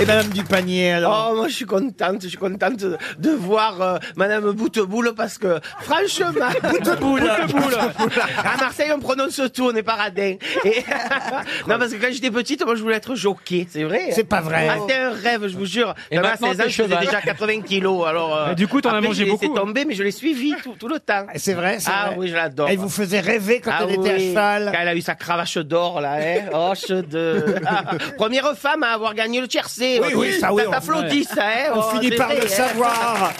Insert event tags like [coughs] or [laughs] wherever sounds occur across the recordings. Et Madame Dupanier, alors Oh, moi je suis contente, je suis contente de, de voir euh, Madame Bouteboule parce que [laughs] franchement, Bouteboule, à Marseille on prononce tout, on n'est pas radin. Et- [laughs] non parce que quand j'étais petite, moi je voulais être jockey, c'est vrai. C'est pas vrai. Ah, c'était un rêve, je vous jure. Et Même à maintenant, 16 ans, t'es je faisais cheval. déjà 80 kilos. Alors, euh, Et du coup, t'en as après, mangé je l'ai laissé beaucoup. hein. tomber, mais je l'ai suivi tout, tout le temps. C'est vrai, c'est Ah vrai. oui, je l'adore. Elle vous faisait rêver quand Ah elle était à oui, cheval. Quand elle a eu sa cravache d'or, là, [laughs] hein. Hoche de. Ah, Première femme à avoir gagné le tiercé. Oui, oui, ça, oui, on- t'applaudit, ça, hein. On Oh, finit par c'est le vrai, hein. savoir.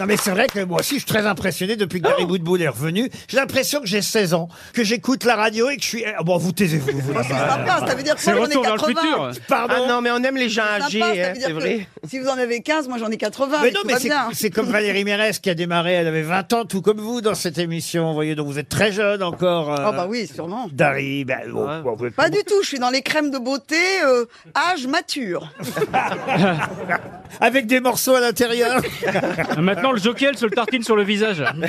Non mais c'est vrai que moi aussi je suis très impressionné depuis que Gary Boutboul est revenu. J'ai l'impression que j'ai 16 ans, que j'écoute la radio et que je suis... Ah Bon, vous taisez-vous. vous, là-bas. Sympa, ça veut dire que C'est moi, le j'en ai retour vers le 80. futur. Pardon. Ah non, mais on aime les gens Sympa, âgés, ça hein, veut c'est dire vrai. que si vous en avez 15, moi j'en ai 80. Mais non, tout mais va c'est- bien. [laughs] c'est comme Valérie Mérès qui a démarré, elle avait 20 ans, tout comme vous, dans cette émission. Vous voyez, donc vous êtes très jeune encore. euh, Oh bah oui, sûrement. Dari, ben, bon, bon, vous êtes Pas du tout, je suis dans les crèmes de beauté, euh, âge mature. [laughs] Avec des morceaux à l'intérieur. [laughs] Maintenant, le jockey, elle se le tartine sur le visage. [laughs] Et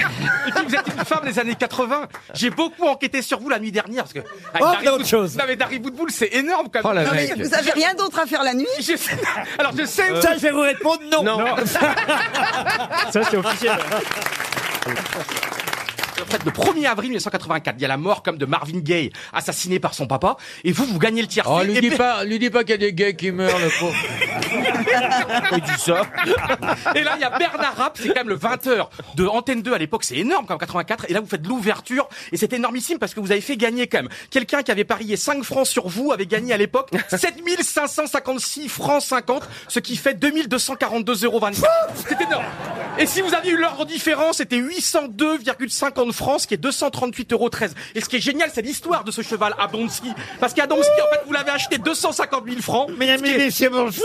puis vous êtes une femme des années 80. J'ai beaucoup enquêté sur vous la nuit dernière parce que. avec Oh, Dari mais autre Bout- chose. Non mais Dari Boutboul, c'est énorme quand même. Non, mais vous avez rien d'autre à faire la nuit Oh, Je sais- Alors je sais où. Ça, je vais vous répondre non. [laughs] Ça, c'est officiel. En fait, le 1er avril 1984, il y a la mort comme de Marvin Gaye, assassiné par son papa. Et vous, vous gagnez le tiers. Oh, lui dis pas, lui dis pas qu'il y a des gays qui meurent, le pauvre. Et là, il y a Bernard Rapp, c'est quand même le 20h de Antenne 2 à l'époque, c'est énorme comme 84. Et là, vous faites l'ouverture, et c'est énormissime parce que vous avez fait gagner quand même. Quelqu'un qui avait parié 5 francs sur vous avait gagné à l'époque 7556 francs 50, ce qui fait 2242,24 euros. C'est énorme. Et si vous aviez eu l'ordre différent, c'était 802,50 francs, ce qui est 238,13 euros. Et ce qui est génial, c'est l'histoire de ce cheval Adonski. Parce qu'Adonski, en fait, vous l'avez acheté 250 000 francs. Mesdames ce qui et est- messieurs, bonjour.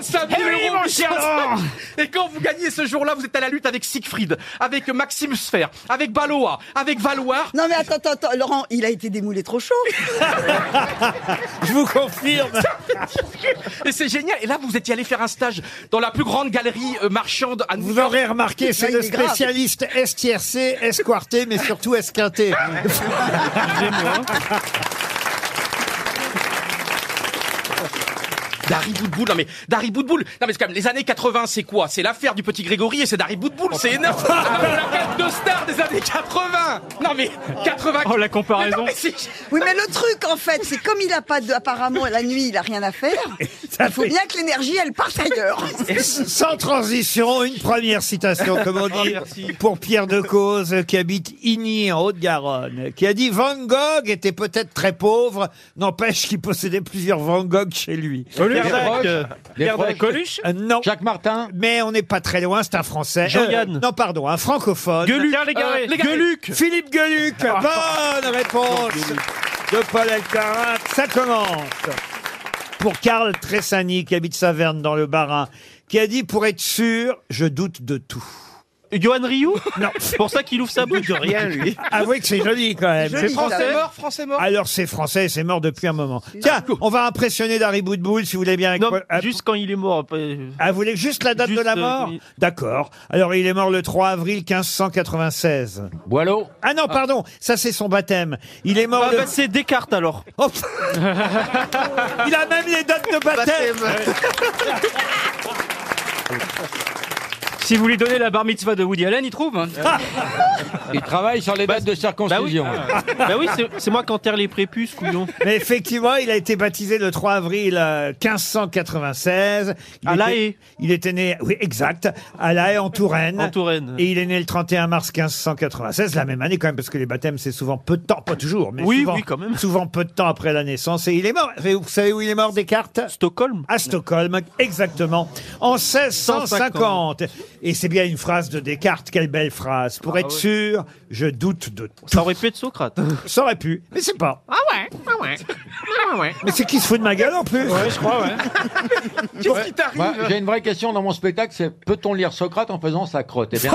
55 000 Eh oui, euros mon cher putain. Laurent. Et quand vous gagnez ce jour-là, vous êtes à la lutte avec Siegfried, avec Maxime Sfer, avec Baloa, avec Valoir. Non mais attends, attends, attends, Laurent, il a été démoulé trop chaud. Je vous confirme. Et c'est génial. Et là, vous étiez allé faire un stage dans la plus grande galerie euh, marchande à New Vous York. aurez remarqué, c'est Ah, il le est grave. spécialiste STRC, esquarté, mais surtout esquinté. [laughs] Dari Boudboul. Non mais, Dari Boudboul. Non mais c'est quand même, les années 80, c'est quoi? C'est l'affaire du petit Grégory et c'est Dari Boudboul. C'est énorme. [laughs] Ah, mais la carte de star des années 80. Non mais, 80. Oh, la comparaison. Mais non, mais c'est- Oui mais le truc en fait, c'est comme il a pas de... Apparemment la nuit il a rien à faire, [laughs] Ça il faut fait- bien que l'énergie elle parte ailleurs. [laughs] Sans transition, une première citation, comme on dit, pour Pierre de Cause, qui habite Igny, en Haute-Garonne, qui a dit Van Gogh était peut-être très pauvre, n'empêche qu'il possédait plusieurs Van Gogh chez lui. Bernac, euh, Des Bernac, proches. Coluche Euh, non, Jacques Martin. mais on n'est pas très loin, c'est un Français. Euh, Jean-Yann. non, pardon, un francophone. Pierre Légaré. Ah, Légaré. Philippe Euh, Gueluc, bonne réponse de Paul Elkarat. Ça commence pour Karl Tressani, qui habite Saverne dans le Barin, qui a dit Pour être sûr, je doute de tout. Johan [laughs] Rioux Non. C'est pour ça qu'il ouvre sa bouche. Rien, [laughs] lui. Avouez Ah que c'est joli quand même. Joli, Français ça. mort, français mort. Alors c'est français, c'est mort depuis un moment. Tiens, on va impressionner Dari Boudboul si vous voulez bien. avec Paul- Ah, juste quand il est mort. après- Euh, Ah, vous voulez juste la date Juste, de la euh, mort oui. D'accord. Alors il est mort le 3 avril 1596. Boileau. Ah non, pardon, ça c'est son baptême. Il est mort Ah le... bah, c'est Descartes alors. Oh, pff. Il a même les dates de baptême. Si vous lui donnez la bar mitzvah de Woody Allen, il trouve. hein. Il travaille sur les dates de circoncision. bah oui, c'est- c'est moi qui enterre les prépuces, couillon. [laughs] Mais effectivement, il a été baptisé le 3 avril euh, 1596. Il À La était- Haye. Il était né, oui, exact, à La Haye en Touraine. En Touraine. Et il est né le 31 mars 1596, la même année quand même, parce que les baptêmes, c'est souvent peu de temps, pas toujours, mais Oui, souvent, oui, quand même. souvent peu de temps après la naissance. Et il est mort. Et Vous savez où il est mort, Descartes Stockholm. à Stockholm, exactement, en 1650. Et c'est bien une phrase de Descartes, quelle belle phrase. Pour être sûr, je doute de tout. Ah Ça aurait pu être Socrate. Ça aurait pu, mais c'est pas. Ah ouais, ah ouais. Ah ouais. Mais c'est qui se fout de ma gueule en plus je crois, ouais. Qu'est-ce qui t'arrive? Moi, J'ai une vraie question dans mon spectacle, c'est peut-on lire Socrate en faisant sa crotte Eh bien,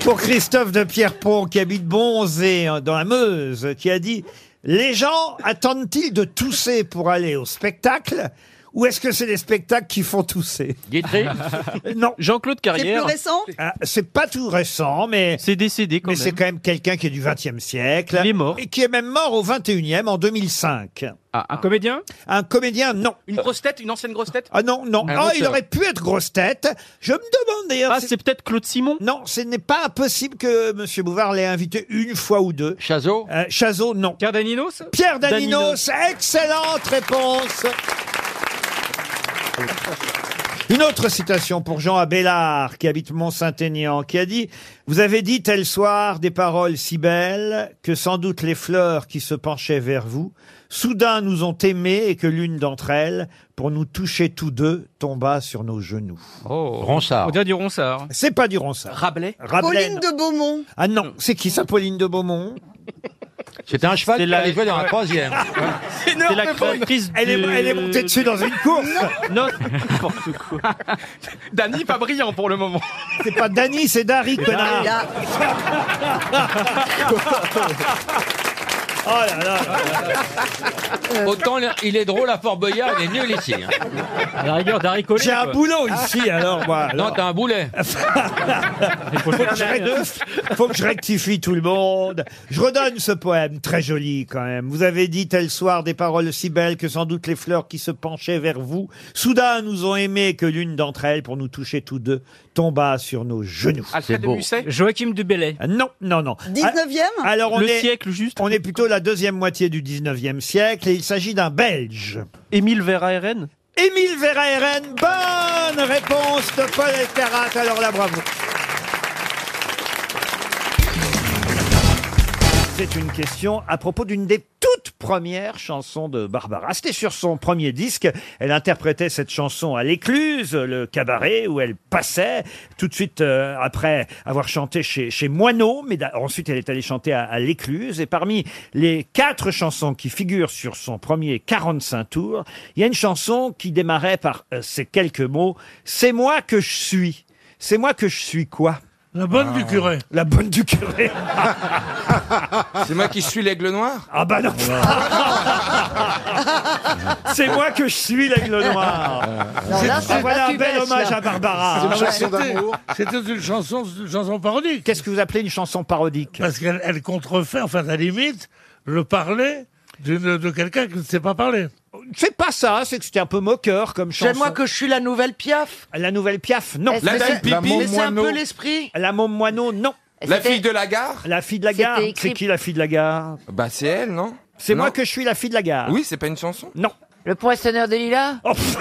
Pour Christophe de Pierrepont, qui habite Bonzé, hein, dans la Meuse, qui a dit Les gens attendent-ils de tousser pour aller au spectacle ou est-ce que c'est des spectacles qui font tousser Guitry [laughs] Non. Jean-Claude C'est plus Carrière. récent Ah, c'est pas tout récent, mais C'est décédé quand mais c'est même. quand même quelqu'un qui est du XXe siècle. Il est mort. Et qui est même mort au XXIe en 2005. Ah, un comédien Un comédien, non. Une grosse tête, une ancienne grosse tête Ah non, non. Un Ah, il auteur. aurait pu être grosse tête. Je me demande d'ailleurs. Ah, si- c'est peut-être Claude Simon. Non, ce n'est pas impossible que M. Bouvard l'ait invité une fois ou deux. Chazot Euh, Chazot, non. Cardaninos Pierre Daninos, Daninos. excellente réponse. Une autre citation pour Jean Abélard, qui habite Mont-Saint-Aignan, qui a dit « Vous avez dit tel soir des paroles si belles que sans doute les fleurs qui se penchaient vers vous, soudain nous ont aimés et que l'une d'entre elles, pour nous toucher tous deux, tomba sur nos genoux. Oh. Ronsard. Ah. On dirait du Ronsard. » C'est pas du Ronsard. Rabelais Rabelais, non. Pauline de Beaumont. Ah non, c'est qui ça, Pauline de Beaumont C'était un cheval C'est qui la- arrivait dans la troisième. C'est la créatrice Ah, elle est, du- elle est montée dessus dans une course Non, n'importe quoi. Dany, pas brillant pour le moment. C'est pas Dany, c'est Dari, connard Là, [laughs] Oh là là Euh, Autant il est drôle à Fort Boyard, il est nul ici. hein. À la rigueur, Darry Collet. J'ai un boulot ici, alors, moi. Non, alors. t'as un [laughs] boulet. faut, que je rec- faut que je rectifie tout le monde. Je redonne ce poème, très joli quand même. Vous avez dit tel soir des paroles si belles que sans doute les fleurs qui se penchaient vers vous, soudain nous ont aimé que l'une d'entre elles, pour nous toucher tous deux, tomba sur nos genoux. Euh, Alfred de beau. Musset Joachim Dubélé. Non, non, non. 19e Ah, Alors on Le est, siècle juste. on est plutôt la deuxième moitié du 19e siècle et il s'agit d'un Belge. Émile Vera-RN. Émile Vera-Eren, bonne réponse de Paul Elkarat. Alors là, bravo. C'est une question à propos d'une des toutes premières chansons de Barbara. C'était sur son premier disque. Elle interprétait cette chanson à l'écluse, le cabaret où elle passait. Tout de suite euh, après avoir chanté chez, chez Moineau, mais d'a- ensuite elle est allée chanter à, à l'écluse. Et parmi les quatre chansons qui figurent sur son premier 45 tours, il y a une chanson qui démarrait par euh, ces quelques mots. C'est moi que je suis. C'est moi que je suis quoi Ah. La bonne du curé. La bonne du curé. Ah. C'est moi qui suis l'aigle noir Ah bah non C'est moi que je suis l'aigle noir non, là, Ah, c'est Voilà pas un tu bel baisses, hommage là. à Barbara Ah, C'était- C'était une chanson, une chanson parodique. Qu'est-ce que vous appelez une chanson parodique Parce qu'elle elle contrefait, enfin, à la limite, le parler d'une- de quelqu'un qui ne sait pas parler. C'est pas ça, c'est que c'était un peu moqueur comme chanson. C'est moi que je suis la nouvelle Piaf. La nouvelle Piaf, non. Est-ce que dame c'est- pipi. La Mais môme c'est un moineau. peu l'esprit. La môme moineau, non. La fille de la gare La fille de la gare, C'était écrit- c'est qui la fille de la gare Bah c'est elle, non C'est Non. moi que je suis la fille de la gare. Oui, c'est pas une chanson Non. Le poinçonneur de lilas Oh, pff,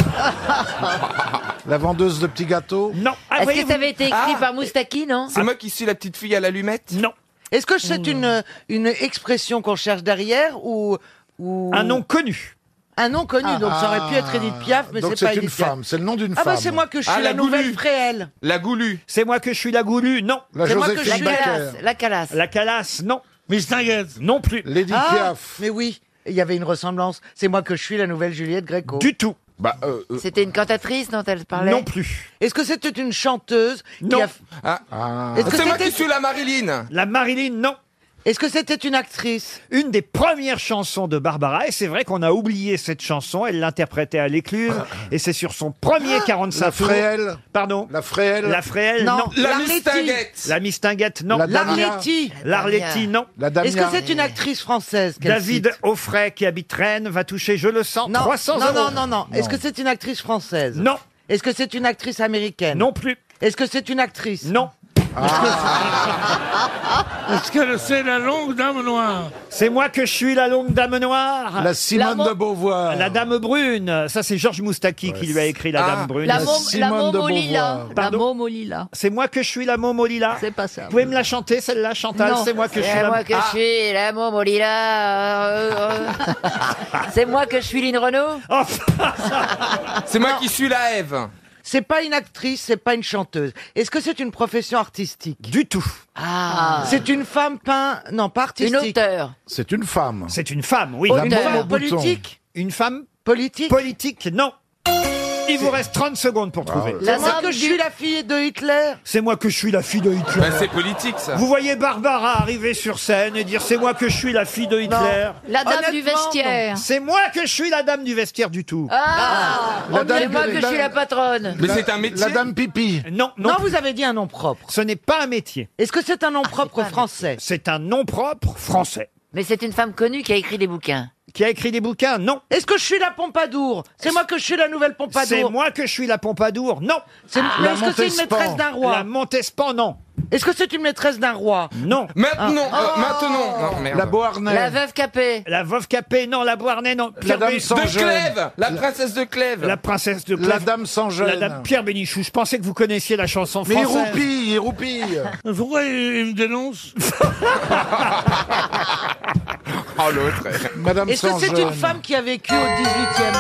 La [laughs] vendeuse de petits gâteaux non. Ah, Est-ce voyez, que ça avait été écrit Ah. par Moustaki, non C'est moi qui suis la petite fille à l'allumette Non. Est-ce que c'est Hmm. une, une expression qu'on cherche derrière ou, ou... Un nom connu. Un nom connu, donc ça aurait pu être Edith Piaf, mais Ah. Donc c'est pas une Edith Piaf. femme, c'est le nom d'une Ah femme. bah c'est moi que je suis Ah, la, la nouvelle Goulue. Fréhel. La goulue C'est moi que je suis la goulue, non. La C'est moi que Joséphine je La suis Baker. calasse, la calasse. La calasse, non. Miss Tinguette. Non plus. Lady Ah, Piaf. mais oui, il y avait une ressemblance. C'est moi que je suis la nouvelle Juliette Gréco. Du tout. Bah, euh, euh, C'était une cantatrice dont elle parlait Non plus. Est-ce que c'était une chanteuse Non. qui a... Ah. ah. Est-ce que C'est moi c'était qui suis la Marilyn La Marilyn, non. Est-ce que c'était une actrice une des premières chansons de Barbara. Et c'est vrai qu'on a oublié cette chanson. Elle l'interprétait à l'écluse. Et c'est sur son premier 45 La tours. Fréhelle. Pardon. La Fréhelle. La Fréhelle, Ah non. Ah Non. La L'arletty. mistinguette La Mistinguette, non. La Damia. L'Arletty L'Arletty, non. La Damia. Est-ce que c'est une actrice française qu'elle David cite Offray, qui habite Rennes, va toucher, je le sens, non. 300 non, non, euros. non, non. Est-ce que c'est une actrice française Non, Est-ce que c'est une actrice américaine non plus, Est-ce que c'est une actrice non. Est-ce que c'est la longue dame noire C'est moi que je suis la longue dame noire. La Simone La mo- de Beauvoir. La dame brune. Ça, c'est Georges Moustaki qui lui a écrit la Ah. dame brune. La La môme, la Simone môme de au lilas. Beauvoir. La Pardon môme au lilas. C'est moi que je suis la môme au lilas. C'est pas ça. Vous pouvez me la chanter, celle-là, Chantal Non. C'est moi que je suis Ah. C'est la moi que je suis la môme au lilas. euh, [laughs] euh, euh. C'est moi que je suis Lynn Renault. Oh, C'est moi qui suis la Ève C'est pas une actrice, c'est pas une chanteuse. Est-ce que c'est une profession artistique du tout. Ah. C'est une femme peint, non pas artistique. Une auteure. C'est une femme. C'est une femme, oui. Auteur. La môme au bouton. Femme politique. Une femme Politique. politique, non. Il vous reste 30 secondes Ah pour trouver. C'est moi que je suis la fille de Ben, Hitler. C'est moi que je suis la fille de Hitler. Ben, c'est politique ça. Vous voyez Barbara arriver sur scène et dire c'est moi que je suis la fille de Hitler. La dame du Honnêtement, vestiaire. non. C'est moi que je suis la dame du vestiaire du tout. Ah, La on dame dirait moi de- que je suis la patronne. La dame pipi. Non, non. vous avez dit un nom propre. Ce n'est pas un métier. Est-ce que c'est un nom propre français C'est un nom propre français. Mais c'est une femme connue qui a écrit des bouquins. Qui a écrit des bouquins Non. Est-ce que je suis la Pompadour C'est moi que je suis la nouvelle Pompadour. C'est moi que je suis la Pompadour Non. C'est- Ah. mais est-ce que c'est une Montespan. maîtresse d'un roi La Montespan, non. Est-ce que c'est une maîtresse d'un roi Non. Maintenant, Ah. euh, maintenant. Non, merde. La veuve Capet. La veuve Capet, non, la Boarnais, non. Pierre dame Bé- sans De gêne. Clèves, la princesse de Clèves. La princesse de La Clèves. dame sans gêne. La dame Pierre Bénichou. Je pensais que vous connaissiez la chanson Mais il française. roupille, il roupille. Pourquoi il, il me dénonce Oh l'autre. Est-ce que c'est une femme qui a vécu au 18e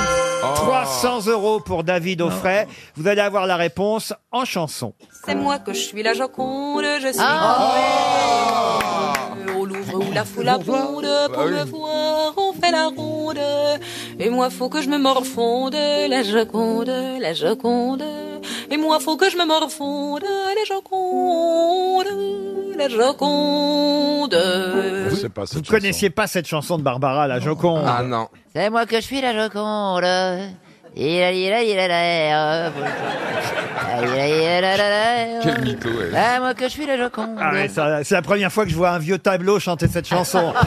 300 euros pour David Offray. Vous allez avoir la réponse en chanson. C'est moi que je suis la Joconde, je suis tombée au Louvre où la foule abonde pour Bah oui. me voir, on fait la ronde. Et moi faut que je me morfonde, la Joconde, la Joconde. Et moi faut que je me morfonde, la Joconde, la Joconde. Euh, vous ne connaissiez pas cette chanson de Barbara, la Joconde. Ah non. C'est moi que je suis la Joconde. Il a, il a, il a l'air. Il a, il a l'air. Quel mytho, elle. C'est moi que je suis la Joconde. Ah, c'est la première fois que je vois un vieux tableau chanter cette [laughs] chanson. [laughs]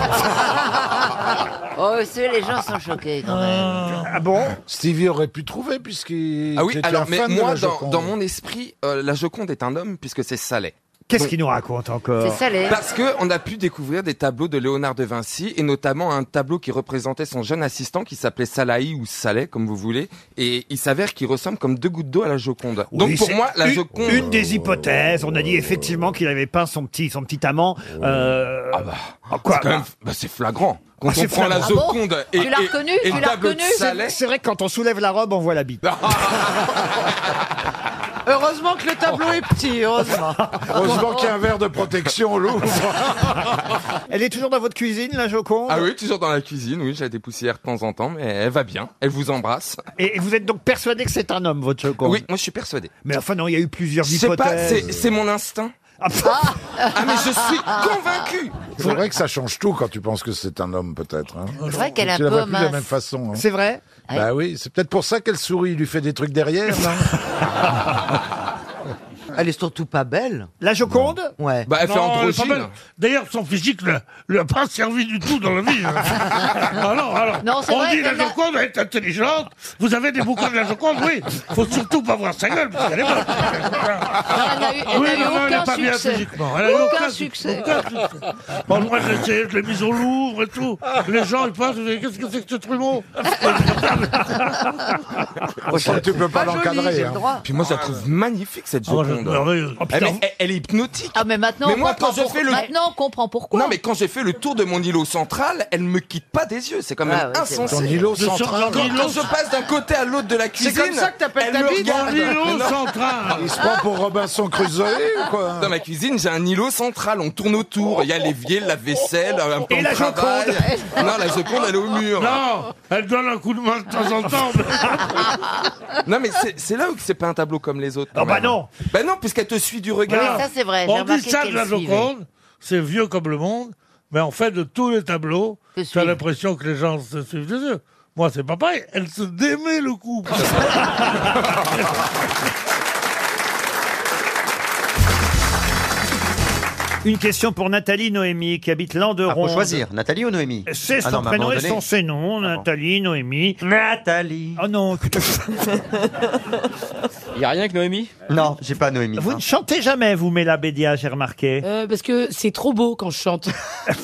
Oh, c'est- les gens sont choqués quand même. Ah bon Stevie aurait pu trouver puisqu'il Ah oui, était un alors, mais fan de moi, la dans, Joconde. dans mon esprit, euh, la Joconde est un homme puisque c'est Salé. Qu'est-ce Donc- qu'il nous raconte encore Parce que on a pu découvrir des tableaux de Léonard de Vinci et notamment un tableau qui représentait son jeune assistant qui s'appelait Salahi ou Saleh comme vous voulez et il s'avère qu'il ressemble comme deux gouttes d'eau à la Joconde. Oui, Donc pour c'est moi la une, Joconde Une des hypothèses, on a dit effectivement qu'il avait peint son petit, son petit amant. euh, en quoi Ah c'est quand bah- même- bah, c'est flagrant. Quand Ah, on c'est prend la flagrant. Ah bon Joconde et, Tu l'as et- reconnu et Tu le l'as tableau de reconnu C'est- Saleh- C'est vrai que quand on soulève la robe, on voit la bite. Heureusement que le tableau est petit, heureusement. Heureusement qu'il y a un verre de protection au [laughs] Louvre. Elle est toujours dans votre cuisine, la Joconde Ah oui, toujours dans la cuisine, oui, j'ai des poussières de temps en temps, mais elle va bien, elle vous embrasse. Et vous êtes donc persuadé que c'est un homme, votre Joconde Oui, moi je suis persuadé. Mais enfin, non, il y a eu plusieurs Je sais pas, hypothèses. c'est c'est mon instinct. Ah, mais je suis convaincu C'est vrai que ça change tout quand tu penses que c'est un homme, peut-être. hein. C'est vrai qu'elle a Tu la un vois peu plus de la mince. même façon. hein. C'est vrai Bah oui, c'est peut-être pour ça qu'elle sourit. Il lui fait des trucs derrière, [laughs] [laughs] non Elle est surtout pas belle. La Joconde Ouais. Bah, elle fait Non, androgyne. pas mal. D'ailleurs, son physique ne lui a pas servi du tout dans la vie. [laughs] alors, alors, Non, c'est on vrai dit que la là- Joconde est intelligente. Vous avez des bouquins de la Joconde, oui. Faut surtout pas voir sa gueule, parce qu'elle est bonne. Elle n'a eu, elle oui, n'a eu non, non, elle aucun pas bien succès. physiquement. Elle a eu Aucun aucun succès. aucun succès. Bon, moi, je l'ai essayé, je l'ai mise au Louvre et tout. Les gens, ils passent, ils disent, qu'est-ce que c'est que [laughs] ce trumeau Ah, tu peux Ah, Pas pas, joli, l'encadrer. j'ai hein. le droit. Puis moi, je la trouve magnifique, cette Ah, moi, je- Joconde. merveilleuse. Eh, mais elle, elle est hypnotique. Ah, mais maintenant, Mais on moi, comprend quand je pour- fais le- maintenant, on comprend pourquoi. Non, mais quand j'ai fait le tour de mon îlot central, elle me quitte pas des yeux. C'est quand même Ah ouais, c'est insensé. vrai. Ton îlot Je sors- central. Quand, quand je passe d'un côté à l'autre de la C'est cuisine. comme ça que t'appelles elle ta me bite, regarde. ton îlot Non. central. Il se prend pour Robinson Crusoe ou quoi Dans ma cuisine, j'ai un îlot central. On tourne autour. Il y a l'évier, la vaisselle, un plan Et de la travail. Joconde. Non, la Joconde, elle est au mur. Non, elle donne un coup de main de temps en temps. Non, mais c'est- c'est là où c'est pas un tableau comme les autres. Ah, bah non. Bah non, puisqu'elle te suit du mais- regard. On dit ça de la Joconde, c'est vieux comme le monde, mais en fait, de tous les tableaux, tu as l'impression que les gens se suivent des yeux. Moi, c'est pas pareil. Elle se démet le couple. Une question pour Nathalie Noémie qui habite Landeron. Ah, faut choisir, Nathalie ou Noémie C'est Ah son non, mais à un prénom moment et donné- Ah son prénom, Nathalie, Noémie. Nathalie. Oh non, écoute, [laughs] Il n'y a rien que Noémie Non, j'ai pas [laughs] Noémie. vous ne chantez jamais, vous, Mela Bédia, j'ai remarqué. Euh, parce que c'est trop beau quand je chante.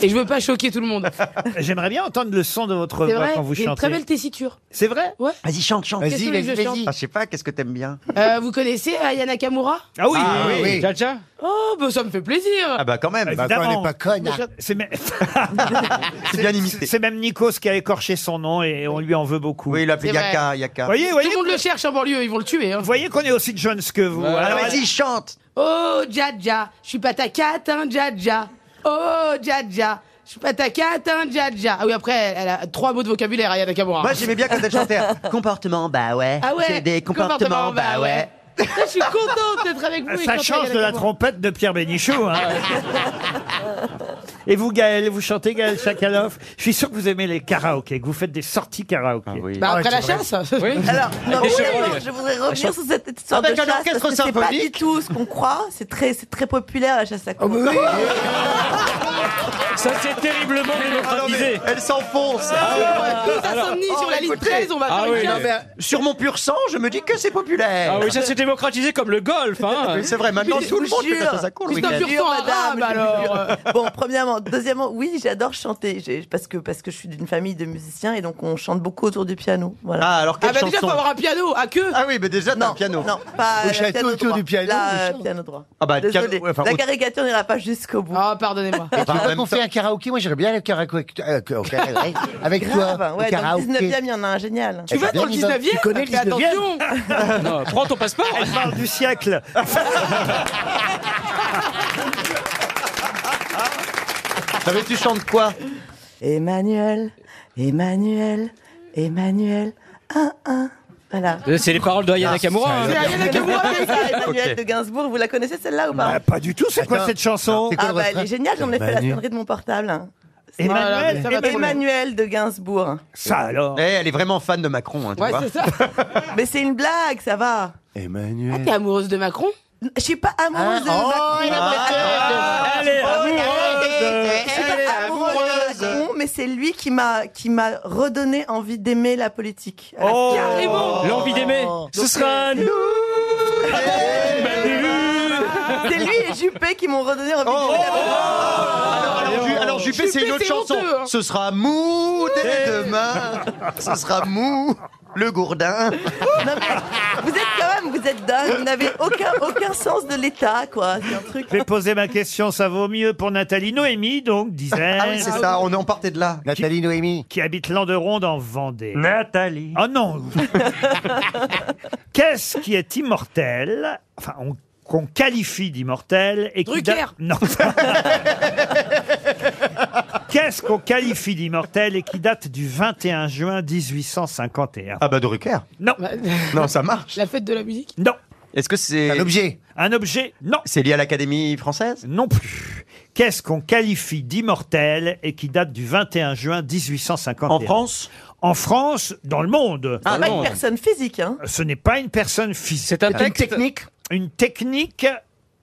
Et je veux pas choquer tout le monde. [laughs] J'aimerais bien entendre le son de votre C'est voix vrai, quand vous j'ai une chantez. très belle tessiture. C'est vrai Ouais. Vas-y, chante, chante. Qu'est-ce que Vas-y, vous voulez que vas-y, je chante vas-y. Ah, je sais pas, qu'est-ce que t'aimes bien Euh, vous connaissez Ayana Kamura Ah oui, Ah oui. oui. Jaja Oh, bah ça me fait plaisir Ah bah quand même. Évidemment. C'est [laughs] même... C'est même Nikos qui a écorché son nom et on lui en veut beaucoup. Oui, il appelé C'est vrai. Yaka, Yaka. Voyez, Tout voyez, le monde le cherche en banlieue, ils vont le tuer. Hein. vous voyez qu'on est aussi jeunes que vous. Alors, allez- chante Oh, Jaja, je suis pas ta cat, hein, Jaja. Oh, Jaja, Je suis pas ta dja dja. Ah oui, après, elle a trois mots de vocabulaire, Ayana Kamura. Moi, j'aimais bien quand [laughs] elle chantait comportement, bah ouais. Ah ouais, J'ai des comportements, comportement, bah bah ouais. Putain, Je suis contente d'être avec vous. et Ah, Ça chanter change Ayana de la Kamura. trompette de Pierre Bénichou. hein. Et vous, Gaël, vous chantez Gaël Chakaloff Je suis sûr que vous aimez les karaokés, que vous faites des sorties Ah, karaoké. Ah Ah Bah, après la chasse. [laughs] [laughs] Alors, non, Et oui, Chevreuil. alors, je voudrais La revenir chasse- sur cette histoire Ah, Avec de un chasse, orchestre parce que c'est pas du symphonique. tout ce qu'on croit. C'est très, c'est très populaire la chasse à Ah, courre. Ça, c'est terriblement démocratisé. Ah, Elle s'enfonce. Ah, Ah ouais. Tous insomnies sur la liste 13, on va faire une chasse. Sur mon pur sang, je me dis que c'est populaire. Ah oui, ça s'est démocratisé comme le golf. Hein. Oui, c'est [laughs] vrai, [laughs] maintenant, tout le monde fait la chasse à courre, le week-end. Jure, Ah, madame, bah je vous euh. jure. Bon, premièrement. Deuxièmement, oui, j'adore chanter. J'ai- Parce que, parce que je suis d'une famille de musiciens et donc on chante beaucoup autour du piano. Voilà. Ah, alors quelle Ah bah déjà, chanson faut avoir un piano, à queue Ah oui, mais déjà, t'as un piano. Non, pas Au la château, piano autour droit. du piano, La, on euh, chante. piano droit. Ah bah, Désolée. piano- ouais, enfin, la au- caricature n'ira pas jusqu'au bout. Ah, pardonnez-moi. Tu veux pas qu'on fait un karaoké Moi, j'irais bien aller au karaoké euh, au [laughs] karaoké- avec toi. Grave, au ouais, dans le karaoké. 19e, il y en a un génial. Tu Eh vas ben, dans le on y va. 19e? Tu connais le Fais 19e? [laughs] attention. Non, prends ton passeport. Elle parle du siècle. [laughs] Savais, tu chantes quoi Emmanuel, Emmanuel, Emmanuel, 1, 1. Voilà. Euh, C'est les paroles de Ayana Kamura. hein. Emmanuel de Gainsbourg, vous la connaissez celle-là ou pas Bah, Pas du tout, c'est quoi cette chanson Ah bah elle est géniale, j'en ai fait la sonnerie de mon portable. Emmanuel, Voilà, ça mais- va trop bien. Emmanuel de Gainsbourg. Ça alors. Eh, elle est vraiment fan de Macron, hein, tu vois. ça. [laughs] mais c'est une blague, ça va. Emmanuel. Ah, Ah, T'es amoureuse de Macron Ah, Je suis pas Oh, amoureuse de Ah, Macron. Elle est amoureuse. Je suis pas amoureuse de Macron, mais c'est lui qui m'a qui m'a redonné envie d'aimer la politique. Oh, Carrément. L'envie d'aimer. Ce Donc, euh, sera nous. ben, C'est lui et Juppé qui m'ont redonné envie d'aimer la Oh, politique. Alors, Ju- alors, Juppé, c'est une autre chanson. Ce sera mou dès demain. Ce sera mou le gourdin. Non, mais vous êtes quand même, vous êtes dingue, vous n'avez aucun, aucun sens de l'État, quoi. C'est un truc. Je vais poser ma question, ça vaut mieux pour Nathalie Noémie, donc, disais Ah oui, c'est ça, on est en partait de là. Nathalie Noémie. Qui habite Landeronde en Vendée. Nathalie. Oh non Qu'est-ce qui est immortel Enfin, on- qu'on qualifie d'immortel et qui date- Non. Qu'est-ce qu'on qualifie d'immortel et qui date du 21 juin 1851 Ah bah, Drucker. Non. [laughs] Non, ça marche. La fête de la musique Non. Est-ce que c'est. Un objet Un objet Non. C'est lié à l'Académie française Non plus. Qu'est-ce qu'on qualifie d'immortel et qui date du 21 juin 1851 En France En France, dans le monde. Ah, C'est pas une personne physique, hein. Ce n'est pas une personne physique. C'est un C'est une texte. technique Une technique.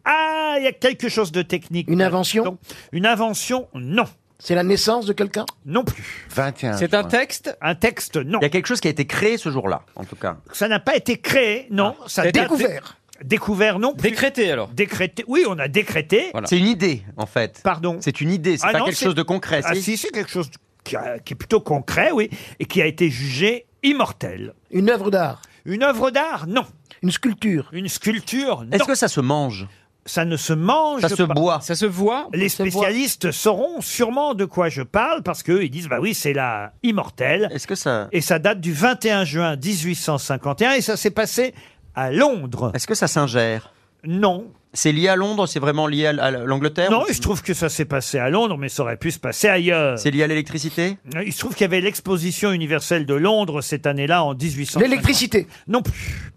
Ah, il y a quelque chose de technique. Une invention Une invention, non. C'est la naissance de quelqu'un Non plus. 21. un texte Un texte, non. Il y a quelque chose qui a été créé ce jour-là, en tout cas. Ça n'a pas été créé, non. Ça Ça a été date- découvert. Découvert, non. plus. Décrété alors. Décrété. Oui, on a décrété. C'est une idée, en fait. Pardon. C'est une idée, c'est Ah pas non, quelque c'est- chose de concret. Ah si, c'est quelque chose qui, a- qui est plutôt concret, oui, et qui a été jugé immortel. Une œuvre d'art. Une œuvre d'art, non. Une sculpture. Une sculpture, non. Est-ce que ça se mange Ça ne se mange Ça se pas. boit. Ça se voit. Les spécialistes sauront sûrement de quoi je parle parce qu'eux, ils disent, bah oui, c'est la immortelle. Est-ce que ça. Et ça date du 21 juin 1851 et ça s'est passé à Londres. Est-ce que ça s'ingère Non. C'est lié à Londres, c'est vraiment lié à l- à l'Angleterre Non, il se trouve que ça s'est passé à Londres, mais ça aurait pu se passer ailleurs. Euh, C'est lié à l'électricité Il se trouve qu'il y avait l'exposition universelle de Londres cette année-là en 1850. L'électricité. Non plus.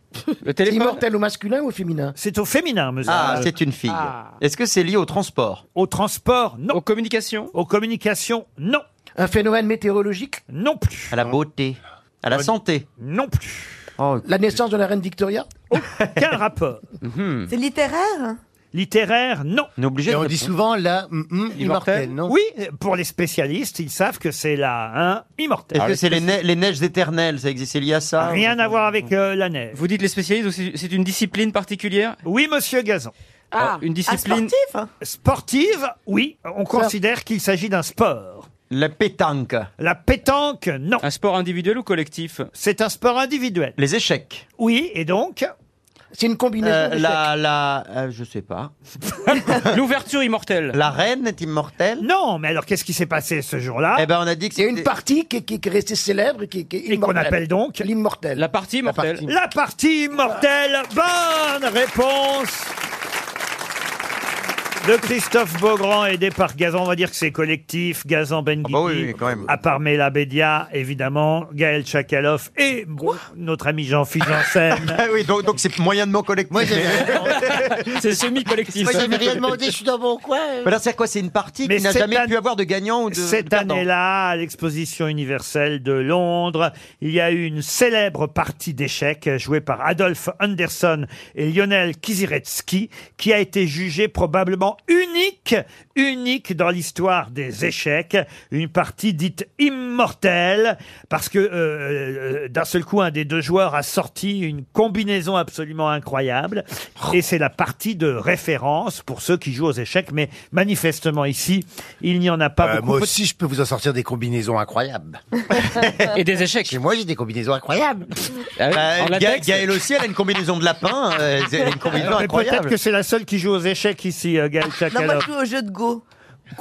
Le C'est immortel au masculin ou au féminin C'est au féminin, monsieur. Ah, Euh, c'est une fille. Est-ce que c'est lié au transport Au transport, non. Aux communications. Aux communications, non. Un phénomène météorologique Non plus. À la beauté À la santé Non plus. Oh. La naissance de la reine Victoria [laughs] Quel rapport Mhm. C'est littéraire. Littéraire, non. On est obligé Et de on dit répondre. souvent la mm, mm, immortelle, non Oui, pour les spécialistes, ils savent que c'est la hein, immortelle. Est-ce que c'est les, ne- les neiges éternelles Ça existe C'est lié à ça Rien à voir avec euh, la neige. Vous dites les spécialistes, donc c'est c'est une discipline particulière Oui, monsieur Gazan. Ah, une discipline. Sportif. Sportive, oui, on considère qu'il s'agit d'un sport. La pétanque. La pétanque, non. Un sport individuel ou collectif C'est un sport individuel. Les échecs. Oui, et donc C'est une combinaison Euh, d'échecs. la, la, euh, je sais pas. [laughs] L'ouverture immortelle. La reine est immortelle Non, mais alors qu'est-ce qui s'est passé ce jour-là Eh ben, on a dit que Il y a c'était une partie qui, qui- qui est restée célèbre et qui, qui est Et qu'on immortelle. appelle donc L'immortel. La partie immortelle. La partie immortelle, bonne réponse de Christophe Beaugrand, aidé par Gazan. On va dire que c'est collectif. Gazan Ah Benguigui, bah à part Mela Bédia, évidemment, Gaël Tchakaloff et notre ami [laughs] Jean-Philippe Janssen. Ah oui, donc donc c'est moyennement collectif. [laughs] C'est semi-collectif. Moi, j'avais rien demandé, je suis dans mon coin. euh. Mais alors, c'est quoi C'est une partie Mais qui n'a cette jamais année- pu avoir de gagnant ou de. Cette année-là, à l'exposition universelle de Londres, il y a eu une célèbre partie d'échecs euh, jouée par Adolf Anderson et Lionel Kiziretsky, qui a été jugée probablement unique, unique dans l'histoire des échecs, une partie dite immortelle, parce que euh, euh, d'un seul coup, un des deux joueurs a sorti une combinaison absolument incroyable, et c'est la partie de référence pour ceux qui jouent aux échecs, mais manifestement ici, il n'y en a pas Euh, beaucoup. moi aussi, je peux vous en sortir des combinaisons incroyables. Et des échecs. Chez moi, j'ai des combinaisons incroyables. Bah, En Ga- latex. Gaëlle aussi, elle a une combinaison de lapin. euh, elle a une combinaison Alors, [laughs] mais incroyable. Peut-être que c'est la seule qui joue aux échecs ici, euh, Gaël Non, moi, je Chakalov. joue au jeu de Go.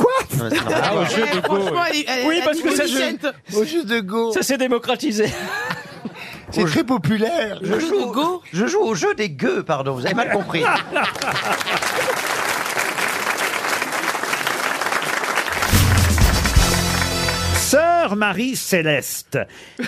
Ah, au jeu de Go, franchement, oui. elle est- elle- Oui, elle parce est que ça, intelligente. Au jeu de Go. Ça s'est démocratisé. C'est très populaire. Je joue, au go. je joue au jeu des gueux, pardon, vous avez mal [laughs] compris. Ah Sœur Marie Céleste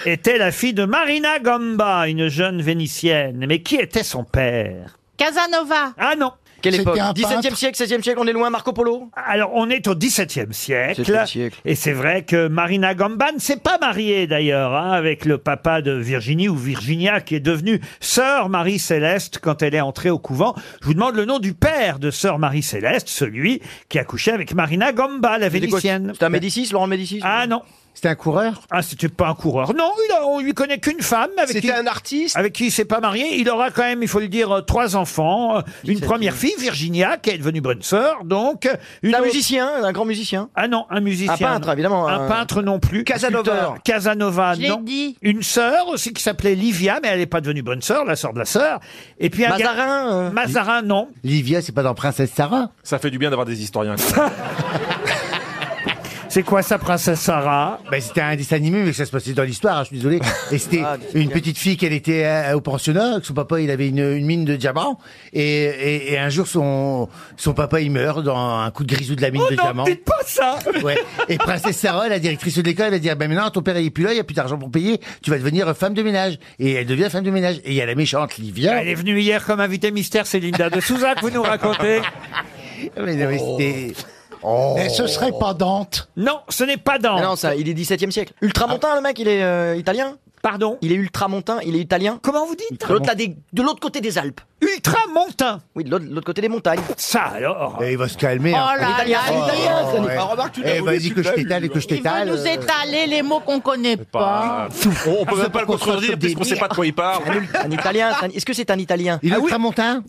était la fille de Marina Gamba, une jeune Vénitienne. Mais qui était son père Casanova. Ah non Quelle C'était époque un 17e siècle, 16e siècle, on est loin, Marco Polo Alors, on est au XVIIe siècle. 17e siècle. Et c'est vrai que Marina Gamba ne s'est pas mariée, d'ailleurs, hein, avec le papa de Virginie ou Virginia, qui est devenue sœur Marie-Céleste quand elle est entrée au couvent. Je vous demande le nom du père de sœur Marie-Céleste, celui qui a couché avec Marina Gamba, la Vénitienne. C'était un Médicis, Laurent Médicis Ah non C'était un coureur Ah, c'était pas un coureur. Non, il a- on lui connaît qu'une femme. C'était un artiste Avec qui il s'est pas marié. Il aura quand même, il faut le dire, euh, trois enfants. Euh, Une première fille, Virginia, qui est devenue bonne sœur, donc. euh, Une Un autre- musicien, un grand musicien. Ah non, un musicien. Un peintre, évidemment. Un peintre hein. non plus. Casanova. Sculpteur. Casanova, Je l'ai non. dit. Une sœur aussi qui s'appelait Livia, mais elle n'est pas devenue bonne sœur, la sœur de la sœur. Et puis un gars- euh. Mazarin, non. Livia, c'est pas dans Princesse Sarah. Ça fait du bien d'avoir des [laughs] historiens. C'est quoi ça, Princesse Sarah ben, C'était un dessin animé, mais ça se passait dans l'histoire, hein, je suis désolé. Et c'était Ah, c'est une bien. petite fille qu'elle était euh, au pensionnat, que son papa il avait une, une mine de diamant, et, et- et un jour son, son papa il meurt dans un coup de grisou de la mine Oh de non, diamant. dites pas ça Ouais. Et Princesse Sarah, la directrice de l'école, elle a dit, ben maintenant ton père il est plus là, il n'y a plus d'argent pour payer, tu vas devenir femme de ménage. Et elle devient femme de ménage. Et il y a la méchante Livia. Elle est venue hier comme invitée mystère, c'est Linda de Souza que vous nous racontez. Mais non, mais c'était- Oh. Et ce serait pas Dante Non, ce n'est pas Dante. Oh. Ah. Non, ça, il est 17e siècle. Ultramontain, le mec, il est euh, italien Pardon Il est ultramontain, il est italien. Comment vous dites De l'autre là, des- de l'autre côté des Alpes. Ultramontain Oui, de l'autre- de l'autre côté des montagnes. Ça alors Et il va se calmer. Oh hein. là L'italien, là, l'italien, il- ça n'est Ouais. pas- remarque, tu l'as Eh, volé, vas-y tu que je l'as eu, t'étale et que je Il veut t'étale. nous euh. étaler les mots qu'on connaît pas. Oh, On peut Ah, même c'est pas le pour ça contredire que puisqu'on des Ah, sait pas de quoi il parle. Un, ul- un italien, c'est un- est-ce que c'est un italien Il [laughs] est ultramontain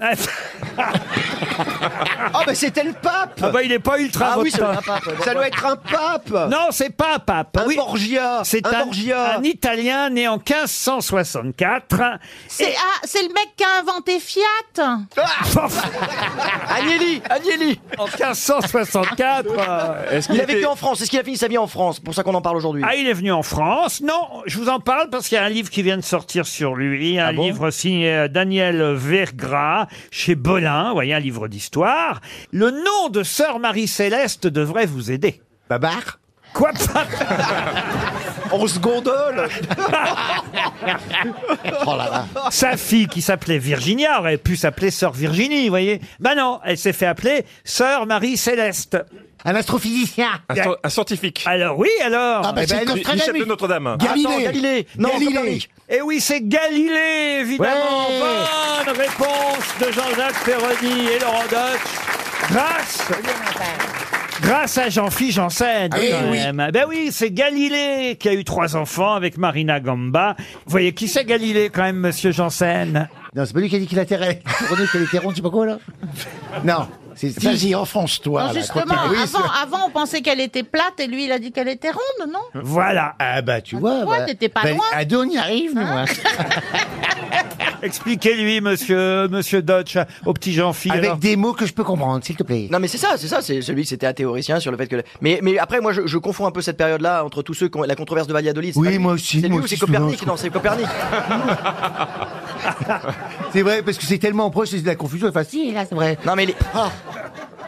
Ah, bah c'était le pape Ah bah il n'est pas ultra Ah oui, ça doit montain. être un pape. Ça doit être un pape Non, c'est pas un pape. Un Oui, Borgia C'est un un, Borgia un Italien né en 1564. C'est ah, c'est le mec qui a inventé Ah. Fiat. Agnelli Agnelli En 1564. euh, Il a vécu en France, est-ce qu'il a fini sa vie en France C'est pour ça qu'on en parle aujourd'hui. Ah, il est venu en France. Non, je vous en parle parce qu'il y a un livre qui vient de sortir sur lui, un livre signé euh, Daniel Vergras chez Bolin, vous voyez, un livre d'histoire. Le nom de Sœur Marie-Céleste devrait vous aider. Babar Quoi pas [laughs] On se gondole Oh là là. Ah. Sa fille qui s'appelait Virginia aurait pu s'appeler Sœur Virginie, vous voyez. Ben non, elle s'est fait appeler Sœur Marie-Céleste. Un astrophysicien Un, sci- un scientifique. Alors oui, alors Ah, bah, Eh ben, c'est non. cru. Nostradamus. Michel de Notre-Dame. Galilée. Attends, Galilée Non, Galilée. Copernic. Eh oui, c'est Galilée, évidemment Ouais. Bonne réponse de Jean-Jacques Perroni et Laurent Deutsch. Grâce Grâce à Jean-Philippe Janssen, Ah oui, quand oui. même. Ben oui, c'est Galilée qui a eu trois enfants avec Marina Gamba. Vous voyez qui c'est Galilée quand même, Monsieur Janssen Non, c'est pas lui qui a dit qu'il [laughs] atterrait. C'est pour nous qu'elle était ronde, je sais pas quoi, là Non. c'est- c'est pas- Vas-y, enfonce-toi. Non, là, justement, quand t'es- Oui, avant, avant, on pensait qu'elle était plate et lui, il a dit qu'elle était ronde, non Voilà, Ah bah tu vois. Pourquoi bah, t'étais pas bah, loin À deux on y arrive nous. hein. [laughs] expliquez-lui, Monsieur Monsieur Deutsch, au petit Jean-Philippe. Avec alors. des mots que je peux comprendre, s'il te plaît. Non mais c'est ça, c'est ça, c'est celui c'était un théoricien sur le fait que. Mais mais après moi je, je confonds un peu cette période-là entre tous ceux qui ont la controverse de Valladolid. c'est Oui, pas lui. moi aussi, C'est lui moi ou c'est aussi, souvent, Copernic je Non, c'est [laughs] Copernic. Ah, C'est vrai parce que c'est tellement proche, c'est de la confusion est facile. là, c'est vrai. Non mais les-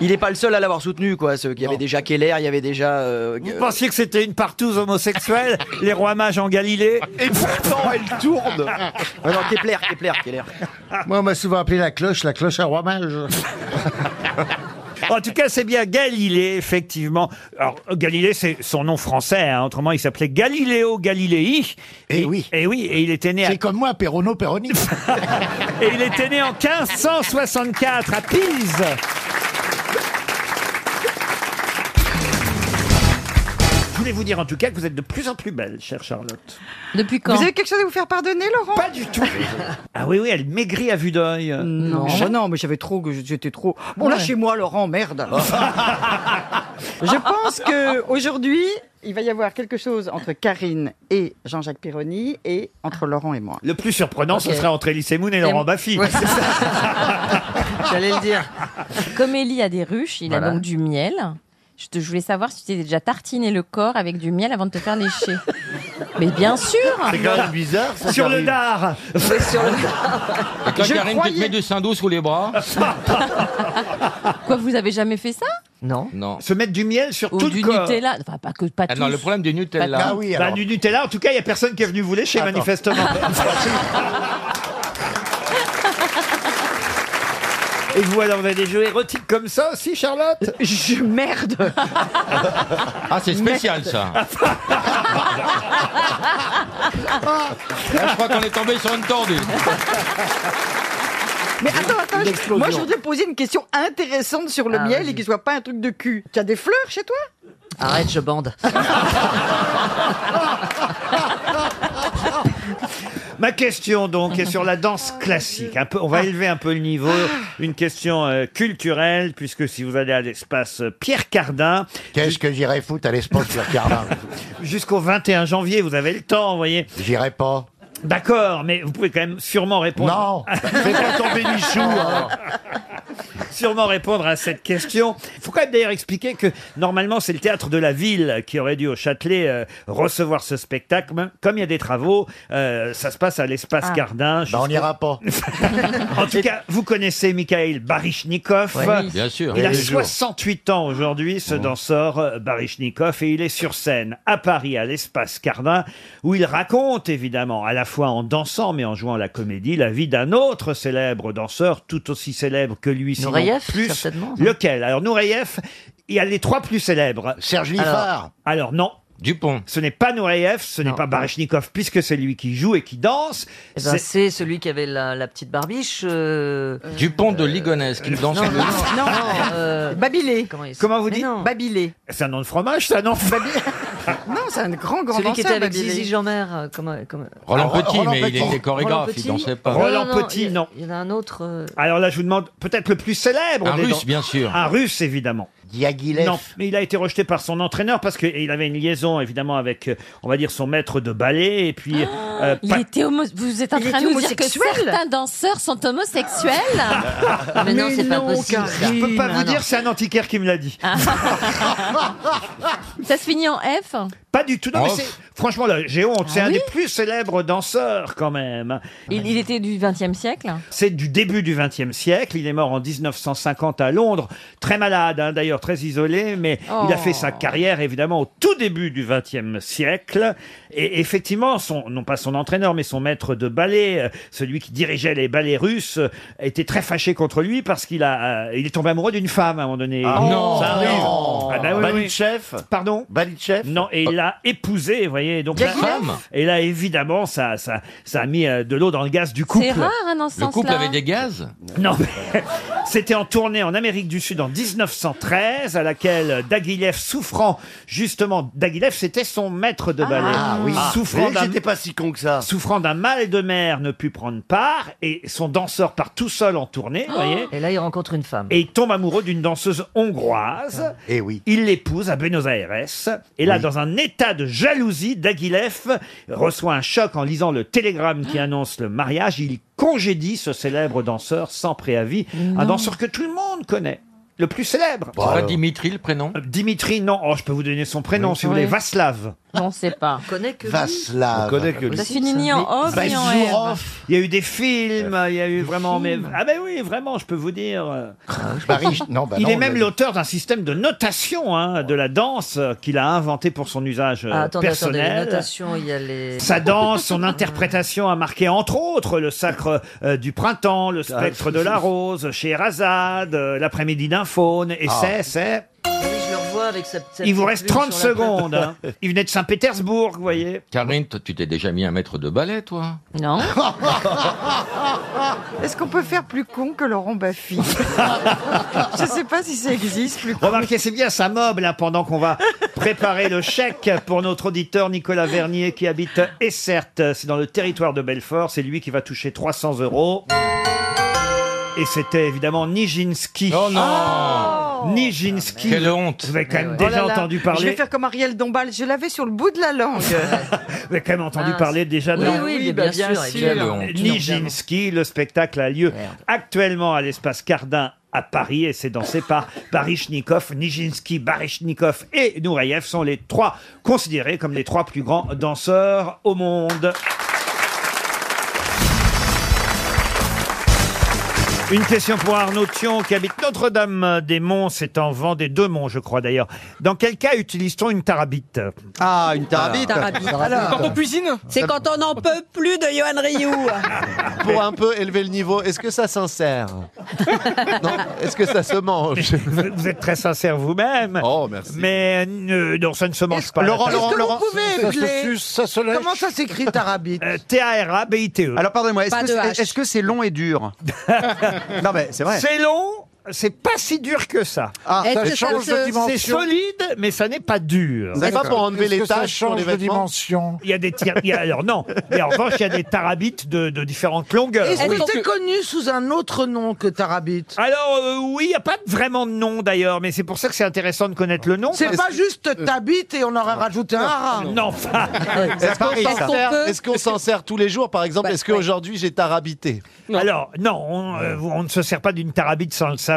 il n'est pas le seul à l'avoir soutenu, quoi. Ceux qui avaient déjà Keller, il y avait déjà. euh, Vous pensiez que c'était une partouze homosexuelle, les rois mages en Galilée Et pourtant, elle tourne Ouais, non, Kepler, Kepler, Kepler. Moi, on m'a souvent appelé la cloche, la cloche à roi mage. En tout cas, c'est bien Galilée, effectivement. Alors, Galilée, c'est son nom français. hein. Autrement, il s'appelait Galileo Galilei. Et, Eh oui. Et oui, et il était né. C'est comme moi, Perono Peroni. [laughs] et il était né en 1564 à Pise. Je voulais vous dire en tout cas que vous êtes de plus en plus belle, chère Charlotte. Depuis quand Vous avez quelque chose à vous faire pardonner, Laurent Pas du tout. Ah oui, oui, elle maigrit à vue d'œil. Non, Oh, bah non, mais j'avais trop, que j'étais trop. Bon, là, Ouais. chez moi, Laurent, merde. [laughs] Je pense que aujourd'hui, il va y avoir quelque chose entre Karine et Jean-Jacques Pironi et entre Laurent et [laughs] moi. Le plus surprenant, Ok. ce serait entre Elie Semoun et Et Laurent moi- Baffy. Ouais, c'est ça. J'allais le dire. [laughs] Comme Ellie a des ruches, il Voilà. a donc du miel. Je, te, je voulais savoir si tu t'es déjà tartiné le corps avec du miel avant de te faire lécher. Mais bien sûr C'est quand même bizarre. ça, Sur le Karine. dard Et quand Je Karine, tu te croyais- mets du Saint-Doux sous les bras Quoi, vous avez jamais fait ça Non. Non. [laughs] Se mettre du miel sur Ou tout du le corps. Nutella Enfin, pas que pas Ah non, tous. le problème du Nutella. Pas- Ah oui, Bah, alors. du Nutella, en tout cas, il n'y a personne qui est venu vous lécher, [laughs] manifestement. [laughs] Et vous, alors, vous avez des jeux érotiques comme ça aussi, Charlotte Je merde Ah, c'est spécial [laughs] ça. Oh, Là, je crois qu'on est tombé sur une tordue. Mais attends, attends, je- L'explosion. moi je voudrais poser une question intéressante sur Ah, le miel et qu'il soit pas un truc de cul. Tu as des fleurs chez toi Arrête, je bande. Ma question, donc, est sur la danse classique. Un peu, on va élever un peu le niveau. Une question euh, culturelle, puisque si vous allez à l'espace euh, Pierre Cardin... Qu'est-ce que j'irai foutre à l'espace Pierre Cardin [laughs] Jusqu'au 21 janvier, vous avez le temps, vous voyez. J'irai pas. D'accord, mais vous pouvez quand même sûrement répondre. Non, fais pas tomber Michou, hein. sûrement répondre à cette question. Il faut quand même d'ailleurs expliquer que normalement c'est le théâtre de la ville qui aurait dû au Châtelet euh, recevoir ce spectacle. Mais Comme il y a des travaux, euh, ça se passe à l'espace Ah. Cardin. Bah, on n'ira pas. [laughs] en tout cas, vous connaissez Mikhail Baryshnikov. Ouais, oui. Bien sûr. Il a Tous les jours. 68 ans aujourd'hui, ce danseur euh, Baryshnikov, et il est sur scène à Paris, à l'espace Cardin, où il raconte évidemment, à la fois en dansant mais en jouant la comédie, la vie d'un autre célèbre danseur, tout aussi célèbre que lui, sinon Nureyev, plus. certainement. hein. Lequel Alors Nureyev, il y a les trois plus célèbres. Serge Liffard. Alors, alors non. Dupont. Ce n'est pas Nureyev, ce n'est pas Baryshnikov, puisque c'est lui qui joue et qui danse. Eh ben, C'est- c'est celui qui avait la, la petite barbiche. euh, Dupont de Ligonnès qui [laughs] danse non, le- non, non, euh, Babilé. Comment, il Comment vous Mais dites non. Babilé. C'est un nom de fromage, ça, non Non, c'est un grand, grand Celui qui était danseur, avec Babilé. Zizi Jean-Mer. euh, Comment, comment... Roland Ah, Petit, Roland mais Petit. il était chorégraphe, Roland il Petit. dansait pas. Roland Petit, il y a- non. Il y en a un autre. euh, Alors là, je vous demande peut-être le plus célèbre. Un des Russe, dan- bien sûr. Un russe, évidemment. Diaghilev. Non, mais il a été rejeté par son entraîneur parce qu'il avait une liaison, évidemment, avec, euh, on va dire, son maître de ballet. Et puis. euh, Il pas- était homo- Vous êtes en Il train de était nous dire que homosexuel certains danseurs sont homosexuels [laughs] [laughs] Mais non, c'est pas non, possible. Je peux pas vous dire, c'est un antiquaire qui me l'a dit. Ça se finit en F Pas du tout. Non, mais Oh. c'est- franchement, là, j'ai honte. c'est un oui des plus célèbres danseurs, quand même. il, il était du XXe siècle C'est du début du XXe siècle. Il est mort en 1950 à Londres. Très malade, hein, d'ailleurs, très isolé, mais Oh. il a fait sa carrière, évidemment, au tout début du XXe siècle. Et effectivement, son, non pas son entraîneur, mais son maître de ballet, euh, celui qui dirigeait les ballets russes, euh, était très fâché contre lui parce qu'il a, euh, il est tombé amoureux d'une femme à un moment donné. Ah, non. Oh. Ça arrive. Ah, bah oui, oui. Pardon Balitchev Non, et il l'a épousé, vous voyez. Donc, là- Diaghilev et là, évidemment, ça, ça, ça a mis euh, de l'eau dans le gaz du couple. C'est rare hein, dans ce Le couple sens-là. avait des gaz Non, [laughs] mais c'était en tournée en Amérique du Sud en 1913, à laquelle Daguilev souffrant, justement, Daguilev, c'était son maître de ballet. Ah, oui. Souffrant Et d'un- j'étais pas si con que ça. Souffrant d'un mal de mer, ne put prendre part, et son danseur part tout seul en tournée, vous voyez. Et là, il rencontre une femme. Et il tombe amoureux d'une danseuse hongroise. Ah. Et oui. Il l'épouse à Buenos Aires. Et là, dans un état de jalousie, Daguilev reçoit un choc en lisant le télégramme qui annonce le mariage. Il congédie ce célèbre danseur sans préavis. Un danseur que tout le monde connaît. Le plus célèbre. Euh, C'est pas Dimitri le prénom Dimitri, non. Oh, je peux vous donner son prénom Oui. si vous voulez. Oui. Vaslav. Non, c'est pas. On connaît que Vaslav. Ça finit ni en off ni en R. Il y a eu des films, il y a eu vraiment. Mais, [laughs] ah ben oui, vraiment, je peux vous dire. bah il est même l'auteur d'un système de notation hein, de la danse euh, qu'il a inventé pour son usage euh, Ah, attendez, attendez, personnel. les notations, il y a les... Sa danse, son interprétation a marqué entre autres le sacre euh, du printemps, le spectre de la rose, Scheherazade, euh, l'après-midi d'un faune, et Ah. c'est, c'est. Oui, je le revois avec cette... cette Il vous reste plume 30 sur la- secondes. hein. Il venait de Saint-Pétersbourg, vous voyez. Karine, toi, tu t'es déjà mis un maître de ballet, toi Non. [laughs] Est-ce qu'on peut faire plus con que Laurent Baffy [laughs] Je sais pas si ça existe plus. Remarquez, c'est bien, ça mob là pendant qu'on va préparer le chèque pour notre auditeur Nicolas Vernier qui habite Essert. C'est dans le territoire de Belfort. C'est lui qui va toucher 300 euros. Et c'était évidemment Nijinsky. Oh non Nijinsky. Quelle honte. Vous avez quand même Oh là [laughs] déjà là, entendu Je vais parler. faire comme Ariel Dombal, je l'avais sur le bout de la [laughs] langue. Vous avez quand même entendu Ah, parler déjà oui, dans oui, Oui, bah, bien bien sûr, sûr. évidemment. Nijinsky. Le spectacle a lieu actuellement à l'espace Cardin à Paris et c'est dansé par Baryshnikov, Nijinsky, Baryshnikov et Nourayev sont les trois considérés comme les trois plus grands danseurs au monde. Une question pour Arnaud Thion qui habite Notre-Dame-des-Monts, c'est en Vendée, deux monts je crois d'ailleurs. Dans quel cas utilise-t-on une tarabite Ah, une tarabite. Tarabite. Alors. Quand on cuisine C'est quand on n'en peut plus de Johan [laughs] Rioux. Pour un peu élever le niveau, est-ce que ça [laughs] s'insère Non, est-ce que ça se mange Vous êtes très sincère vous-même. Oh, merci. Mais euh, non, ça ne se mange pas. Laurent, la Laurent, tarabite. Laurent, Comment ça s'écrit [laughs] tarabite T-A-R-A-B-I-T-E. Alors pardonnez-moi, Pas est-ce que de c'est- H. est-ce que c'est long et [laughs] dur Non mais c'est vrai. C'est long, c'est pas si dur que ça. Ah, Est-ce ça que ça change de se- C'est dimension solide, mais ça n'est pas dur. C'est pas pour enlever les taches sur les vêtements Il y a des tir- il y a- alors non. Mais en revanche, il y a des tarabites de, de différentes longueurs. Est-ce que t'es connu sous un autre nom que Tarabit Alors euh, oui, il n'y a pas vraiment de nom d'ailleurs, mais c'est pour ça que c'est intéressant de connaître le nom. C'est pas juste tarabite Tabit et on aurait rajouté un rat. [laughs] Non. enfin. Est-ce qu'on Pareil, ça. s'en sert, Est-ce qu'on peut- est-ce qu'on s'en sert tous les jours par exemple Bah, Est-ce qu'aujourd'hui j'ai tarabité Alors non, on, euh, on ne se sert pas d'une tarabite sans le savoir.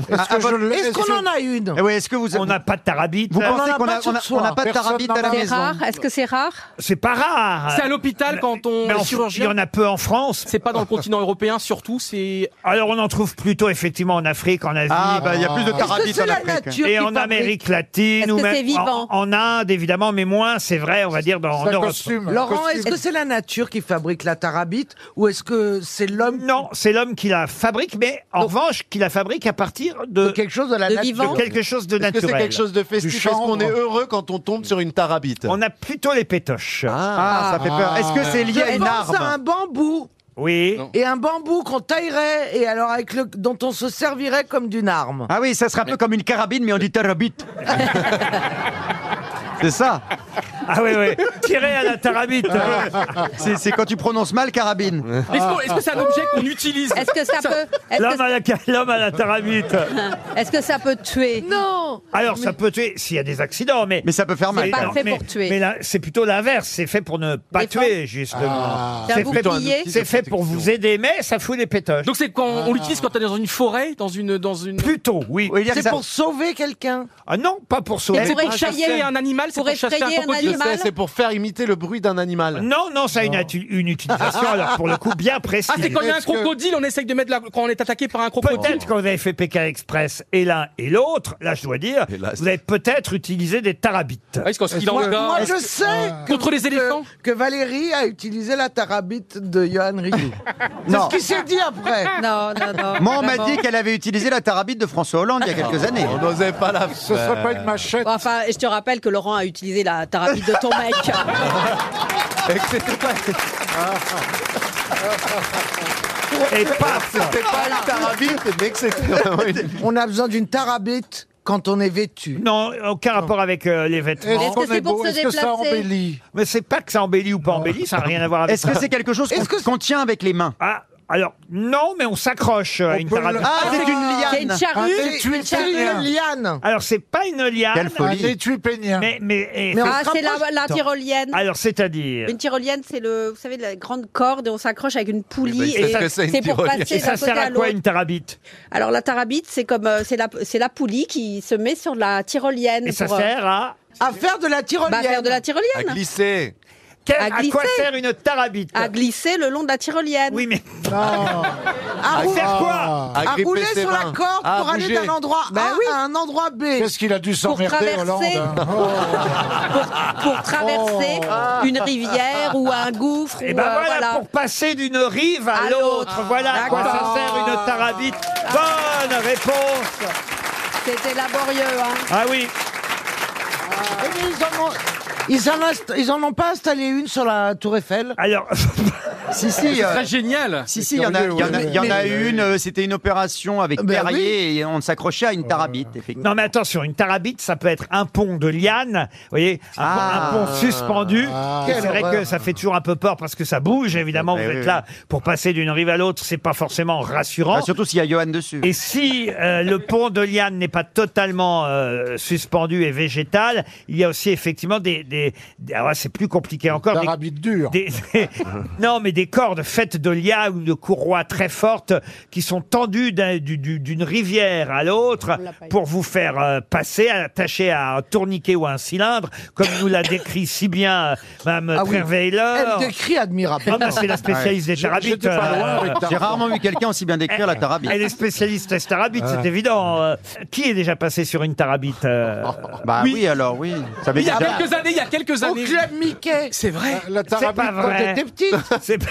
Est-ce que Ah, je Eh le- est-ce qu'on en a une est-ce que vous On n'a pas de tarabite. Vous pensez On en a qu'on a- pas sur on a- soi. on a pas de tarabite à la C'est maison. rare Est-ce que c'est rare C'est pas rare. C'est à l'hôpital quand on Mais est en- chirurgien. Il y en a peu en France. C'est pas dans [laughs] le continent européen surtout, c'est Alors on en trouve plutôt effectivement en Afrique, en Asie. Ah, bah, il y a plus de Est-ce que tarabites c'est en la Afrique. nature Et qui en fabrique Amérique latine Est-ce ou que même c'est vivant en, en Inde évidemment, mais moins, c'est vrai, on va dire dans Euh, en Europe. Laurent, est-ce que c'est la nature qui fabrique la Tarabit ou est-ce que c'est l'homme Non, c'est l'homme qui la fabrique, mais en revanche, qui la fabrique à partir de, quelque chose de la nature. quelque chose de Est-ce que naturel. c'est quelque chose de festif Est-ce qu'on est heureux quand on tombe sur une tarabite On a plutôt les pétoches. Ah, ça fait peur. Est-ce que c'est lié à Je une pense arme à un bambou. Oui. Et un bambou qu'on taillerait et alors avec le, dont on se servirait comme d'une arme. Ah oui, ça serait un peu comme une carabine, mais on dit tarabite. C'est ça Ah oui, oui. Tirer à la tarabite. C'est c'est quand tu prononces mal carabine. Est-ce qu'on- est-ce que c'est un objet qu'on utilise Est-ce que ça peut- est-ce que L'homme à la, l'homme à la [laughs] tarabite. Est-ce que ça peut tuer Non Alors, ça peut tuer s'il y a des accidents, mais. Mais ça peut faire mal, C'est pas quand même. fait pour tuer. Mais là, c'est plutôt l'inverse. C'est fait pour ne pas tuer, justement. Ah. C'est un C'est fait, bouclier. c'est fait pour vous aider, mais ça fout les pétoches. Donc c'est quand on l'utilise quand on est dans une forêt, dans une dans une plutôt oui. C'est pour sauver quelqu'un. Ah non, pas pour sauver. C'est pour chasser un animal, c'est pour chasser un crocodile. C'est pour faire imiter le bruit d'un animal. Non, non, ça a une, atu- une utilisation, alors pour [laughs] le coup, bien précise. Ah, c'est quand il y a un crocodile, on essaye de mettre la... quand on est attaqué par un crocodile. Peut-être quand vous avez fait Pékin Express et l'un et l'autre, là je dois dire, vous avez peut-être utilisé des tarabites. Ah, est-ce qu'on se dit dans Moi, le gars moi, Est-ce je que- Ah. sais que, Contre les éléphants que, que Valérie a utilisé la tarabite de [laughs] Johan Rioux. C'est Non. ce qui s'est dit après. Non, non, Oh, non. Moi, on m'a dit qu'elle avait utilisé la tarabite de François Hollande il y a quelques années. Ah, On n'osait pas la. Ce serait pas une machette. Bon, enfin, je te rappelle que Laurent a utilisé la tarabite de [laughs] ton mec. Et pas C'était pas la tarabite, mais que c'était [laughs] vraiment une On a besoin d'une tarabite quand on est vêtu. Non, aucun rapport avec euh, les vêtements. Est-ce que Est-ce que c'est pour se Est-ce que ça déplacer embellit Mais c'est pas que ça embellit ou pas embellit, ça n'a rien à voir avec Est-ce que c'est quelque chose qu'on qu'on tient avec les mains Ah, Alors, non, mais on s'accroche à une peut le- tarabie. Ah, c'est une liane. C'est une charrue. Un C'est une étui charrue. peignien. C'est une liane. Alors, c'est pas une liane. Quelle folie. Ah, Un étui peignien. Mais, mais, eh, Mais on Ah, se c'est la, rapproche. la Attends. tyrolienne. Alors, c'est-à-dire. Une tyrolienne, c'est le, vous savez, la grande corde et on s'accroche avec une Oui, poulie mais et qu'est-ce que Eh ben, c'est, une c'est pour tyrolienne passer Et ça d'un côté sert à à quoi l'autre. une tarabite Alors la tarabite, c'est comme euh, c'est la c'est la poulie qui se met sur la tyrolienne. Et ça euh, sert à à faire de la tyrolienne. faire de la tyrolienne. glisser. Quel- À à, quoi glisser. sert une tarabite À glisser le long de la tyrolienne. Oui, mais. [laughs] À, faire rouler- quoi à À gripper rouler ses sur la reins. corde À pour aller bouger. d'un endroit Bah A à un endroit B. Ben Qu'est-ce qu'il a dû s'emmerder, Hollande hein. Oh. pour traverser une rivière ou un gouffre. Et ou, ben euh, voilà, pour passer d'une rive à, À l'autre. l'autre. Voilà à quoi ça D'accord. sert une tarabite. Bonne réponse. C'était laborieux, hein. Ah oui. Eh, mais ils, en ont- ils en inst- ils en ont pas installé une sur la Tour Eiffel [laughs] Alors. Si, Ah, si, C'est euh, très génial. Si, si, il y en a, il y en a- il y en a une, euh, c'était une opération avec Ben Perrier oui. et on s'accrochait à une tarabite, effectivement. Non mais attention, une tarabite, ça peut être un pont de liane, vous voyez, un, Ah. pont, un pont suspendu. Ah. Et c'est Quelle vrai que horreur. ça fait toujours un peu peur parce que ça bouge, évidemment, Eh vous oui, êtes oui. là pour passer d'une rive à l'autre, c'est pas forcément rassurant. Ah, surtout s'il y a Johan dessus. Et si euh, le pont de liane n'est pas totalement euh, suspendu et végétal, il y a aussi effectivement des... des, des- alors là, c'est plus compliqué encore. Des [laughs] tarabite dure. non, mais des cordes faites de lianes ou de courroies très fortes qui sont tendues d'un- du- du- d'une rivière à l'autre pour vous faire euh, passer, attachées à un tourniquet ou un cylindre, comme nous l'a décrit si bien euh, Mme Ah oui. Trierweiler. Elle décrit admirable. Ah, bah, c'est la spécialiste des tarabites. euh, Eh, J'ai rarement vu quelqu'un aussi bien décrire la tarabite. Elle est spécialiste des tarabites, Ah. c'est évident. Euh, Qui est déjà passé sur une tarabite euh Bah oui, alors oui. Ça veut Il y a dire- quelques années, il y a quelques années. Mickey. Ah, C'est vrai. La tarabite pas quand vrai. t'étais petite. [laughs] C'est pas...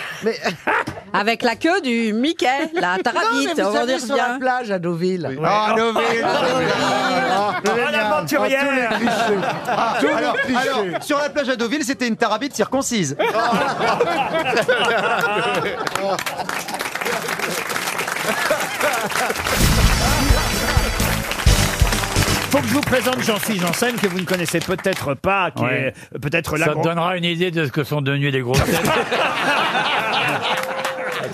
Avec la queue du Mickey, la Non, tarabite, mais on vous va savez, dire sur bien. la plage à Deauville. Ah, Deauville. Ah, Oh, Ah, l'aventurière. Ah, Tous les alors, clichés. alors, sur la plage à Deauville, c'était une tarabite circoncise. Faut que je vous présente Jean-Philippe Janssen, que vous ne connaissez peut-être pas, qui Ouais. est euh, peut-être la Ça grande- donnera une idée de ce que sont devenues [laughs] les grosses têtes.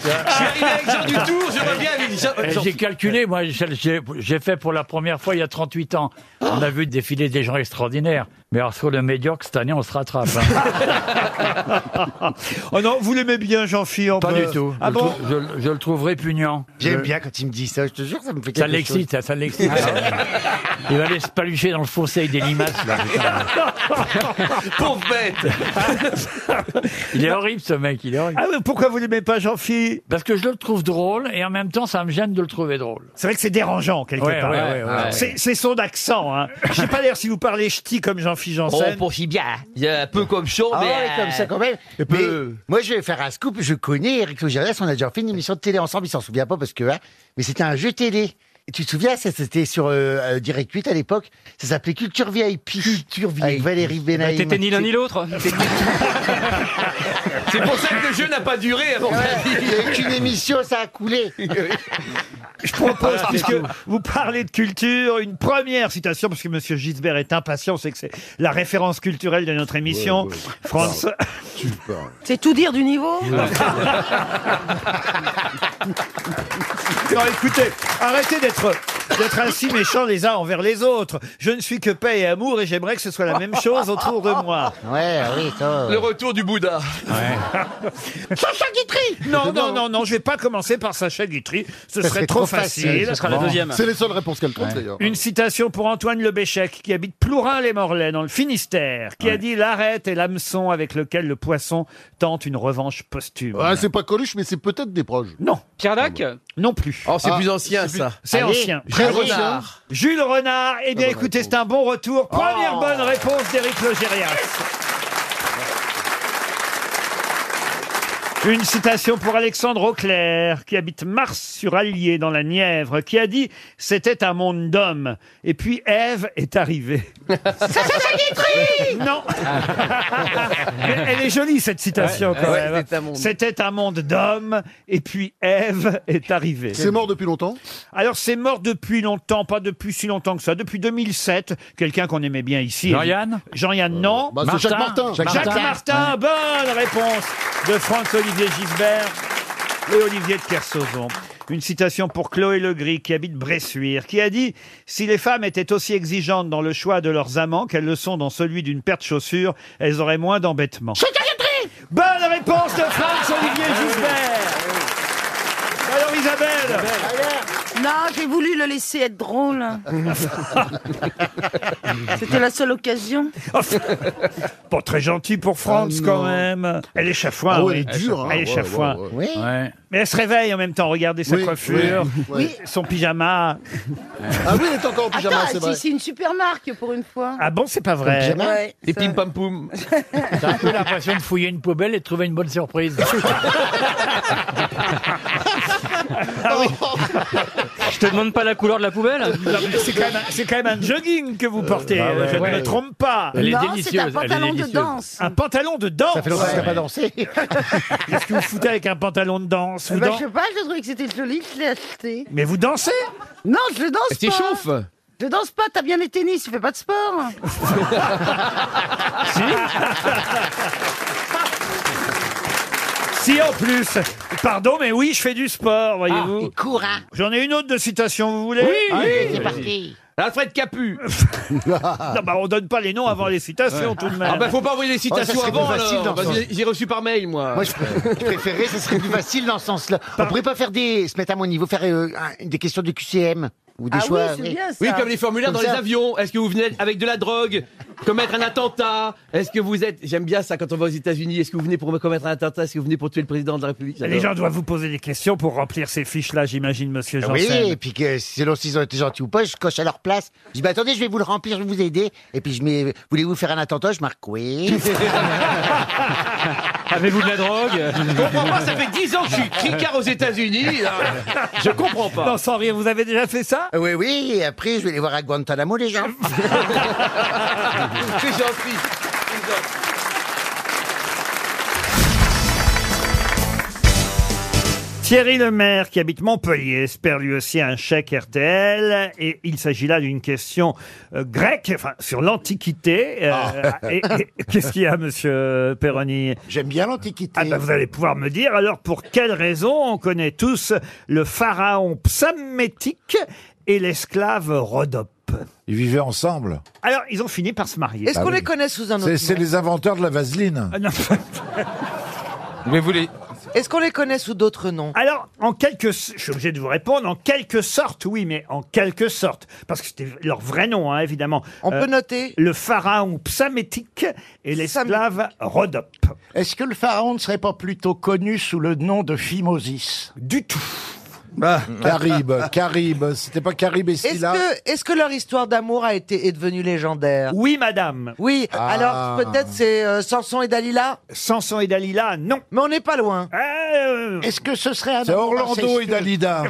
Je suis arrivé avec Jean Dutour, je reviens avec Jean. Eh, Jean- J'ai calculé, moi, j'ai- j'ai j'ai fait pour la première fois il y a 38 ans. On a vu défiler des gens extraordinaires. Mais alors sur le médiocre, cette année, on se rattrape. hein. [laughs] oh non, vous l'aimez bien, Jean-Philippe Pas peut- du tout. Ah je, bon le trouve- je- je le trouve répugnant. J'aime Je- bien quand il me dit ça, je te jure, ça me fait quelque chose. Ça Ah l'excite, hein, ça l'excite. [laughs] Il va aller se palucher dans le fossé avec des limaces, là, [laughs] putain. Euh, Pauvre bête. [laughs] Il est horrible, ce mec, il est horrible. Ah, mais pourquoi vous l'aimez pas, Jean-Philippe Parce que je le trouve drôle et en même temps, ça me gêne de le trouver drôle. C'est vrai que c'est dérangeant, quelque Ouais, part. ouais, ouais, ouais. C'est c'est son accent. Hein. Je sais pas d'ailleurs si vous parlez ch'ti comme Jean-Philippe Janssen. poursuit bien. Il y a un peu comme chaud, Ah mais. ouais, comme ça quand même. Et Mais peu- moi, je vais faire un scoop. Je connais Eric Logérias. On a déjà fait une émission de télé ensemble. Il s'en souvient pas parce que, hein, mais c'était un jeu télé. Et tu te souviens, ça, c'était sur euh, euh, Direct 8 à l'époque. Ça s'appelait Culture VIP. Culture VIP. Avec Valérie Benaïm. Mais Bah, t'étais ni l'un ni l'autre. C'est pour ça que le jeu n'a pas duré, à mon Il y a eu qu'une émission, ça a [laughs] coulé. Je propose, puisque vous parlez de culture, une première citation, parce que Monsieur Gisbert est impatient, c'est que c'est la référence culturelle de notre émission. Ouais, ouais. France. Tu parles. [laughs] C'est tout dire du niveau Non, écoutez, arrêtez d'être d'être ainsi méchants les uns envers les autres. Je ne suis que paix et amour et j'aimerais que ce soit la même chose autour de moi. Ouais, Ah oui, ça. euh. Le retour du Bouddha. [laughs] Sacha Guitry Non, non, non, non, je vais pas commencer par Sacha Guitry. Ce serait trop facile. Ce C'est les seules réponses qu'elle trouve, d'ailleurs. hein. Une citation pour Antoine Le Béchec, qui habite Plourin-les-Morlaix, dans le Finistère, qui a dit l'arête et l'hameçon avec lequel le poisson tente une revanche posthume. Ah, c'est pas Coluche, mais c'est peut-être des proches. Non. Ah, Cardac Non plus. Oh, c'est plus ancien, ça. Ah, C'est Allez, ancien. Jules Allez. Renard. Ah, bah, Jules Renard. Eh bien, écoutez, c'est un bon retour. Oh. Première bonne réponse d'Éric Logérias. Une citation pour Alexandre Auclair, qui habite Mars-sur-Allier, dans la Nièvre, qui a dit « C'était un monde d'hommes ». Et puis Ève est arrivée. Non Elle elle est jolie, cette citation, Ouais, quand ouais, même. c'était un monde. C'était un monde d'hommes, et puis Ève est arrivée. C'est mort depuis longtemps Alors, c'est mort depuis longtemps, pas depuis si longtemps que ça. Depuis 2007, quelqu'un qu'on aimait bien ici. Jean-Yann Jean-Yann, non. bah, c'est Jacques Martin. Jacques Jacques Martin, bonne réponse de Franck-Olivier Gisbert. et Olivier de Kersauzon. Une citation pour Chloé Legris, qui habite Bressuire, qui a dit « Si les femmes étaient aussi exigeantes dans le choix de leurs amants qu'elles le sont dans celui d'une paire de chaussures, elles auraient moins d'embêtements. » Bonne réponse de Franz-Olivier Ah, Gisbert Alors Isabelle Non, j'ai voulu le laisser [laughs] être drôle. C'était la seule occasion. [laughs] Pas très gentil pour France Ah, quand non. même. Elle est chafouin. Ah ouais, oui. elle est dure, hein. Elle est Ouais, chafouin. ouais, ouais. Oui. Ouais. Mais elle se réveille en même temps. Regardez sa Oui, coiffure, oui, oui. son Ah pyjama. oui, elle est Oh, encore en pyjama, Attends, c'est c'est- vrai. c'est une super marque pour une fois. Ah bon, c'est pas vrai. Son pyjama Ouais, Des pim pam poum. [laughs] T'as un peu l'impression de fouiller une poubelle et de trouver une bonne [laughs] surprise. Ah Je te demande pas la couleur de la poubelle. Non, mais C'est quand, même un- c'est quand même un jogging que Euh, vous portez, bah Ah ouais. je ne Ouais. me trompe pas. Elle est Non, c'est un délicieuse, elle est pantalon de délicieuse. danse. Un pantalon de danse Ça fait longtemps que t'as pas dansé. Qu'est-ce que vous foutez avec un pantalon de danse Eh Vous ben, dan- je sais pas, je trouvais que c'était joli, je l'ai acheté. Mais vous dansez Non, je le danse pas. Elle t'échauffe. Je danse pas, t'as bien les tennis, tu fais pas de sport. [laughs] Si en plus Pardon, mais oui, je fais du sport, voyez-vous. hein. J'en ai une autre de citation, vous voulez Ah, Ah, Oui, oui, Allez, c'est vas-y. parti. Alfred Capu. [laughs] non, bah on donne pas les noms avant les citations Ouais. tout de même. Ah bah faut pas envoyer les Oh, citations avant alors. dans Bah, ce j'ai- J'ai reçu par mail moi. Moi, je, [laughs] je préférais, ce serait plus facile dans ce sens-là. On pourrait pas faire des, se mettre à mon niveau, faire euh, un- des questions du QCM ou des Ah oui, choix. c'est bien, ça. Oui, comme les formulaires dans les avions. Est-ce que vous venez avec de la drogue Commettre un attentat Ah, Est-ce que vous êtes. J'aime bien ça quand on va aux États-Unis. Est-ce que vous venez pour commettre un attentat Est-ce que vous venez pour tuer le président de la République Les J'adore. gens [laughs] doivent vous poser des questions pour remplir ces fiches-là, j'imagine, monsieur Oui, Janssen. et puis que selon s'ils ont été gentils ou pas, je coche à leur place. Je dis, bah, attendez, je vais vous le remplir, je vais vous aider. Et puis je mets, voulez-vous faire un attentat Je [laughs] marque oui. Avez-vous de la Je drogue comprends pas, ça fait 10 ans que je suis cricard aux États-Unis. hein. Je comprends pas. Non, sans rire, vous avez déjà fait ça Oui, oui, et après, je vais les voir à Guantanamo, les [laughs] gens. C'est gentil. C'est gentil. Thierry Lemaire, qui habite Montpellier, espère lui aussi un chèque RTL. Et il s'agit là d'une question euh, grecque, enfin, sur l'Antiquité. Euh, Ah. et- [laughs] et- Qu'est-ce qu'il y a, monsieur Perroni J'aime bien l'Antiquité. Ah ben, vous allez pouvoir me dire, alors, pour quelle raison on connaît tous le pharaon psammétique et l'esclave Rhodope Ils vivaient ensemble. Alors, ils ont fini par se marier. Ah Ah Est-ce Bah qu'on oui. les connaît sous C'est c'est les inventeurs de la vaseline. Mais vous les... Est-ce qu'on les connaît sous d'autres noms Alors, en quelque, s- je suis obligé de vous répondre, en quelque sorte, oui, mais en quelque sorte, parce que c'était leur vrai nom, hein, évidemment. On peut noter le pharaon psamétique et l'esclave Rhodope. Est-ce que le pharaon ne serait pas plutôt connu sous le nom de Phimosis Du tout. Bah, Mm. Caribe, Caribe, c'était pas Caribe et Est-ce Scylla. que, est-ce que leur histoire d'amour a été est devenue légendaire Oui, madame. Oui, Ah. alors peut-être c'est euh, Samson et Dalila Samson et Dalila, non. Eh, Mais on n'est pas loin. Est-ce que ce serait un Ah C'est amour Orlando et incestueux [laughs] Dalida. Euh,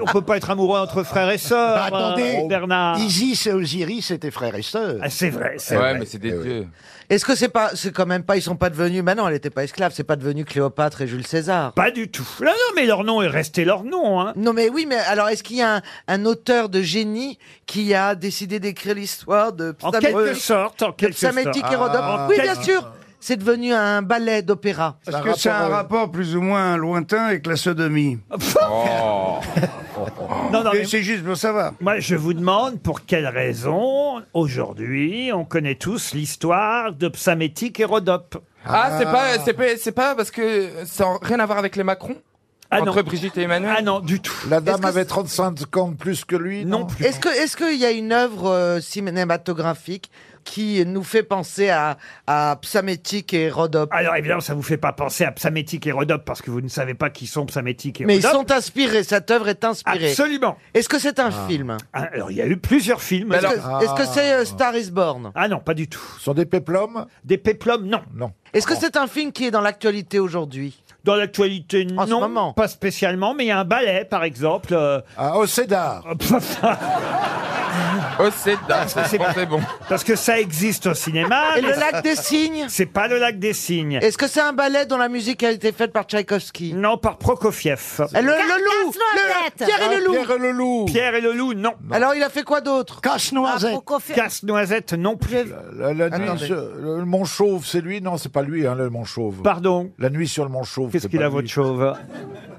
On peut pas être amoureux entre frères et Bah, sœurs, attendez, euh, Bernard. Isis et Osiris étaient frères et sœurs. Ah, c'est vrai, c'est Ouais, vrai. mais c'est des Eh oui. dieux. Est-ce que c'est pas, c'est quand même pas, ils sont pas devenus, bah non, elle n'était pas esclave, c'est pas devenu Cléopâtre et Jules César. Pas du tout. Non, non, mais leur nom est resté leur nom. hein. Non, mais oui, mais alors est-ce qu'il y a un, un auteur de génie qui a décidé d'écrire l'histoire de En quelque sorte, en de quelque Psamétique sorte. et Rhodope Ah. Oui, En bien quelque- sûr, c'est devenu un ballet d'opéra. Est-ce que c'est un rapport plus ou moins lointain avec la [laughs] sodomie Non, non, mais- C'est juste pour savoir. Moi, je vous demande pour quelle raison, aujourd'hui, on connaît tous l'histoire de Psamétique et Rhodope. Ah, c'est pas, c'est pas, c'est pas parce que ça n'a rien à voir avec les Macron Ah Entre non. Brigitte et Emmanuel Ah non, du tout. La dame avait 35 ans de plus que lui. Non, plus. Est-ce que est-ce qu'il y a une œuvre euh, cinématographique qui nous fait penser à, à Psamétique et Rhodope Alors évidemment, ça vous fait pas penser à Psamétique et Rhodope parce que vous ne savez pas qui sont Psamétique et Mais ils Rhodope. sont inspirés, cette œuvre est inspirée. Absolument. Est-ce que c'est un Ah. film Ah, Alors il y a eu plusieurs films. Est-ce que- est-ce que c'est euh, Star is Born Ah non, pas du tout. Ce sont des péplums Des péplums, non. Non. Est-ce que c'est un film qui est dans l'actualité aujourd'hui Dans l'actualité, non, euh, Ah, pas spécialement, mais il y a un ballet, par exemple. Ah, au Cédar. Oh, c'est Ah, dingue, c'est bon, c'est bon. [laughs] Parce que ça existe au cinéma. Et mais- le lac des cygnes C'est pas le lac des cygnes. Est-ce que c'est un ballet dont la musique a été faite par Tchaïkovski Non, par Prokofiev. Le, le loup le- Pierre et le loup le loup. Ah, Pierre et le loup, non. Alors il a fait quoi d'autre Ah, Casse-noisette. Casse-noisette, non plus. La, la nuit Attendez. sur- le, le Mont Chauve, c'est lui Non, c'est pas lui, hein, le Mont Chauve. Pardon La nuit sur le Mont Chauve. Qu'est-ce qu'il a, votre Chauve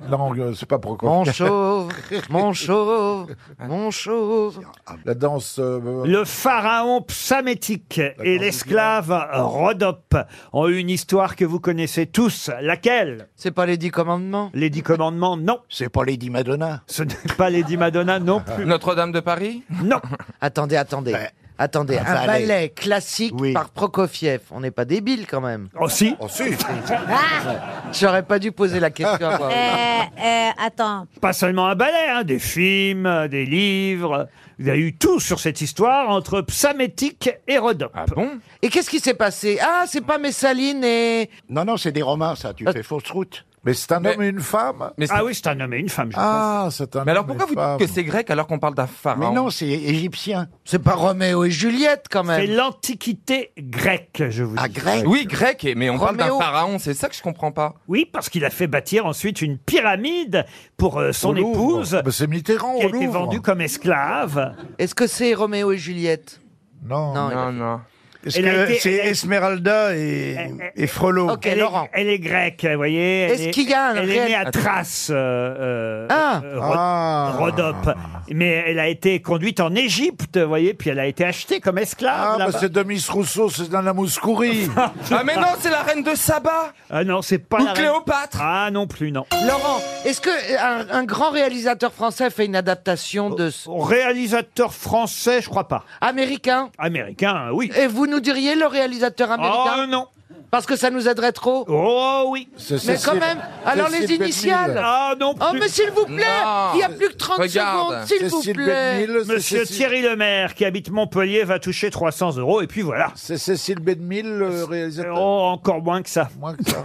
Non, euh, c'est pas pourquoi. Mon chauve, mon chauve, mon chauve. La danse. euh, Le pharaon psamétique et l'esclave Rhodope ont eu une histoire que vous connaissez tous. Laquelle C'est pas les dix commandements Les dix commandements, non. C'est pas Lady Madonna Ce n'est pas Lady Madonna non plus. Notre-Dame de Paris Non. Attendez, attendez. Attendez, Ah, un un, ballet. ballet. classique par Prokofiev. On n'est pas débile quand même. Oh si. Oh [laughs] si. Ah, J'aurais pas dû poser la question. [laughs] euh, à voix haute. Eh. attends. Pas seulement un ballet, hein, des films, euh, des livres. Vous avez eu tout sur cette histoire entre psamétique et Rhodope. Ah bon Et qu'est-ce qui s'est passé Ah, c'est pas Messaline et. Non, non, c'est des Romains, ça. Tu fais fausse route. Mais c'est un homme et une femme Euh. Ah oui, c'est un homme et une femme, je [laughs] Ah, c'est un Mais alors homme et pourquoi vous femme. dites que c'est grec alors qu'on parle d'un pharaon Mais non, c'est égyptien. C'est pas Roméo et Juliette quand C'est même. l'Antiquité grecque, je vous dis. Ah, grec Oui, grec, et- mais on parle d'un Roméo. pharaon, c'est ça que je comprends pas. Oui, parce qu'il a fait bâtir ensuite une pyramide pour euh, son Au Louvre. épouse. Bah, c'est Mitterrand Qui a au été Louvre. vendue comme esclave. Est-ce que c'est Roméo et Juliette Non. Non, il a- Parce Elle a que été- [laughs] c'est elle a- Esmeralda et, et Frollo. Ok, elle, Laurent. Est, elle est grecque, vous voyez. elle Est-ce est- qu'il y a un Elle est réel- née à Attends. Thrace, euh, euh, Ah. euh, Rho- Ah. Rhodope. Mais elle a été conduite en Égypte, vous voyez, puis elle a été achetée comme esclave. Ah, bah là-bas. c'est Demis Rousseau, c'est dans la [laughs] Mouscouri. Ah mais non, c'est la reine de Saba Ah non, c'est pas Ou la reine- Cléopâtre. Ah non plus, non. Laurent, est-ce que euh, un, un grand réalisateur français fait une adaptation de ce- Euh, Réalisateur français, je crois pas. américain Américain, euh, oui. Et vous nous diriez le réalisateur américain Oh non. Parce que ça nous aiderait trop. Oh oui. Mais quand même, alors les initiales. Ah non Oh mais s'il vous plaît, Non. il y a plus que 30 Regarde. secondes, s'il vous plaît. Monsieur Thierry Lemaire, qui habite Montpellier, va toucher 300 euros, et puis voilà. C'est Cécile Bédemille, le réalisateur. Oh, encore moins que ça. Moins que ça.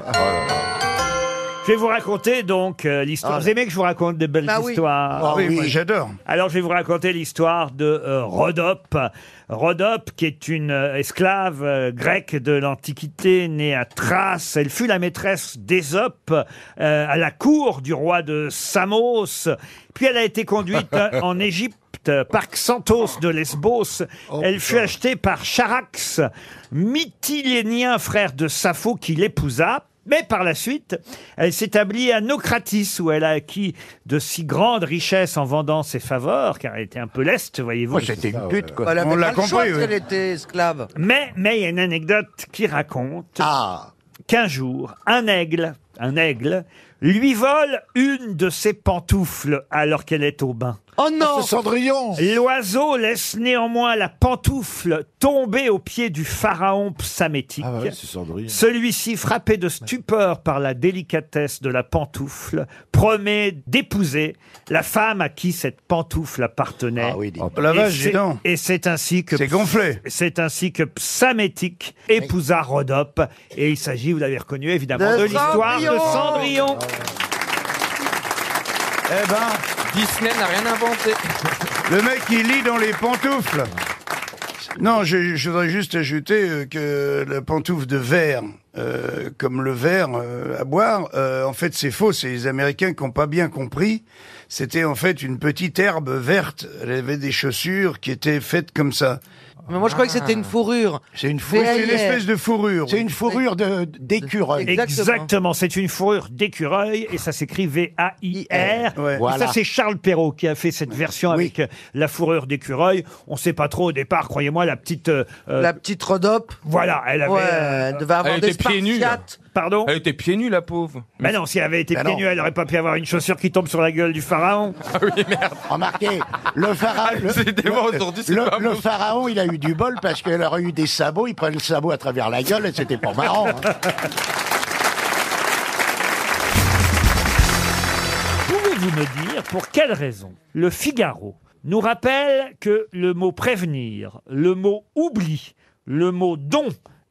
Je vais vous raconter donc euh, l'histoire. Ah. vous aimez que je vous raconte des belles Bah oui. histoires Ah oui, moi, j'adore. Alors je vais vous raconter l'histoire de euh, Rhodope. Rhodope, qui est une euh, esclave euh, grecque de l'Antiquité, née à Thrace. Elle fut la maîtresse d'Ésope euh, à la cour du roi de Samos. Puis elle a [laughs] été conduite euh, en Égypte. euh, Par Xanthos de Lesbos, Oh, elle fut achetée par Charax, mytilénien frère de Sappho qui l'épousa. Mais par la suite, elle s'établit à Nocratis, où elle a acquis de si grandes richesses en vendant ses faveurs, car elle était un peu leste, voyez-vous. Moi, c'était une pute, quoi. Elle avait On l'a pas le choix, compris, parce oui. qu'elle était esclave. Mais mais il y a une anecdote qui raconte Ah. qu'un jour, un aigle, un aigle, lui vole une de ses pantoufles alors qu'elle est au bain. Oh non C'est Cendrillon. L'oiseau laisse néanmoins la pantoufle tomber aux pieds du pharaon psamétique. bah Ah ouais, c'est Cendrillon. Celui-ci, frappé de stupeur par la délicatesse de la pantoufle, promet d'épouser la femme à qui cette pantoufle appartenait. Ah oui, dis- Oh, la vache, Et dis c'est- donc. Et c'est ainsi que... C'est gonflé. C'est ainsi que Psamétique épousa Rhodope. Et il s'agit, vous l'avez reconnu évidemment, de, De l'histoire de Cendrillon. Cendrillon. Eh ben, Disney n'a rien inventé. le mec, il lit dans les pantoufles. Non, je, je voudrais juste ajouter euh, que la pantoufle de verre, euh, comme le verre euh, à boire, euh, en fait, c'est faux. C'est les Américains qui n'ont pas bien compris. C'était en fait une petite herbe verte. Elle avait des chaussures qui étaient faites comme ça. Mais moi je croyais que c'était une fourrure. C'est une fourrure. C'est une espèce de fourrure. C'est une fourrure d'écureuil. Exactement. Exactement, c'est une fourrure d'écureuil et ça s'écrit V-A-I-R. Ouais. Et Voilà. Ça, c'est Charles Perrault qui a fait cette version avec euh, la fourrure d'écureuil. On ne sait pas trop au départ, croyez-moi, la petite. euh, euh, La petite Rhodope. Voilà, elle avait. Ouais, euh, elle devait avoir Elle des était pieds nus, là. spartiates. Pardon Elle était pieds nus la pauvre. Mais Ben non, si elle avait été Bah Ben pieds non. nus, elle n'aurait pas pu avoir une chaussure qui tombe sur la gueule du pharaon. Ah oui merde. Remarquez, Ah, le pharaon, le, C'était moi aujourd'hui, c'est le- pas le bon. pharaon, il a eu du bol parce qu'elle aurait eu des sabots, il prenait le sabot à travers la gueule et c'était pas marrant. hein. Pouvez-vous me dire pour quelle raison le Figaro nous rappelle que le mot prévenir, le mot oubli, le mot don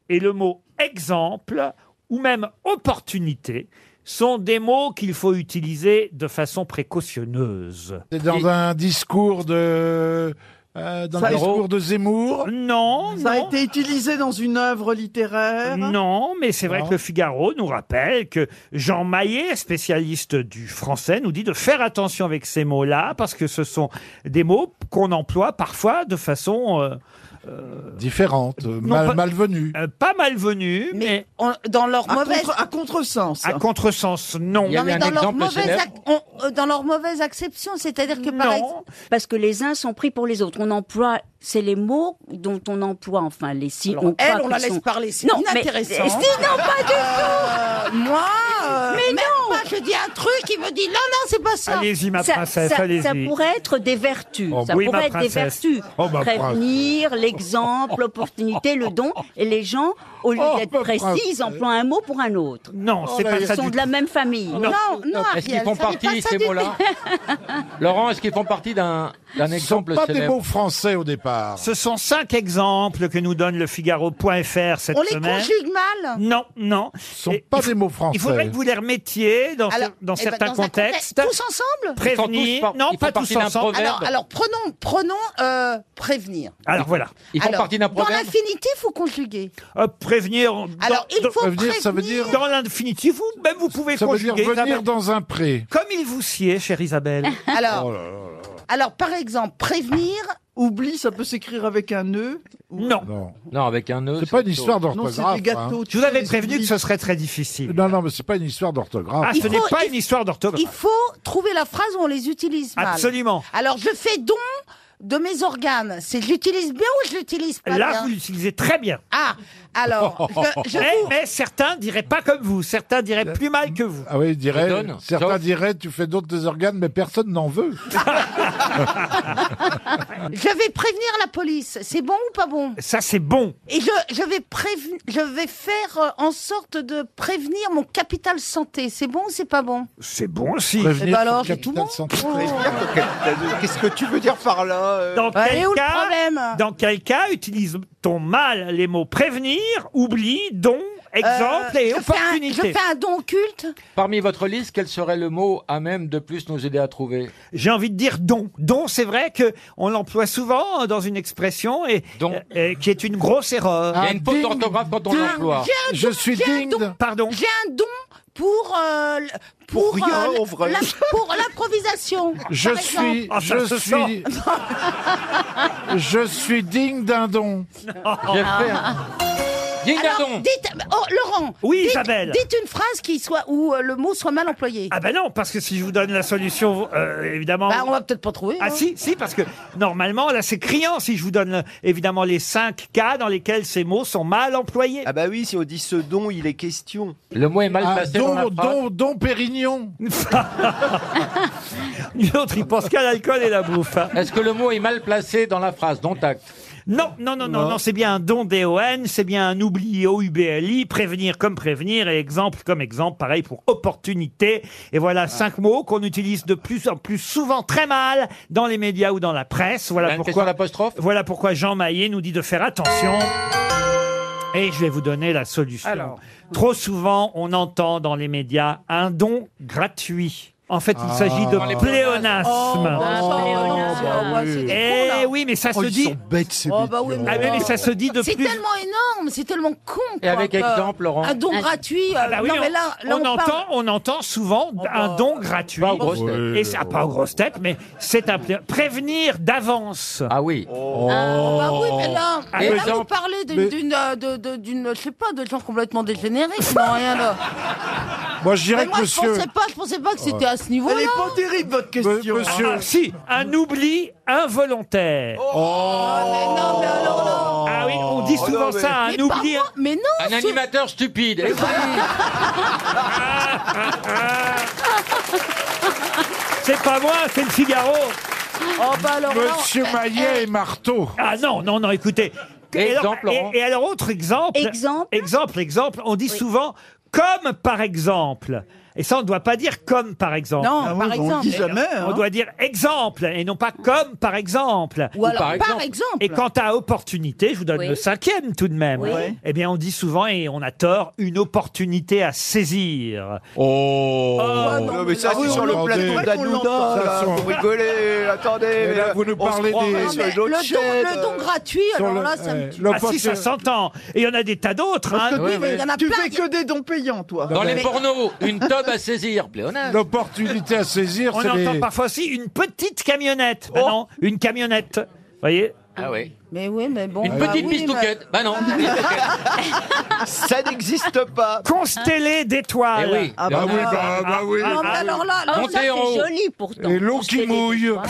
et le mot exemple ou même opportunité sont des mots qu'il faut utiliser de façon précautionneuse. C'est dans un discours de euh, dans le discours de Zemmour Non, Ça a été utilisé dans une œuvre littéraire Non, mais c'est vrai que le Figaro nous rappelle que Jean Maillet, spécialiste du français, nous dit de faire attention avec ces mots-là, parce que ce sont des mots qu'on emploie parfois de façon... euh, Différente, euh, mal- malvenue. euh, pas malvenue, mais, dans leur mauvaise- à contresens. à contresens, non. Non, mais dans leur, mauvaise ac- on- euh, dans leur mauvaise acception, c'est-à-dire que par exemple- parce que les uns sont pris pour les autres. On emploie, c'est les mots dont on emploie, enfin les si. Alors, on elle, croit on la qu'ils laisse parler, c'est Non, mais- inintéressant. Euh, si, non, pas du tout. moi, mais non. euh, je dis un truc, il me dit non, non, c'est pas ça. Allez-y, ma Ça- princesse, ça- allez-y. Ça pourrait être des vertus. Oh, ça oui, ma pourrait être des princesse. vertus. Oh, ma Prévenir, l'exemple, l'opportunité, le don. Et les gens, au lieu Oh, d'être précis, ils emploient un mot pour un autre. Non, c'est pas ça Ils sont du de la même famille. Non. Est-ce qu'ils font partie, ces mots-là Laurent, est-ce qu'ils font partie d'un d'un exemple célèbre français au départ. Ce sont cinq exemples que nous donne le Figaro.fr cette On les semaine. conjugue mal Non, non. Ce sont pas des mots français. Il faudrait que vous les remettiez dans, ce- Alors, dans eh ben, certains dans un contextes. contexte, tous ensemble Prévenir. non, pas tous ensemble. Alors, alors prenons, prenons euh, prévenir. Alors, voilà. Ils font Alors, partie d'un Dans proverbe l'infinitif ou conjugué Euh, prévenir. Alors, il faut Prévenir, ça veut prévenir- dire- Dans l'infinitif, vous, même vous pouvez Ça veut conjuguer. dire venir Isabelle. dans un pré. Comme il vous sied, chère Isabelle. [laughs] Alors, Oh là là. alors, par exemple, prévenir. Oubli, ça peut s'écrire avec un nœud. Non. non. avec un nœud C'est pas une histoire Non, c'est d'orthographe. hein. des gâteaux, Je vous avais prévenu que ce serait très difficile. Non, non, mais c'est pas une histoire d'orthographe. Ah, ce n'est pas une histoire d'orthographe. Il faut trouver la phrase où on les utilise mal. Absolument. Alors, je fais don de mes organes. C'est je l'utilise bien ou je l'utilise pas Là, bien vous l'utilisez très bien. Eh, Ah, Oh. alors, je- je mais, [laughs] mais certains diraient pas comme vous, certains diraient plus mal que vous. Ah oui, il dirait- Je donne. certains Sauf- diraient tu fais d'autres tes organes, mais personne n'en veut. Je vais prévenir la police. C'est bon ou pas bon Ça, c'est bon. Et je, je vais préven- je vais faire euh, en sorte de prévenir mon capital santé. C'est bon ou c'est pas bon C'est bon aussi. Eh ben alors, c'est tout bon. Qu'est-ce que tu veux dire par là euh Dans, Ouais, et quel où le cas, problème dans quel cas utilise-t-on mal les mots prévenir, oubli, don, exemple Euh, et je fais un- opportunité je fais un don culte. Parmi votre liste, quel serait le mot à même de plus nous aider à trouver J'ai envie de dire don. Don, c'est vrai que on l'emploie souvent euh, dans une expression et, euh, euh, qui est une grosse erreur. Il y a une faute d'orthographe quand on Ding. l'emploie. J'ai un don, j'ai un don. Pardon. J'ai un don pour euh, l- Pour pour rien, euh, l- en vrai. la- pour l'improvisation. Je par suis, exemple. Oh, Ah, je suis, [laughs] je suis digne d'un don. J'ai fait un- Alors, dites, oh, Laurent. Oui, dites- Isabelle. Dites une phrase qui soit où euh, le mot soit mal employé. Ah ben non, parce que si je vous donne la solution, euh, évidemment... Bah, on va peut-être pas trouver. Ah hein. si, si, parce que normalement, là, c'est criant si je vous donne euh, évidemment les cinq cas dans lesquels ces mots sont mal employés. Ah bah oui, si on dit ce don, il est question. Le mot est mal Ah, placé. don, dans la phrase. don, don [laughs] Pérignon. L'autre, il pense qu'à l'alcool et la bouffe. hein. Est-ce que le mot est mal placé dans la phrase Don tact. Non, non, non, non, non, c'est bien un don DON, c'est bien un oubli O-U-B-L-I, prévenir comme prévenir, et exemple comme exemple, pareil pour opportunité. Et voilà cinq mots qu'on utilise de plus en plus souvent très mal dans les médias ou dans la presse. Voilà pourquoi, voilà pourquoi Jean Maillet nous dit de faire attention. Et je vais vous donner la solution. Alors. Trop souvent, on entend dans les médias un don gratuit. En fait, il Ah. s'agit Dans les de pléonasme. bah, Oh, Eh Oh, bah là. oui, mais ça Oh, se ils dit. sont bêtes, ces Oh, bah oui, Ah oui, mais ça se dit de C'est plus. tellement énorme, c'est tellement con. Et avec quoi, que- exemple, Laurent. Un don gratuit. Ah euh, bah oui, non, on, mais là, là, on on parle- Oh, bah. entend, on entend souvent un don gratuit. Pas aux grosses têtes. Et ça, pas aux grosses têtes, mais c'est un plé- prévenir d'avance. Ah oui. Ah, bah oui, mais là, Ah, mais mais là, non, vous parlez d'une, mais- d'une, euh, de- de- d'une- je sais pas, de gens complètement dégénérés qui n'ont rien là. Moi, je dirais Mais que moi, je monsieur. pensais pas, je pensais pas que c'était Ouais. à ce niveau-là. terrible votre question. Oh. monsieur- Ah, si, un oubli involontaire. Ah oui, on dit Oh, souvent non, mais- ça, hein, un Mais oubli. parfois- mais non, Un c'est- animateur stupide. C'est pas moi, c'est le Figaro. Oh, bah alors là, Monsieur eh, Maillet et Marteau. Ah non, non, non, écoutez. Exemple, alors, Laurent. et, et alors, autre exemple. Exemple. Exemple, exemple. On dit souvent, comme par exemple. Et ça, on ne doit pas dire comme par exemple. Non, Ah oui, par on exemple. dit jamais, hein. On doit dire exemple et non pas comme par exemple. Ou alors, par exemple. Et quant à opportunité, je vous donne Oui. le cinquième tout de même. Oui. Ouais. Eh bien, on dit souvent et on a tort une opportunité à saisir. Oh, Ah non, mais ça, c'est sur le plateau d'Anouna, là, vous rigolez, attendez. mais on se croirait sur une autre chaîne, euh. alors là, ça me tue. Euh, Ah si, ça s'entend. Et il y en a des tas d'autres. Parce hein. que tu- tu fais que des dons payants, toi. Dans les pornos, une tube à saisir, pléonasme. L'opportunité à saisir, On c'est entend les- parfois aussi une petite camionnette. Bah non, une camionnette. Vous voyez Ah oui. Mais Ah oui, mais bon. Une petite pistouquette. Bah Ben non. Ça n'existe pas. Constellée d'étoiles. Eh oui. Ah bah Ah oui, oui. bah- bah oui. Non, mais Ah, alors là, alors Montez ça, c'est en haut. joli pourtant. Et l'eau On se qui fait des mouille. [laughs] étoiles.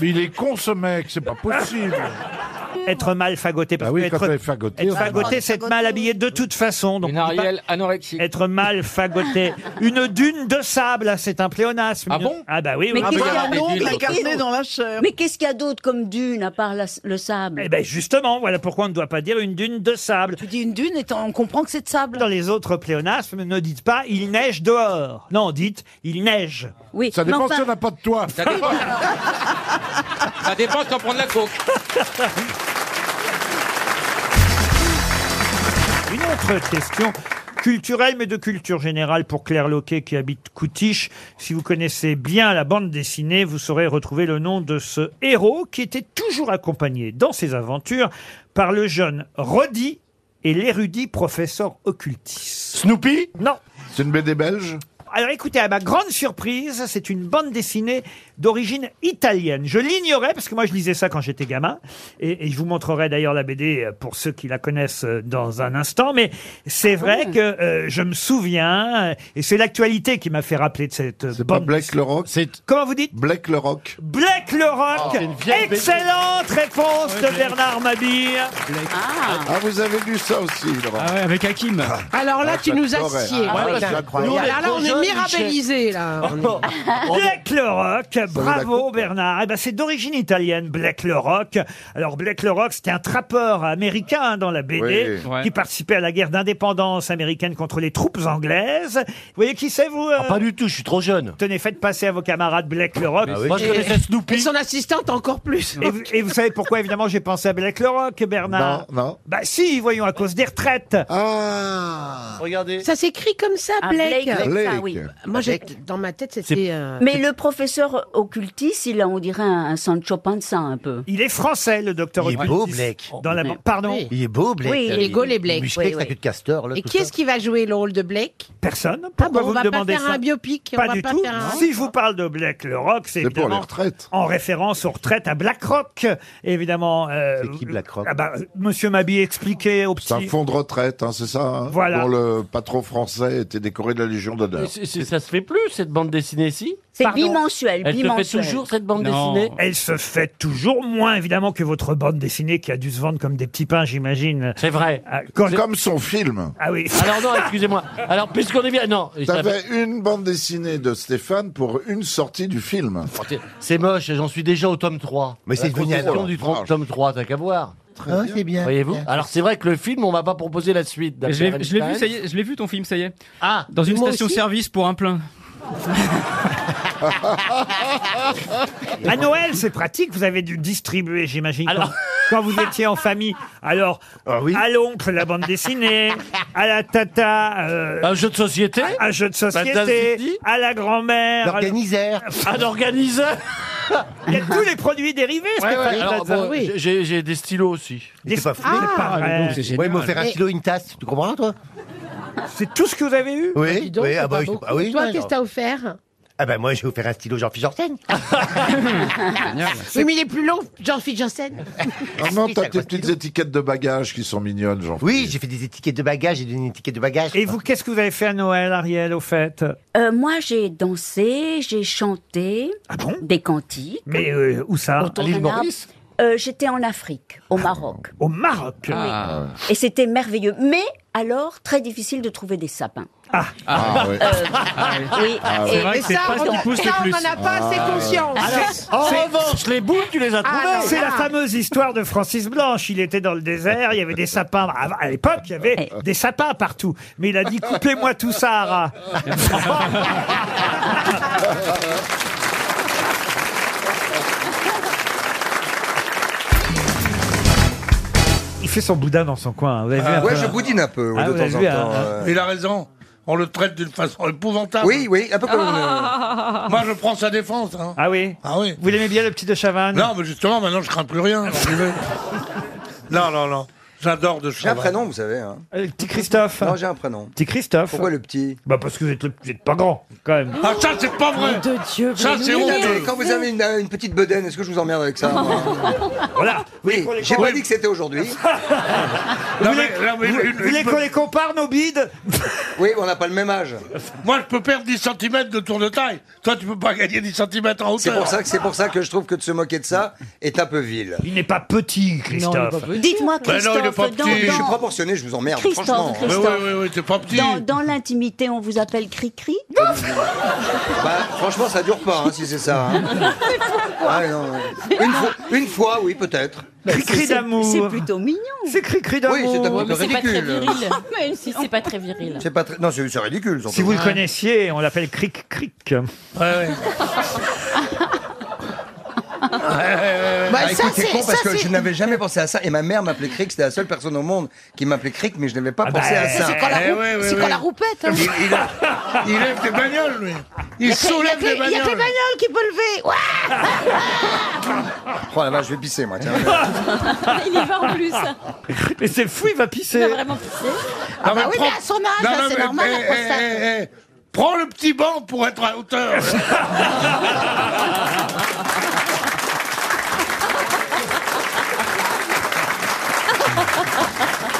Mais il est con ce mec, c'est pas possible. [laughs] Être mal fagoté. Parce Bah oui, que quand être, on est fagoté, être on est mal. fagoté, c'est être mal habillé de toute façon. Donc une Ariel anorexique. Être [laughs] mal fagoté. une dune de sable, là, c'est un pléonasme. Ah bon Ah bah oui. Mais oui. qu'est-ce qu'il y a d'autre dans la chair. Mais qu'est-ce qu'il y a d'autre comme dune à part la- le sable Eh ben justement, voilà pourquoi on ne doit pas dire une dune de sable. Tu dis une dune et on comprend que c'est de sable. Dans les autres pléonasmes, ne dites pas il neige dehors. Non, dites il neige. Oui. Ça dépend si on n'a pas de [laughs] toit. Ça dépend. Ça dépend si on prend de la coke. Une autre question culturelle, mais de culture générale pour Claire Loquet qui habite Coutiche. Si vous connaissez bien la bande dessinée, vous saurez retrouver le nom de ce héros qui était toujours accompagné dans ses aventures par le jeune Roddy et l'érudit professeur occultiste. Snoopy Non. C'est une BD belge alors écoutez, à ma grande surprise, c'est une bande dessinée d'origine italienne. Je l'ignorais parce que moi je lisais ça quand j'étais gamin. Et, et je vous montrerai d'ailleurs la BD pour ceux qui la connaissent euh, dans un instant. Mais c'est Ah vrai que euh, je me souviens, euh, et c'est l'actualité qui m'a fait rappeler de cette euh, Pas bande Blake le Rock. Comment vous dites Blake le Rock. Blake le Rock Oh, c'est une vieille Excellente réponse Ouais, de Blake. Bernard Mabille Ah. vous avez lu ça aussi, Laurent. Ah ouais, avec Hakim. Alors là, tu nous as sciés. Ah, Voilà. ouais, j'adorais. Nous, là, là, on est mirabellisés, [laughs] là. Black le Rock, bravo Bernard. Eh ben, c'est d'origine italienne, Black le Rock. Alors Black le Rock, c'était un trappeur américain hein, dans la BD Oui. Ouais. qui participait à la guerre d'indépendance américaine contre les troupes anglaises. Vous voyez qui c'est vous Pas Ah, du tout, je suis trop jeune. Ah Tenez, faites passer à vos camarades Black le Rock. oui. Moi, je Et- connaissais Et son assistante encore plus. et vous, et vous savez pourquoi, évidemment, j'ai pensé à Black le Rock, Bernard Non, non. Bah si, voyons, à cause des retraites. Ah. Regardez. Ça s'écrit comme ça, Ah, Blake. Blake, Blake. ça, oui. Moi, j'ai- dans ma tête, c'était. euh, Mais le professeur occultiste, il a, on dirait un, un Sancho Panza un peu. Il est français, le docteur Il est beau, Blake. Dans la ban- Pardon Il est beau, Blake. Oui, il est gaulé, Blake. Musclé, Oui, avec sa oui. queue de castor. Là, Et tout qui ça. est-ce qui va jouer le rôle de Blake Personne. Ah Pourquoi bon, vous on me va pas demandez faire ça un biopic. on Pas va du pas tout. faire un- Si je vous parle de Black le Rock, C'est c'est pour évidemment les retraites. en référence aux retraites à Black Rock, évidemment. euh, ah bah, c'est qui Black Rock Monsieur Mabi expliquait au petit. C'est un fonds de retraite, hein, c'est ça hein, Voilà. Dont le patron français était décoré de la Légion d'honneur. ça se fait plus, cette bande dessinée ci C'est bimensuel, Elle se fait bimensuel. toujours, cette bande Non. dessinée Elle se fait toujours moins, évidemment, que votre bande dessinée qui a dû se vendre comme des petits pains, j'imagine. C'est vrai. Comme son film. Ah oui. Alors non, excusez-moi. Alors puisqu'on est bien, non. T'avais une bande dessinée de Stéphane pour une sortie du film. Oh, C'est moche, j'en suis déjà au tome 3. Mais c'est La devenu un construction drôle. du tro- tome 3, t'as qu'à voir. Ah, c'est bien. Voyez-vous Alors c'est vrai que le film, on va pas proposer la suite. Je l'ai d'après je l'ai vu, Einstein. ça y est, je l'ai vu ton film, ça y est. Ah, Dans une moi station-service pour un plein. À Noël, c'est pratique, vous avez dû distribuer, j'imagine, quand, quand vous étiez en famille. Alors, à l'oncle, la bande dessinée, à la tata... euh, un jeu de société Bah, Un jeu de Fantasy société, à la grand-mère... L'organisaire. Un organiseur Il y a tous les produits dérivés, Ouais, ouais, Stéphane alors, Plaza. bon, j'ai, j'ai des stylos aussi. Des- pas fou. Ah, Ah, mais non, c'est génial. Ouais, il m'a offert un Mais- stylo, une tasse. Tu comprends, toi C'est tout ce que vous avez eu Oui, Dis donc, oui, c'est ah pas bah, oui, beaucoup. ah oui. Toi, non, qu'est-ce non. que t'as [laughs] offert Ah bah moi, j'ai offert un stylo Jean-Philippe Janssen. Oui, mais il est plus long, Jean-Philippe Janssen. Ah non, t'as tes petites étiquettes de bagages qui sont mignonnes, jean Oui, j'ai fait des étiquettes de bagages et une étiquette de bagages. Et vous, qu'est-ce que vous avez fait à Noël, Ariel, au fait Euh, moi, j'ai dansé, j'ai chanté des cantiques. Mais euh, où ça Autour d'un arbre. Euh, J'étais en Afrique, au Maroc. Au Maroc Et c'était merveilleux. Mais alors très difficile de trouver des sapins. Ah, ouais. Euh, oui. Ah, ouais. Et- C'est vrai que et c'est pas ce qui on- pousse le plus. Ah, ouais. Alors, Alors, en c'est- revanche, les boules, tu les as trouvées. non. C'est la Ah. fameuse histoire de Francis Blanche. Il était dans le désert, il y avait des sapins. À à l'époque, il y avait des sapins partout. Mais il a dit coupez-moi tout [laughs] ça, Ara. Il fait son boudin dans son coin. hein. Vous avez vu un Ah, ouais, peu, je hein. boudine un peu ouais, Ah, de vous avez temps en vu, temps. hein. euh. Oui, Il a- oui, La raison, on le traite d'une façon épouvantable. Oui, oui, un peu comme, euh, Ah. Moi, je prends sa défense. hein. Ah oui Ah oui. Vous l'aimez bien, le petit de Chavannes Non, mais justement, maintenant, je crains plus rien. [laughs] alors j'y vais. non, non, non. J'adore de J'ai un Chavannes. prénom, vous savez. hein. Le petit Christophe. Non, j'ai un prénom. Petit Christophe. Pourquoi le petit Bah parce que vous êtes, le- vous êtes pas grand, quand même. Ah, ça, c'est pas vrai. Ça, c'est honteux. Quand vous avez une, une petite bedaine, est-ce que je vous emmerde avec ça moi Voilà. Oui, j'ai pas dit que c'était [laughs] aujourd'hui. Vous voulez vous voulez qu'on les compare, nos bides Oui, on n'a pas le même âge. [laughs] Moi, je peux perdre 10 cm de tour de taille. Toi, tu peux pas gagner 10 cm en hauteur. C'est pour, ça que- [laughs] c'est pour ça que je trouve que de se moquer de ça est un peu vil. Il n'est pas petit, Christophe. Dites-moi, Mais Christophe, dans, Je suis dans- proportionné, je vous emmerde, Christophe, franchement. Christophe. Mais oui, oui, t'es pas dans- dans l'intimité, on vous appelle Cri-Cri Bah, franchement, ça dure pas, hein, si c'est ça. [laughs] hein. Ah, non, ouais. une, fois, une fois, oui, peut-être. Cri d'amour. C'est plutôt mignon. C'est cri-cri Oui, c'est un petit peu ridicule. [laughs] Même si c'est pas très viril. C'est pas très... Non, c'est c'est ridicule. surtout. Si vous le connaissiez, on l'appelle Cric Cric. Bah, ça, écoute, c'est c'est- con parce ça, que c'est- je n'avais jamais pensé à ça. Et ma mère m'appelait Crick, c'était la seule personne au monde qui m'appelait Crick, mais je n'avais pas Ah pensé bah, à ça. c'est quand la Eh roue- ouais, ouais, c'est quand ouais. la roupette, hein. Il, il a- il lève des bagnoles, lui. Y Il a que- soulève y a que- des y a que les bagnoles. bagnoles qui peut lever. Ouah Oh la vache, je vais pisser, moi, tiens. [laughs] Il y va en plus. Mais c'est fou, il va pisser. Il va vraiment pisser. Ah Non, bah oui, prends- mais à son âge, Non, là, non, c'est mais- normal, eh, la prostate. eh, eh, eh, Prends le petit banc pour être à hauteur.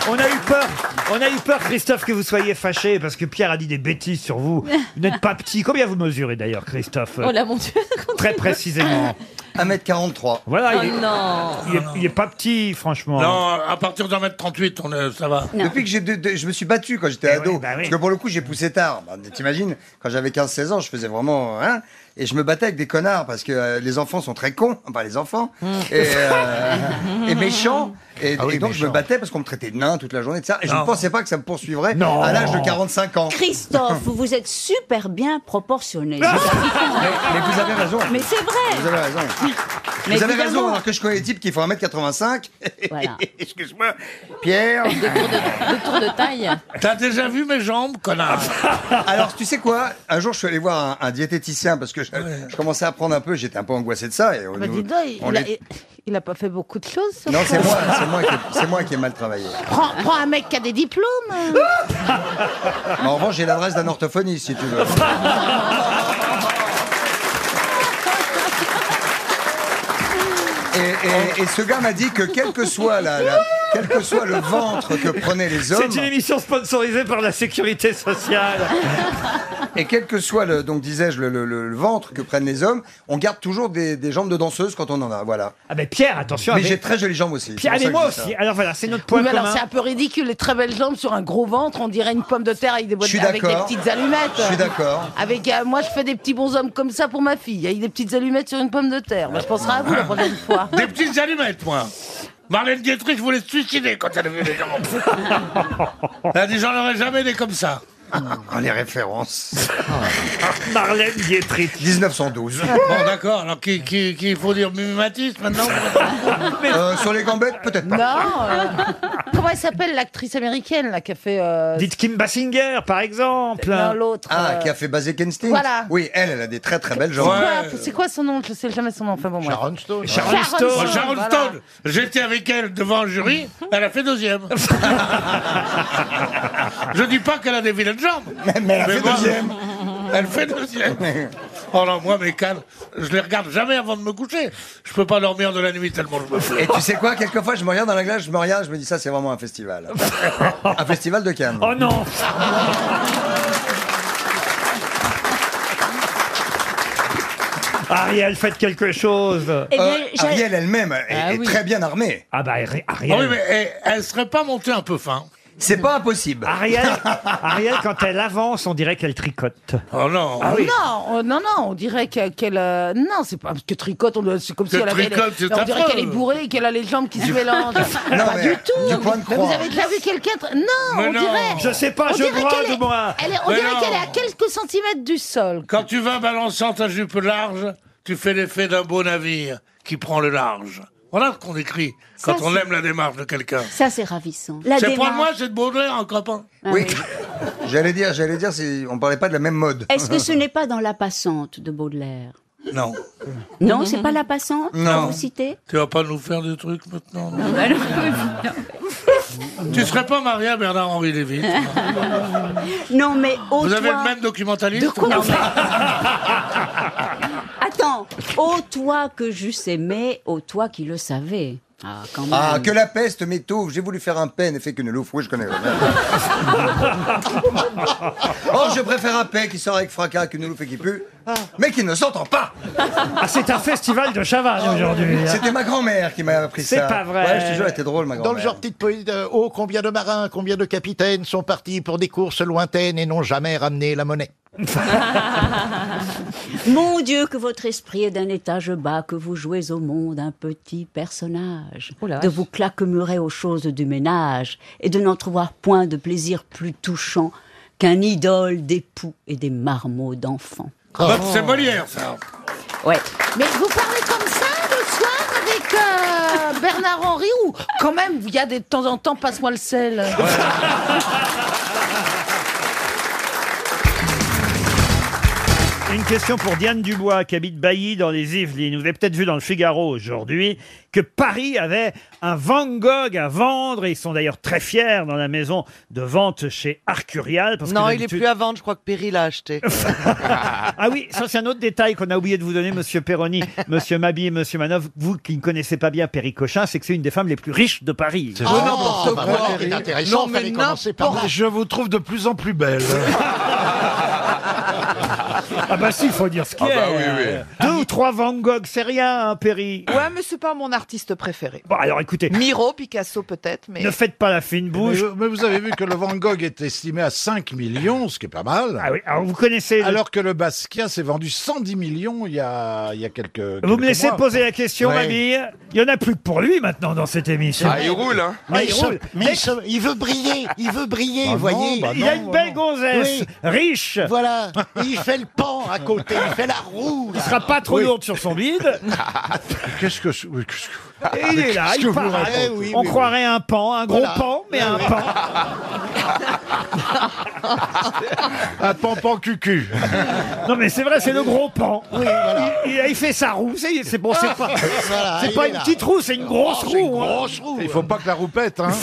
On a eu peur. On a eu peur, Christophe, que vous soyez fâché parce que Pierre a dit des bêtises sur vous. Vous n'êtes pas petit. Combien vous mesurez d'ailleurs, Christophe Oh là, mon Dieu. [laughs] Très précisément. 1m43. Voilà. Oh il, est, non. il est- il est pas petit, franchement. Non, à partir d'un mètre 38, on, est- ça va. Eh bah Depuis que j'ai de- de- je me suis battu quand Eh j'étais ado, bah parce que pour le coup j'ai poussé tard. Bah, T'imagines, quand j'avais 15-16 ans, je faisais vraiment hein, et je me battais avec des connards parce que euh, les enfants sont très cons, enfin les enfants et, euh, et méchants. Et, Mmh. Ah oui, et donc je me méchants. battais parce qu'on me traitait de nain toute la journée, etc. Et je Non. ne pensais pas que ça me poursuivrait Non. à l'âge de 45 ans. Christophe, vous êtes super bien proportionné. Mais, mais vous avez raison. Mais c'est vrai. Vous avez raison. [laughs] Mais vous avez raison, évidemment. alors que je connais des types qui font 1m85. [laughs] Voilà. Excuse-moi. Pierre. Le tour de taille. [laughs] T'as déjà vu mes jambes, connard [laughs] Alors, tu sais quoi Un jour, je suis allé voir un, un diététicien parce que Ah je, je commençais à prendre un peu, j'étais un peu angoissé de ça. Et on, Bah, nous- dis donc, il, on il a, les- il a pas fait beaucoup de choses. ce Non, c'est moi, pauvre. c'est moi, qui, c'est moi qui ai mal travaillé. Prends, prends un mec qui a des diplômes. Ah, Mais en revanche, j'ai l'adresse d'un orthophoniste, si tu veux. Et, et- et ce gars m'a dit que quel que soit la- la- quel que soit le ventre que prenaient les hommes, C'est une émission sponsorisée par la sécurité sociale. Et quel que soit, le, donc disais-je, le, le- le- le ventre que prennent les hommes, on garde toujours des, des jambes de danseuse quand on en a, voilà. Ah mais Pierre, attention. Mais avec- j'ai très jolies jambes aussi. Pierre, c'est mais pour moi ça que je dis aussi. ça. Alors voilà, c'est notre Oui, point mais alors commun. c'est un peu ridicule, les très belles jambes sur un gros ventre, on dirait une pomme de terre avec des, Je suis avec des d'accord. petites allumettes. Je suis d'accord. Avec euh, moi je fais des petits bonshommes comme ça pour ma fille, avec des petites allumettes sur une pomme de Ah, terre. bah, Moi, je penserai à vous la prochaine [laughs] fois. Des petites allumettes, moi. Marlène Dietrich voulait se suicider quand elle avait les jambes. [laughs] Elle a dit J'en aurais jamais Ah, des comme ça. Ah, les références. [laughs] Marlène Dietrich. Ah. 1912. Bon, d'accord. Alors, qui, qui, qui faut dire Mimi Matisse [laughs] maintenant Euh, Sur les gambettes, peut-être pas. Non. euh, Comment elle s'appelle l'actrice américaine là qui a fait euh, Dites Kim Basinger, par exemple. Non, l'autre, Ah, euh, qui a fait Basic Instinct voilà. Oui, elle, elle a des très très belles C'est jambes. quoi, c'est quoi son nom Je sais jamais son nom. Enfin, bon, Sharon Stone. Sharon, Stone. Stone. Sharon voilà. Stone. J'étais avec elle devant un jury, elle a [laughs] fait deuxième. Je dis pas qu'elle a des vilaines jambes. mais elle a fait moi, deuxième. Elle fait deuxième. Oh non, moi, mes cannes, je les regarde jamais avant de me coucher. Je peux pas dormir de la nuit tellement je me fous. Et tu sais quoi, quelquefois je me regarde dans la glace, je me regarde, je me dis ça c'est vraiment un [laughs] festival. un festival de Cannes. Oh non Ariel, faites quelque chose. Eh bien, Euh, j'ai- Ariel elle-même est- Ah est oui. très bien armée. Ah bah, Ari- Ah oui, Ariel. mais eh, elle serait pas montée un peu fin. C'est pas impossible. [laughs] Ariel, Ariel, quand elle avance, on dirait qu'elle tricote. Oh non. Ah oui. Non, euh, non, non, on dirait que- qu'elle. euh, non, c'est pas parce que tricote, on doit- c'est comme si Que elle avait. les- tricote, c'est on dirait affreux. qu'elle est bourrée et qu'elle a les jambes [laughs] qui se mélangent. Ah, [laughs] Non, pas mais, du euh, tout. du point de Mais vous croix. avez déjà vu quelqu'un. tra- Non, Mais on non. dirait. Je sais pas, on je dirait brode, qu'elle est- moi. elle est- on Mais dirait non. qu'elle est à quelques centimètres du sol. Quand tu vas balançant ta jupe large, tu fais l'effet d'un beau navire qui prend le large. Voilà ce qu'on écrit Ça, quand on c'est- aime la démarche de quelqu'un. Ça, c'est ravissant. Ah C'est pour moi, c'est de Baudelaire, un copain. Oui. J'allais dire, j'allais dire, si on parlait pas de la même mode. Est-ce que ce n'est pas dans La Passante de Baudelaire Non. Non, c'est pas La Passante que Non. vous citez Tu vas pas nous faire des trucs maintenant non Tu serais pas marié à Bernard-Henri Lévy toi [laughs] Non, mais ô Vous avez toi- le même documentaliste Non, mais- Attends, ô toi que j'eusse aimé, ô toi qui le savais. Ah, quand même. Ah, que la peste m'étouffe, j'ai voulu faire un paix, n'effet qu'une loupe. Oui, je [laughs] connais. Or, Oh, je préfère un paix qui sort avec fracas qu'une loupe et qui pue, mais qui ne s'entend pas. Ah, Ah, c'est un festival de chaval aujourd'hui. hein. C'était ma grand-mère qui m'a appris ça. C'est pas vrai. Ouais, je te jure, elle était drôle, ma grand-mère. Dans le genre petite poésie de Oh, combien de marins, combien de capitaines sont partis pour des courses lointaines et n'ont jamais ramené la monnaie Mon Dieu, que votre esprit est d'un étage bas, que vous jouez au monde un petit personnage, de vous claquemurer aux choses du ménage et de n'entrevoir point de plaisir plus touchant qu'un idole d'époux et des marmots d'enfants. [laughs] Bah, C'est Molière, ça. Ouais. Mais vous parlez comme ça le soir avec euh, Bernard Henry ou quand même il y a des de temps en temps passe-moi le sel. Une question pour Diane Dubois, qui habite Bailly dans les Yvelines. Vous avez peut-être vu dans le Figaro aujourd'hui que Paris avait un Van Gogh à vendre. Ils sont d'ailleurs très fiers dans la maison de vente chez Arcurial. Parce que Non, il est d'habitude- plus à vendre, je crois que Perry l'a acheté. [laughs] [laughs] Ah oui, ça c'est un autre détail qu'on a oublié de vous donner, Monsieur Perroni, Monsieur Mabi et Monsieur Manov. Vous qui ne connaissez pas bien Perry Cochin, c'est que c'est une des femmes les plus riches de Paris. C'est vrai. Oh, n'importe bah, quoi. voilà qui est intéressant, Non, mais fallait commencer par là. Je vous trouve de plus en plus belle. [laughs] ah bah si, il faut dire ce qu'il y Ah a. bah oui, oui. Deux ou trois Van Gogh, c'est rien, hein, Perry. Ouais, mais c'est pas mon artiste préféré. Bon, Bah, alors écoutez. Miro, Picasso peut-être, mais. Ne faites pas la fine bouche. Mais, mais vous avez vu que le Van Gogh est estimé à 5 millions, ce qui est pas mal. Ah oui, alors vous connaissez. Alors que le Basquiat s'est vendu 110 millions il y a, il y a quelques. Vous me laissez poser la question, Mabille. Il y en a plus que pour lui maintenant dans cette émission. Ah, il roule, hein. Ah, Mais il il se- roule. mais il se- il veut briller, il veut briller, Bah non, voyez. bah il a non, une bah belle gonzesse, Oui. riche. Voilà. Il fait le pan à côté, il fait la roue. Il sera pas trop Oui. lourde sur son [laughs] bide. Qu'est-ce que. je- Et il est là, Qu'est-ce que il vous part. racontez Eh Oui, On oui, croirait un pan, un gros Voilà. pan, mais un pan. Un pan-pan cucu. Non mais c'est vrai, c'est le gros pan. il, il- il fait sa roue, c'est c'est bon, c'est pas, Ah, Voilà, c'est il pas est une là. petite roue, c'est une grosse Oh, roue. c'est une hein. grosse roue. Il faut pas que la roue pète, hein. [laughs]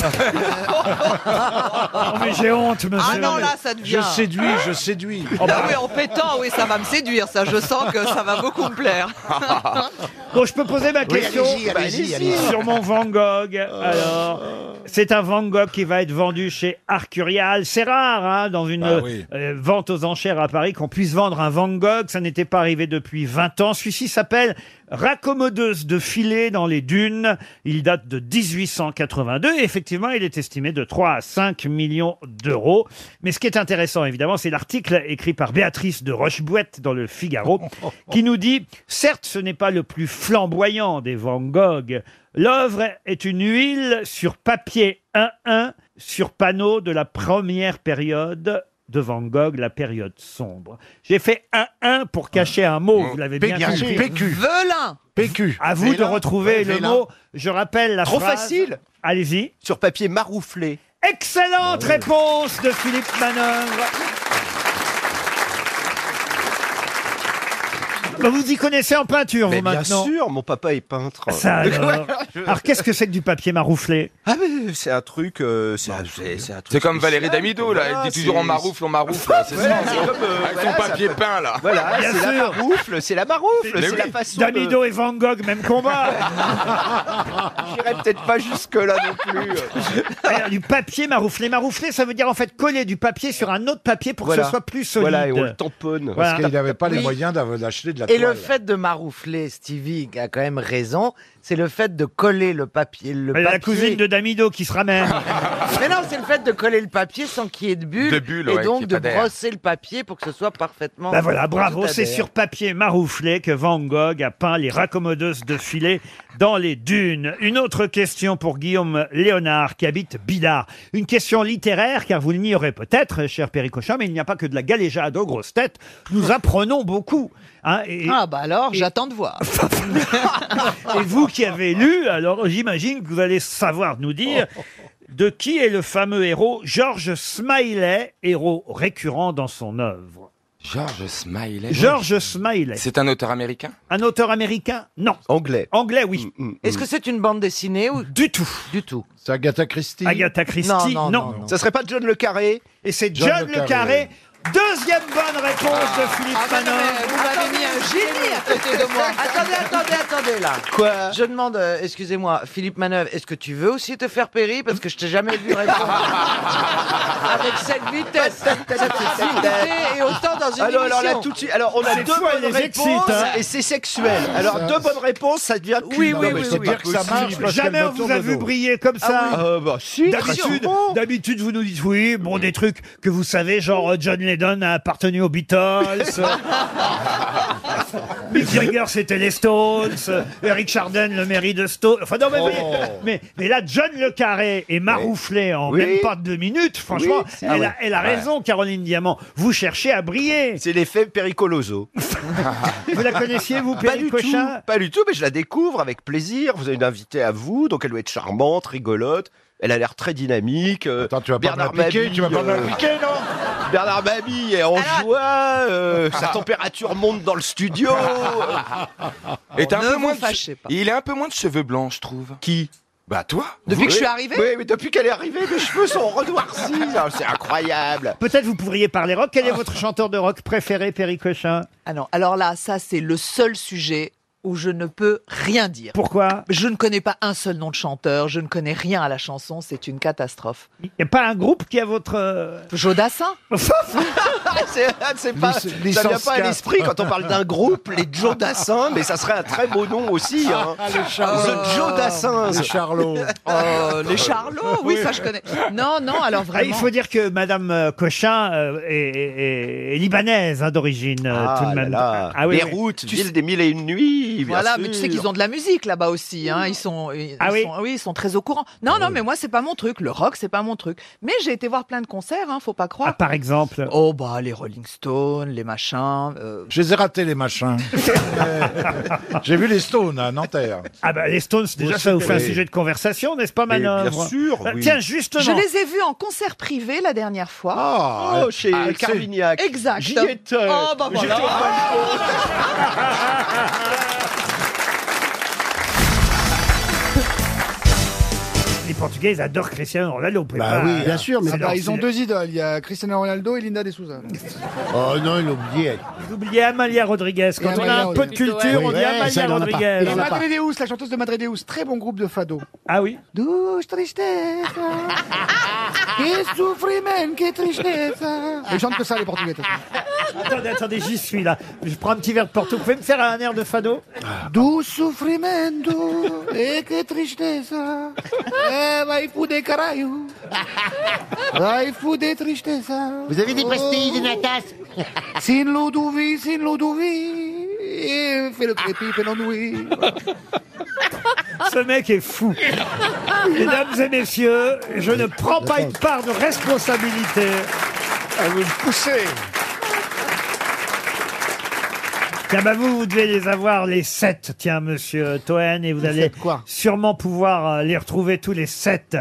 Oh, mais j'ai honte, monsieur. Ah non, là, ça devient. Je séduis, je séduis. Oh, Ah bah, oui, en pétant, oui, ça va me séduire, ça. Je sens que ça va beaucoup [laughs] me plaire. Bon, je peux poser ma Oui, question allez-y, Bah, allez-y, allez-y, allez-y. sur mon Van Gogh. Alors, c'est un Van Gogh qui va être vendu chez Arcurial. C'est rare hein, dans une Ah oui. euh, vente aux enchères à Paris qu'on puisse vendre un Van Gogh. Ça n'était pas arrivé depuis 20 ans. Celui-ci s'appelle Raccommodeuse de filet dans les dunes. Il date de 1882 et effectivement, il est estimé de 3 à 5 millions d'euros. Mais ce qui est intéressant, évidemment, c'est l'article écrit par Béatrice de Rochebouette dans le Figaro qui nous dit « Certes, ce n'est pas le plus flamboyant des Van Gogh. L'œuvre est une huile sur papier 1-1 sur panneau de la première période. » de Van Gogh, la période sombre. J'ai fait 1-1 pour cacher un mot, vous l'avez bien PQ. compris. PQ. Velin PQ. À vous de Vélin. retrouver Ouais, le Vélin. mot. Je rappelle la Trop phrase. facile. Allez-y. Sur papier marouflé. Ah Excellente réponse de Philippe Manœuvre. Bah, vous y connaissez en peinture, Mais vous, bien maintenant sûr, mon papa est peintre. Ça alors. [laughs] Ouais. Alors, qu'est-ce que c'est que du papier marouflé Bah, Ah mais c'est un truc, euh, c'est un, c'est- c'est un truc C'est comme spécial, Valérie Damido, quoi. là. Elle Voilà, dit toujours c'est- on maroufle, on maroufle. là, C'est ça. Voilà, c'est comme, euh, Avec voilà, son ça papier peut- peint, là. Voilà, Bien c'est la sûr. maroufle, c'est la maroufle, Mais c'est oui. la façon. Damido de- et Van Gogh, même combat. [laughs] J'irai peut-être pas jusque là non plus. Alors, du papier marouflé. Marouflé, ça veut dire en fait coller du papier sur un autre papier pour Voilà. que ce soit plus solide. Voilà, et on le tamponne. Voilà. Parce qu'il n'avait pas les Oui. moyens d'av- d'acheter de la Et le toile. fait de maroufler, Stevie a quand même raison, c'est le fait de coller le papier. Le La papier- cousine [laughs] de Damido qui se ramène. Mais non, c'est le fait de coller le papier sans qu'il y ait de bulles. De bulles, et ouais, qu'il y donc ait de pas d'air. brosser le papier pour que ce soit parfaitement. Ben voilà, bravo, tout c'est adhère. sur papier marouflé que Van Gogh a peint les raccommodeuses de filet dans les dunes. Une autre question pour Guillaume Léonard qui habite Bidart. Une question littéraire, car vous l'ignorez peut-être, cher Péricochin, mais il n'y a pas que de la galéjade aux grosses têtes. Nous apprenons beaucoup. ah bah alors, j'attends de voir. [laughs] et vous qui avez lu, alors j'imagine que vous allez savoir nous dire de qui est le fameux héros George Smiley, héros récurrent dans son œuvre. George Smiley. George Smiley. C'est un auteur américain Un auteur américain Non. Anglais. Mm, Anglais, oui. Est-ce que c'est une bande dessinée ou Du tout. Du tout. C'est Agatha Christie. Agatha Christie, non. Ça serait pas John Le Carré Et c'est John, John Le Carré. Deuxième bonne réponse Ah. de Philippe bah, Ah, mais non, Manon. mais vous m'avez Attendez, mis un génie à côté de [laughs] moi. attendez, attendez, attendez là. Quoi Je demande, euh, excusez-moi, Philippe Manœuvre, est-ce que tu veux aussi te faire périr Parce que je t'ai jamais vu [laughs] répondre. Avec cette vitesse, cette facilité et autant dans une hein. alors, alors là émission. tout de suite, alors on a Cette deux fois, bonnes elle les excite, réponses hein. et c'est sexuel. Ah, Alors Ça- deux bonnes réponses, ça devient cul. Ah, Oui, oui, oui, oui. Jamais on vous a vu briller comme ça. Ah, bah, si, D'habitude, d'habitude, vous nous dites oui, bon, des trucs que vous savez, genre euh, John Lennon a appartenu aux Beatles, [laughs] euh, Mick Jagger c'était les Stones, euh, Eric Chardin le mairie de Stones. Enfin, non, mais, Oh. vous voyez, mais, mais là, John Le Carré est marouflé en Oui. même pas deux minutes. Franchement, Oui, c'est- elle, ah a- ouais. elle a Ouais. raison, Caroline Diamant. Vous cherchez à briller. C'est l'effet Pericoloso. [laughs] Vous la connaissiez, vous, Pas du tout, Péricochin Pas du tout, mais je la découvre avec plaisir. Vous avez une invitée à vous, donc elle doit être charmante, rigolote. Elle a l'air très dynamique. euh, Attends, tu vas pas me la piquer, tu vas pas me la piquer, non euh, Bernard Mabille est en joie, euh, sa température monte dans le studio. Et t'as un Ne peu vous moins de- fâchez pas. Il a un peu moins de cheveux blancs, je trouve. Qui Bah toi. Oui, Oui, mais depuis qu'elle est arrivée, mes cheveux sont renoircis. Ah, C'est incroyable. Peut-être vous pourriez parler rock. Ah. Quel est votre chanteur de rock préféré, Péricochin Ah non, alors là, ça c'est le seul sujet où je ne peux rien dire. Pourquoi Je ne connais pas un seul nom de chanteur, je ne connais rien à la chanson, c'est une catastrophe. Il n'y a pas un groupe qui a votre... euh, [laughs] Jodassin c'est c'est pas, ça Lic- vient licence pas à 4. l'esprit quand on parle d'un groupe, les Jodassins, mais ça serait un très beau nom aussi. Hein. Ah, les Charlots. The Oh, Jodassins. [laughs] Les Charlots. les Charlots, oui, ça je connais. Non, non, alors Ah, il vraiment. faut dire que Madame euh, Cochin euh, est, est- est libanaise hein, d'origine euh, Ah tout de là même. là. Ah oui, oui. Beyrouth, ville des mille et une nuits. bien Voilà, sûr. mais tu sais qu'ils ont de la musique là-bas aussi. hein, Ils sont, ils, Ah ils oui sont, ils sont très au courant. Non, non, mais moi c'est pas mon truc. Le rock, c'est pas mon truc. Mais j'ai été voir plein de concerts. Hein, faut pas croire. par exemple. Oh bah les Rolling Stones, les machins. euh, Je les ai ratés, les machins. J'ai vu les Stones à Nanterre. Ah bah les Stones, déjà ça vous fait un Oui. sujet de conversation, n'est-ce pas Mais bien Manœuvre sûr, Ah, oui. Tiens, justement. Je les ai vus en concert privé la dernière fois. Oh, chez Ah, c'est- Carvignac. Exact. J'y étais. Oh, bah J'étais voilà. au Les Portugais, ils adorent Cristiano Ronaldo. Bah oui, bien sûr, mais c'est Ah bah, leur- ils ont deux idoles. Il y a Cristiano Ronaldo et Linda de Souza. Oh non, il oublié. Vous oubliez Amalia Rodriguez. Quand on a un peu de culture, on dit Amalia Rodriguez. Et Madredeus, la chanteuse de Madredeus, très bon groupe de fado. Ah oui Douche [laughs] tristeza, que souffriment, que tristeza. Ils chantent que ça, les Portugais. de toute façon. attendez, attendez, j'y suis là. Je prends un petit verre de Porto. Vous pouvez me faire un air de fado Do sofrimento e que Eh, tristeza. É, vai fuder, caralho. Vai fuder, tristeza. Vous avez des pastilles, des natas Sin Ludovic, sin Ludovic. Et fais le crépi, fais l'ennui. Ce mec est fou. Mesdames et messieurs, je ne prends pas une part de responsabilité. Ah, vous me poussez. Tiens, bah vous, vous devez les avoir, les sept, tiens, monsieur Toen, et vous allez sûrement pouvoir euh, les retrouver tous les sept.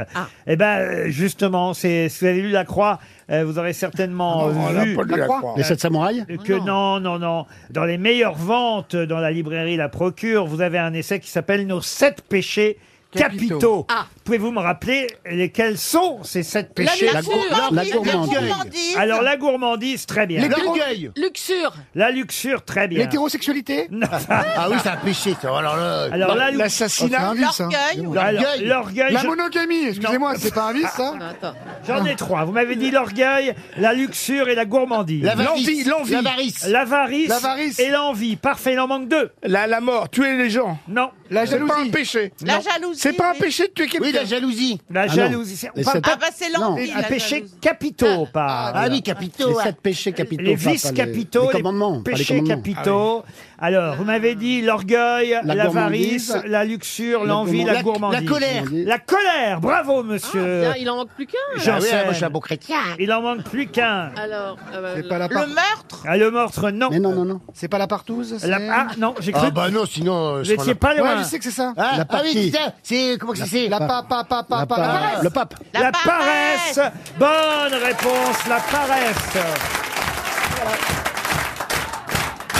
Eh ben, euh, justement, c'est, si vous avez lu La Croix, euh, vous aurez certainement Ah Non, on euh, l'a vu pas lu, La La Croix. Croix. Les Sept Samouraïs Oh Que non. non, non, Dans les meilleures ventes, dans la librairie La Procure, vous avez un essai qui s'appelle Nos sept péchés capitaux. Capitaux. Ah. Pouvez-vous me rappeler lesquels sont ces sept La péchés luxure. La gourmandise. La gourmandise. Alors la gourmandise, très bien. Les orgueils. Luxure. La luxure, très bien. [laughs] L'hétérosexualité Ah oui, c'est un péché, ça. Alors là, Non, la luxure- l'assassinat, c'est un vice, hein. Alors, L'orgueil. L'orgueil. La je- monogamie, excusez-moi, Non. c'est pas un vice, hein. ça J'en ai trois. Vous m'avez dit l'orgueil, la luxure et la gourmandise. L'avarice. L'envie, l'envie. L'avarice. L'avarice. L'avarice. Et l'envie. Parfait, il en manque deux. La, la mort, tuer les gens. Non. La C'est jalousie. pas un péché. La Non. jalousie, C'est pas un oui. péché de tuer quelqu'un. Oui, la jalousie. La Ah non. jalousie. c'est- on Les parle sept- pas- Ah bah, c'est l'envie, Un la péché jalousie. capitaux, pas. ah oui, capitaux, Les ouais. sept péchés capitaux, Les pas- pas vices les- capitaux, les les, commandements, pas les péchés commandements. Ah capitaux. Alors, vous m'avez dit l'orgueil, La l'avarice, gourmandise. la luxure, La l'envie, la gourmandise. gourmandise. La- la colère. Ah, La colère. Bravo, monsieur. il en manque plus qu'un. Ah J'en sais. chrétien. Il en manque plus qu'un. Alors, euh, C'est pas la part- le meurtre. Ah, le meurtre, non. Mais non, non, non. C'est pas la partouze La- c'est- Ah, non, j'ai cru. Ah, bah non, sinon. Euh, Vous je prends n'étiez la- pas loin. Ouais, je sais que c'est ça. Ah, La ah oui, partie. putain, c'est- comment que La- c'est La pa pa pa pa La pa- pa- paresse. le pape. La, paresse. Bonne réponse, la paresse.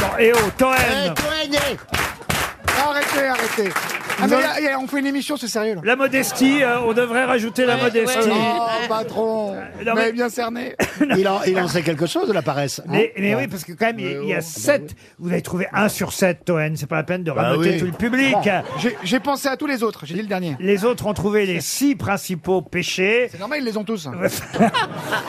Bon, et oh, Toen. Eh, Arrêtez, arrêtez. Ah, mais Non. y a- y a- on fait une émission, c'est sérieux là. La modestie, euh, on devrait rajouter la modestie. Oh, patron, vous Non, mais- m'avez bien cerné. Il en- il en sait quelque chose de la paresse. hein Mais, mais oui, parce que [coughs] quand Euh, même, il y a- oh, il y a 7. Vous avez trouvé 1 sur 7, Toen. C'est pas la peine de Bah raboter oui. tout le public. Bon, j'ai- J'ai pensé à tous les autres, j'ai dit le dernier. Les autres ont trouvé les 6 principaux péchés. C'est normal, ils les ont tous. [laughs]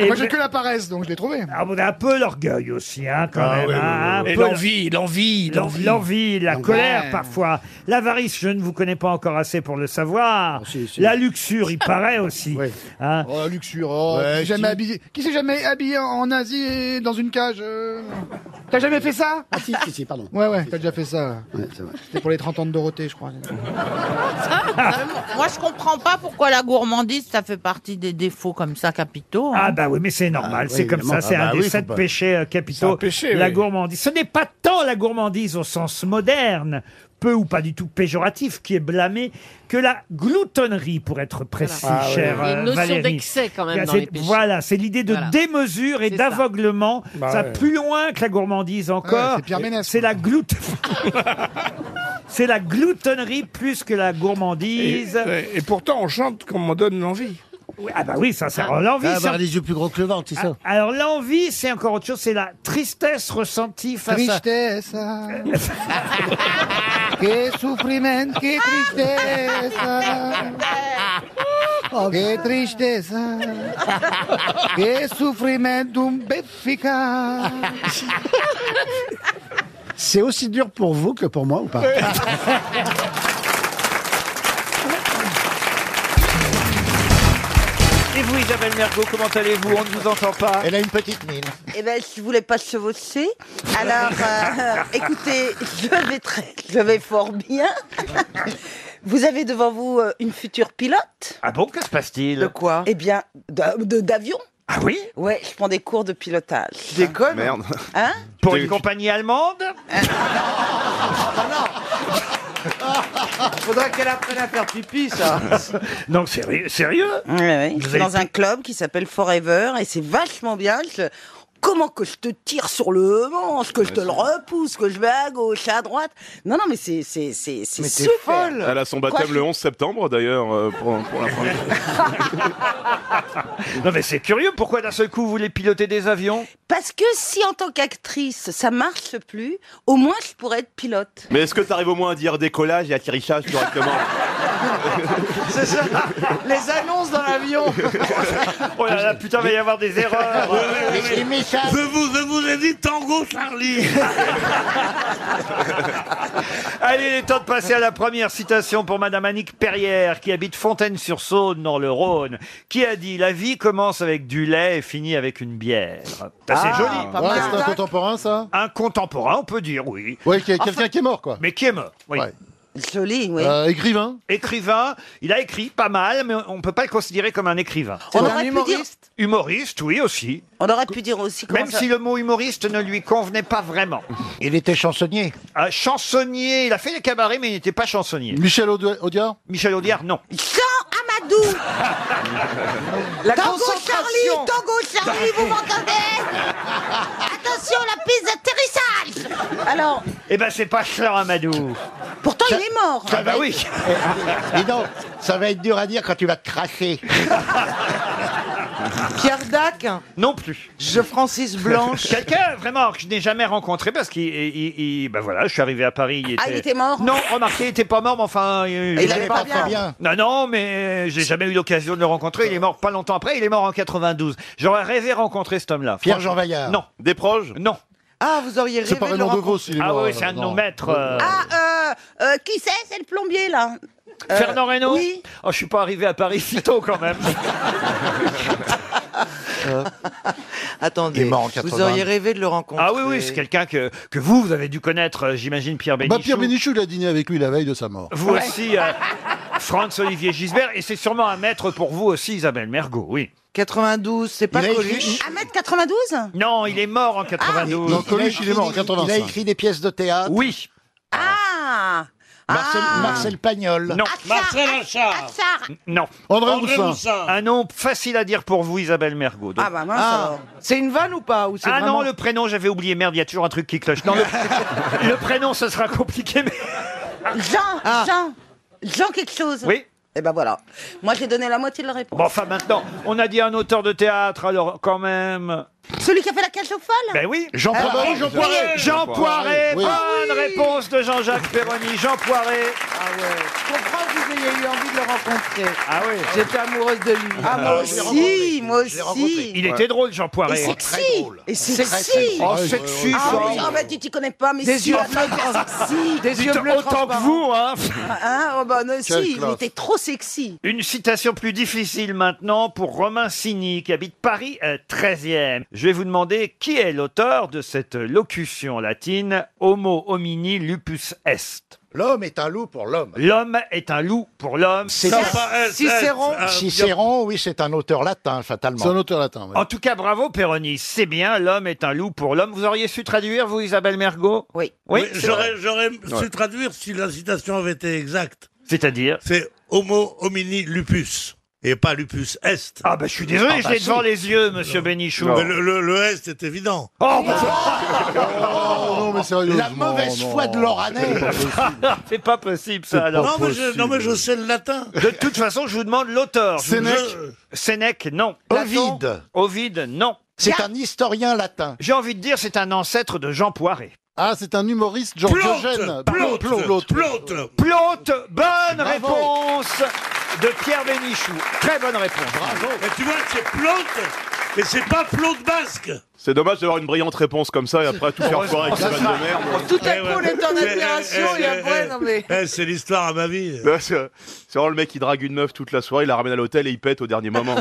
Et Moi, j'ai le- que la paresse, donc je l'ai trouvé. Ah, on a un peu l'orgueil aussi, hein, quand Ah, même. oui, oui, hein, oui. un Et peu l'envie, l'envie, l'envie, la Ouais. colère parfois. L'avarice, je ne vous connais pas encore assez pour le savoir. La luxure, il [laughs] paraît aussi. hein. Oh, la luxure, oh, Ouais, qui s'est jamais qui- habillé. Qui s'est jamais habillé en- en Asie et dans une cage euh T'as jamais fait ça Ah si, si, si, pardon. Ouais, ouais, t'as déjà fait ça. C'était pour les 30 ans de Dorothée, je crois. [laughs] Moi, je comprends pas pourquoi la gourmandise, ça fait partie des défauts comme ça capitaux. hein. Ah bah oui, mais c'est normal, Ah, c'est oui, comme évidemment. ça, c'est Ah bah un des oui, faut sept pas- péchés euh, C'est capitaux, un péché, la oui. gourmandise. Ce n'est pas tant la gourmandise au sens moderne, peu ou pas du tout péjoratif, qui est blâmée, que la gloutonnerie, pour être précis, Voilà. Ah oui. cher Il y a une euh, notion Valérie. d'excès quand même C'est- dans les péchés. Voilà, c'est l'idée de Voilà. démesure et C'est ça. d'aveuglement. Bah ça va ouais. plus loin que la gourmandise Ouais, encore. c'est Pierre c'est la gloute. [laughs] C'est la gloutonnerie plus que la gourmandise. Et- pourtant, on chante quand on m'en donne l'envie. ah bah oui, ça, c'est Ah. l'envie. Ah, avoir ça. les yeux plus gros que le ventre, c'est ça. Ah, Alors l'envie, c'est encore autre chose, c'est la tristesse ressentie face [laughs] Tristeza. Qué sufrimiento, qué tristeza. Ah. Qué tristeza. Qué sufrimiento béfica. C'est aussi dur pour vous que pour moi ou pas [laughs] Et vous, Isabelle Mergo, comment allez-vous On ne vous entend pas. Elle a une petite mine. Eh bien, si vous voulez pas se chevaucher, alors euh, [laughs] écoutez, je vais très, je vais fort bien. [laughs] Vous avez devant vous euh, une future pilote. Ah bon, que se passe-t-il quoi Eh bien, de- de- d'avion. Ah oui Ouais, je prends des cours de pilotage. Déconne Merde. Hein Pour une compagnie allemande Ah, [laughs] Faudrait qu'elle apprenne à faire pipi, ça. Non, sérieux, sérieux Ouais, ouais. Vous Je suis avez dans un club qui s'appelle Forever et c'est vachement bien. Je- Comment que je te tire sur le manche, que je te le repousse, que je vais à gauche, à droite. Non, non, mais c'est c'est c'est c'est super. Elle a son baptême Quoi, le 11 septembre d'ailleurs euh, pour, pour la première. Non mais c'est curieux, pourquoi d'un seul coup vous voulez piloter des avions Parce que si en tant qu'actrice ça marche plus, au moins je pourrais être pilote. Mais est-ce que tu arrives au moins à dire décollage et atterrissage directement C'est ça. Les annonces dans l'avion. [laughs] Oh là là, putain, va y avoir des [laughs] erreurs. Je vous, je vous ai dit tango Charlie. Allez, il est temps de passer à la première citation pour Madame Annick Perrière, qui habite Fontaine-sur-Saône, dans le Rhône, qui a dit « La vie commence avec du lait et finit avec une bière ». Ah, Ah, C'est joli. pas Ouais, mal. c'est un contemporain, ça Un contemporain, on peut dire, oui. Ouais, qui- quelqu'un qui est mort, quoi. Mais qui est mort, oui. Joli, oui. Euh, écrivain Écrivain. Il a écrit pas mal, mais on ne peut pas le considérer comme un écrivain. On aurait pu dire, Humoriste, oui, aussi. on aurait pu dire aussi comment Même ça- si le mot humoriste ne lui convenait pas vraiment. Il était chansonnier. Ah, chansonnier, il a fait des cabarets, mais il n'était pas chansonnier. Michel Audiard Michel Audiard, non. Jean Amadou La Tango concentration. Charlie, Tango Charlie, vous m'entendez Attention, la piste d'atterrissage Alors, Eh ben, c'est pas Fleur Amadou. pourtant il est mort. Ah bah oui eh, Dis donc, ça va être dur à dire quand tu vas cracher. Pierre Dac [laughs] Non plus. Je Francis Blanche. Quelqu'un vraiment que je n'ai jamais rencontré parce qu'il, il- il- ben voilà, je suis arrivé à Paris. Ah, il était mort [laughs] Non, remarquez, il était pas mort, mais enfin, Il allait pas bien. Non, non, mais j'ai jamais eu l'occasion de le rencontrer. Il est mort pas longtemps après. Il est mort en 92. J'aurais rêvé rencontrer cet homme-là. Pierre Franchement. Jean Vaillard. Non. Des proches Non. Ah, vous auriez rêvé de le rencontrer. Ah oui, c'est un de nos maîtres. euh, Ah, euh, euh, qui c'est C'est le plombier, là. Euh, Fernand Reynaud Oui. Oh, je suis pas arrivé à Paris si tôt quand même. Attendez, Il est mort en vous 80. auriez rêvé de le rencontrer. ah oui, oui, c'est quelqu'un que, que vous, vous avez dû connaître, euh, j'imagine, Pierre Bénichou. Bah, Pierre Bénichou, il a dîné avec lui la veille de sa mort. Vous aussi, euh, Franz-Olivier Gisbert. Et c'est sûrement un maître pour vous aussi, Isabelle Mergot, oui. 92, c'est pas Ah. Coluche. 1m92 Non, il est mort en 92. Non, Coluche, il est mort en 85. Il a écrit des pièces de théâtre. Oui. Ah Marcel, Marcel Pagnol. Non. Marcel Achard. Non. André André Roussin. Un nom facile à dire pour vous, Isabelle Mergot. Ah bah mince Ah. alors. C'est une vanne ou pas ou c'est Ah vraiment- non, le prénom, j'avais oublié. Merde, il y a toujours un truc qui cloche. Non, le, le prénom, ce sera compliqué, mais... Jean, Jean, Jean quelque chose. Oui. Et ben voilà. Moi, j'ai donné la moitié de la réponse. Bon, enfin, maintenant, on a dit un auteur de théâtre, alors quand même... Celui qui a fait la cage aux folles Ben oui. Jean Ah, Poiret. oui, Jean Poiret. Jean Poiret. Oui. Bonne réponse de Jean-Jacques Perroni. Jean Poiret. Ah ouais. Je comprends que vous ayez eu envie de le rencontrer. Ah oui. J'étais amoureuse de lui. Ah, moi aussi, moi aussi. Il était drôle, Jean Et Poiret. sexy Et sexy Oh, sexy, Ah ça. oui, ah bah, tu t'y connais pas, mais Des si, yeux la bleus meuf trans- est sexy Des yeux Dites bleus autant que transparents. vous, hein. Ah, oh bah non, Quelle si, il classe. était trop sexy Une citation plus difficile maintenant pour Romain Signy, qui habite Paris euh, 13e. Je vais vous demander qui est l'auteur de cette locution latine Homo homini lupus est. L'homme est un loup pour l'homme. L'homme est un loup pour l'homme. C'est Cicéron. Cicéron, oui, c'est un auteur latin, fatalement. C'est un auteur latin, En tout cas, bravo Péroni, c'est bien, l'homme est un loup pour l'homme. Vous auriez su traduire, vous, Isabelle Mergot Oui. Oui, Oui, c'est j'aurais vrai. j'aurais Ouais. su traduire si la citation avait été exacte. C'est-à-dire C'est Homo homini lupus et pas lupus est. Ah ben je suis désolé, bah, je l'ai devant les yeux, monsieur Bénichou. Le, le- le est est évident. Oh, bah, non, mais sérieusement, La mauvaise non. foi de Loranais. C'est pas possible ça Ah, alors. non, mais je, non, mais je sais le latin. De toute façon, je vous demande l'auteur. Je vous- Sénèque Sénèque, non. Ovide. Ovide, non. C'est un historien latin. J'ai envie de dire, c'est un ancêtre de Jean Poiret. Ah, c'est un humoriste, Georges Eugène. Plante, Plante, plante. plante, plante. Plante, bonne Bravo. réponse de Pierre Bénichou. Très bonne réponse. Mais tu vois, c'est plante, mais c'est pas plante basque. C'est dommage d'avoir une brillante réponse comme Oh, ça et après tout faire foirer avec ces vannes de merde. Tout à coup, on est en admiration, et après, non, mais- Eh C'est l'histoire à ma vie. Là, Bah, C'est c'est vraiment le mec qui drague une meuf toute la soirée, il la ramène à l'hôtel et il pète au dernier moment.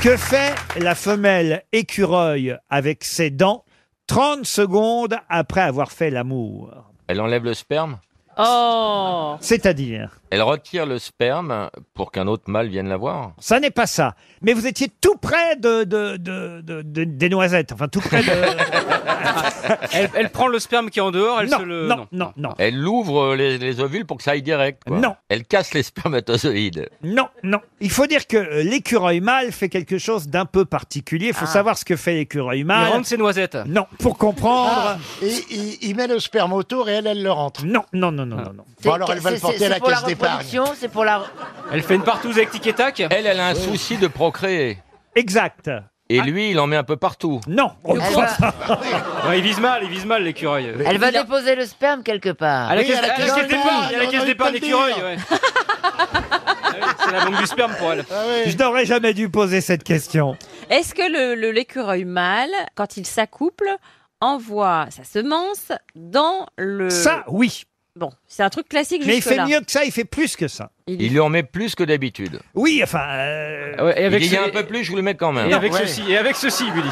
Que fait la femelle écureuil avec ses dents 30 secondes après avoir fait l'amour Elle enlève le sperme Oh C'est-à-dire Elle retire le sperme pour qu'un autre mâle vienne la voir Ça n'est pas ça. Mais vous étiez tout près de, de- de- de- de- des noisettes. Enfin, tout près de... [laughs] elle, prend le sperme qui est en dehors, elle Non, se le- non, non, non, non. Elle ouvre les, les ovules pour que ça aille direct. quoi. Non. Elle casse les spermatozoïdes. Non, non. Il faut dire que euh, l'écureuil mâle fait quelque chose d'un peu particulier. Il faut savoir ce que fait l'écureuil mâle. rentre ses noisettes. Non, pour comprendre. Et Ah, il, il met le sperme autour et elle, elle le rentre. Non, non, non, non, non. non. Bon, alors elle va le C'est- c'est- porter c'est à la pour la caisse d'épargne. reproduction, C'est pour la... Elle fait une partouze avec tic et tac Elle, elle a un souci de procréer. Exact. Et lui, il en met un peu partout. Non. il vise mal, il vise mal l'écureuil. Elle va déposer le sperme quelque part. À la Oui, caisse- à la à la caisse caisse d'épargne, d'épargne, à la on a caisse eu le d'épargne temps de d'écureuil, dire. C'est la banque du sperme pour [laughs] elle. Ah Je n'aurais jamais dû poser cette question. [laughs] Est-ce que le- le- l'écureuil mâle, quand il s'accouple, envoie sa semence dans le... Ça, oui. Bon, c'est un truc classique Mais il fait jusque-là. mieux que ça, il fait plus que ça. Il lui en met plus que d'habitude. Oui, enfin. euh, Ah et avec il y a ce- un peu plus, je vous le mets quand même. Et avec Ouais. ceci, et avec ceci, Willy.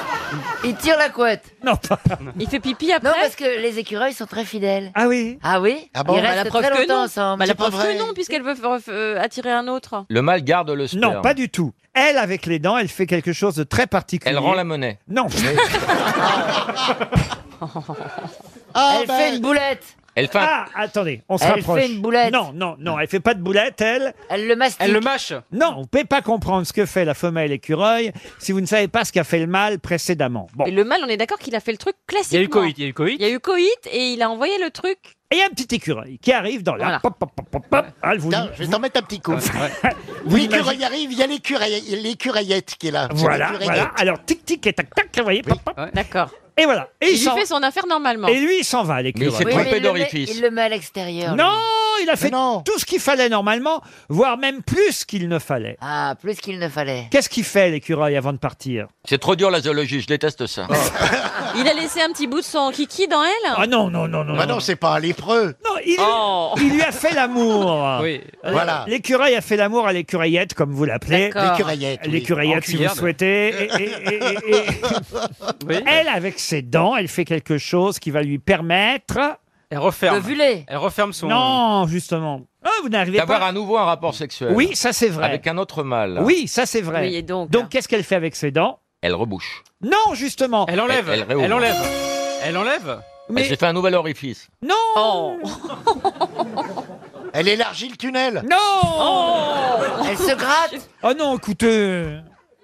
Il tire la couette. Non, pas. Ah Il fait pipi après. Non, parce que les écureuils sont très fidèles. Ah oui Ah oui Ah bon Ils Bah, restent la preuve très que longtemps non. ensemble. Bah, la preuve que non, puisqu'elle veut f- euh, attirer un autre. Le mâle garde le sperme. Non, pas du tout. Elle, avec les dents, elle fait quelque chose de très particulier. Elle rend la monnaie. Non. Elle fait une boulette. Elle fait. Ah, attendez, on se Elle rapproche. fait une boulette. Non, non, non, elle fait pas de boulette, elle. Elle le mastique. Elle le mâche. Non, vous pouvez pas comprendre ce que fait la femelle écureuil si vous ne savez pas ce qu'a fait le mâle précédemment. Bon. Et le mâle, on est d'accord qu'il a fait le truc classique. il y a eu coït. Il y a eu coït et il a envoyé le truc. Et il y a un petit écureuil qui arrive dans la. Voilà. Pop, pop, pop, pop, pop. Ah, elle vous... je vais t'en mettre un petit coup. [laughs] Vous L'écureuil arrive, il y a l'écureuil- l'écureuillette qui est là. C'est Voilà, l'écureuillette. voilà. Alors, tic, tic et tac, tac, vous voyez. pop, pop. D'accord. Et voilà. Et Il s'en- lui fait son affaire normalement. Et lui, il s'en va, l'écureuil. Oui, mais il le met- Il le met à l'extérieur. lui. Non, il a fait tout ce qu'il fallait normalement, voire même plus qu'il ne fallait. Ah, plus qu'il ne fallait. Qu'est-ce qu'il fait l'écureuil avant de partir C'est trop dur la zoologie, je déteste ça. Il a laissé un petit bout de son kiki dans elle Ah non, non, non, non. Bah non, c'est pas un lépreux. Non, il, Oh. Oh. il lui a [laughs] fait l'amour. Oui. Euh, Voilà. L'écureuil a fait l'amour à l'écureuillette, comme vous l'appelez. D'accord. L'écureuillette, oui. L'écureuillette, En si vous le cuillère, souhaitez. [laughs] Et- et- et- et- et- Elle, avec ses dents, elle fait quelque chose qui va lui permettre. Elle referme. De vuler. Elle referme son. Non, justement. Ah, vous n'arrivez D'avoir pas. à nouveau un rapport sexuel. Oui, ça, c'est vrai. Avec un autre mâle. Oui, ça c'est vrai. Oui, et hein. donc, qu'est-ce qu'elle fait avec ses dents Elle rebouche. Non, justement. Elle enlève. Elle, réouvre. Elle enlève. Elle enlève. Mais j'ai fait un nouvel orifice. Non Elle élargit le tunnel. Non Oh Elle se gratte. Oh non, écoutez.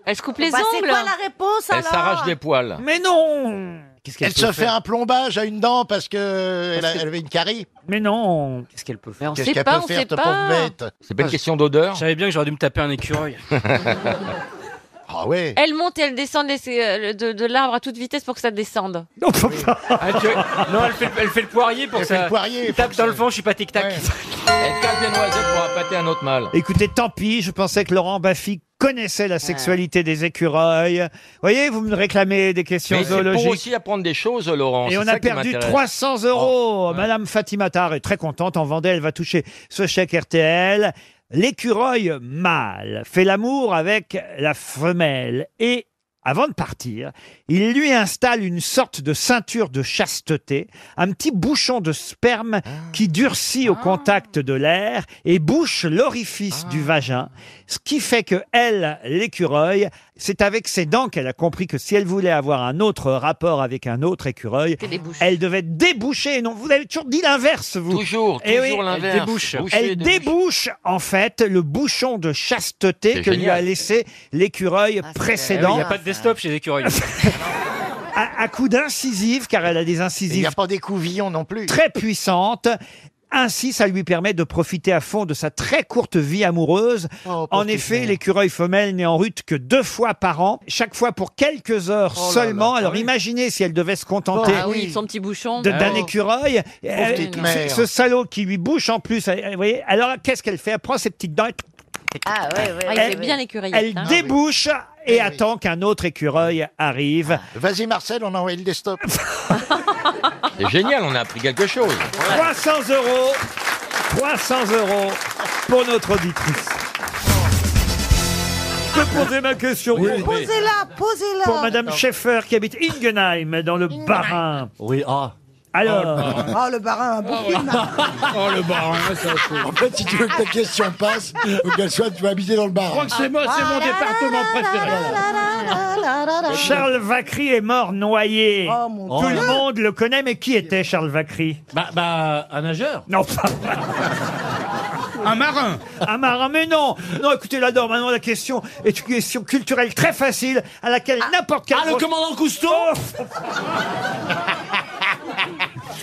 Elle se coupe les Bah, C'est ongles. quoi la réponse alors Elle s'arrache des poils. Mais non Elle peut se fait faire un plombage à une dent parce que elle, a- elle avait une carie. Mais non Qu'est-ce qu'elle peut Mais on Qu'est-ce sait qu'elle pas, peut on faire, sait ta pas. pauvre bête C'est pas une question d'odeur. Je savais bien que j'aurais dû me taper un [laughs] écureuil. Ah ouais. Elle monte et elle descend les- euh, de, de l'arbre à toute vitesse pour que ça descende. non, elle fait, elle fait le poirier pour Elle ça. fait le poirier, Tape dans le fond, je suis pas tic-tac. Elle casse des noisettes pour appâter un autre mâle. Écoutez, tant pis, je pensais que Laurent Baffy connaissait Ah. la sexualité des écureuils. Voyez, vous me réclamez des questions Mais c'est pour zoologiques. aussi apprendre des choses, Laurent. Et c'est on ça a qui perdu m'intéresse. Eh Oh, 300 euros. Madame Fatima Tar est très contente. En Vendée, elle va toucher ce chèque RTL. L'écureuil mâle fait l'amour avec la femelle et avant de partir, il lui installe une sorte de ceinture de chasteté, un petit bouchon de sperme qui durcit Ah. au contact de l'air et bouche l'orifice Ah. du vagin, ce qui fait que elle, l'écureuil, c'est avec ses dents qu'elle a compris que si elle voulait avoir un autre rapport avec un autre écureuil, Elle débouche. elle devait déboucher. Non, vous avez toujours dit l'inverse, vous. Toujours, Eh toujours l'inverse. Elle débouche. Boucher, Elle déboucher. débouche, en fait, le bouchon de chasteté C'est que lui génial. a laissé l'écureuil Eh oui, Il précédent. n'y a pas de desktop chez les écureuils. à, à coup d'incisive, car elle a des incisives. Il n'y a pas d'écouvillon non plus. Très puissante. Ainsi, ça lui permet de profiter à fond de sa très courte vie amoureuse. en effet, l'écureuil femelle n'est en rut que deux fois par an, chaque fois pour quelques heures seulement. Alors imaginez si elle devait se contenter ah oui, son petit bouchon. de- d'un Oh. écureuil. Euh, Ah petite ce- mère. ce salaud qui lui bouche en plus. euh, Vous voyez Alors qu'est-ce qu'elle fait Elle prend ses petites dents. et- Ah ouais, ouais. Ah, il fait bien l'écureuil. Elle hein. débouche et attend qu'un autre écureuil arrive. Ah, Vas-y Marcel, on a envoyé [laughs] le desktop. C'est génial, on a appris quelque chose. 300 euros 300 euros pour notre auditrice. Je peux poser ma question Posez-la, posez-la. pour Madame Schaeffer qui habite Ingenheim dans le Bas-Rhin. Oui, ah. Ah, bah, Alors, Oh, le barin, un bon film. Oh le barin, En fait, si tu veux que ta question passe, ou qu'elle soit, tu vas habiter dans le barin. Je crois que c'est moi, c'est Ah, mon département préféré. Charles Vacry est mort noyé. Dieu. Tout le monde le connaît, mais qui était Charles Vacry Bah, bah, un nageur. Non, pas. Un marin Un marin, mais non Non, écoutez, là, non, maintenant, la question est une question culturelle très facile à laquelle n'importe quel... Oh. Ah, le commandant Cousteau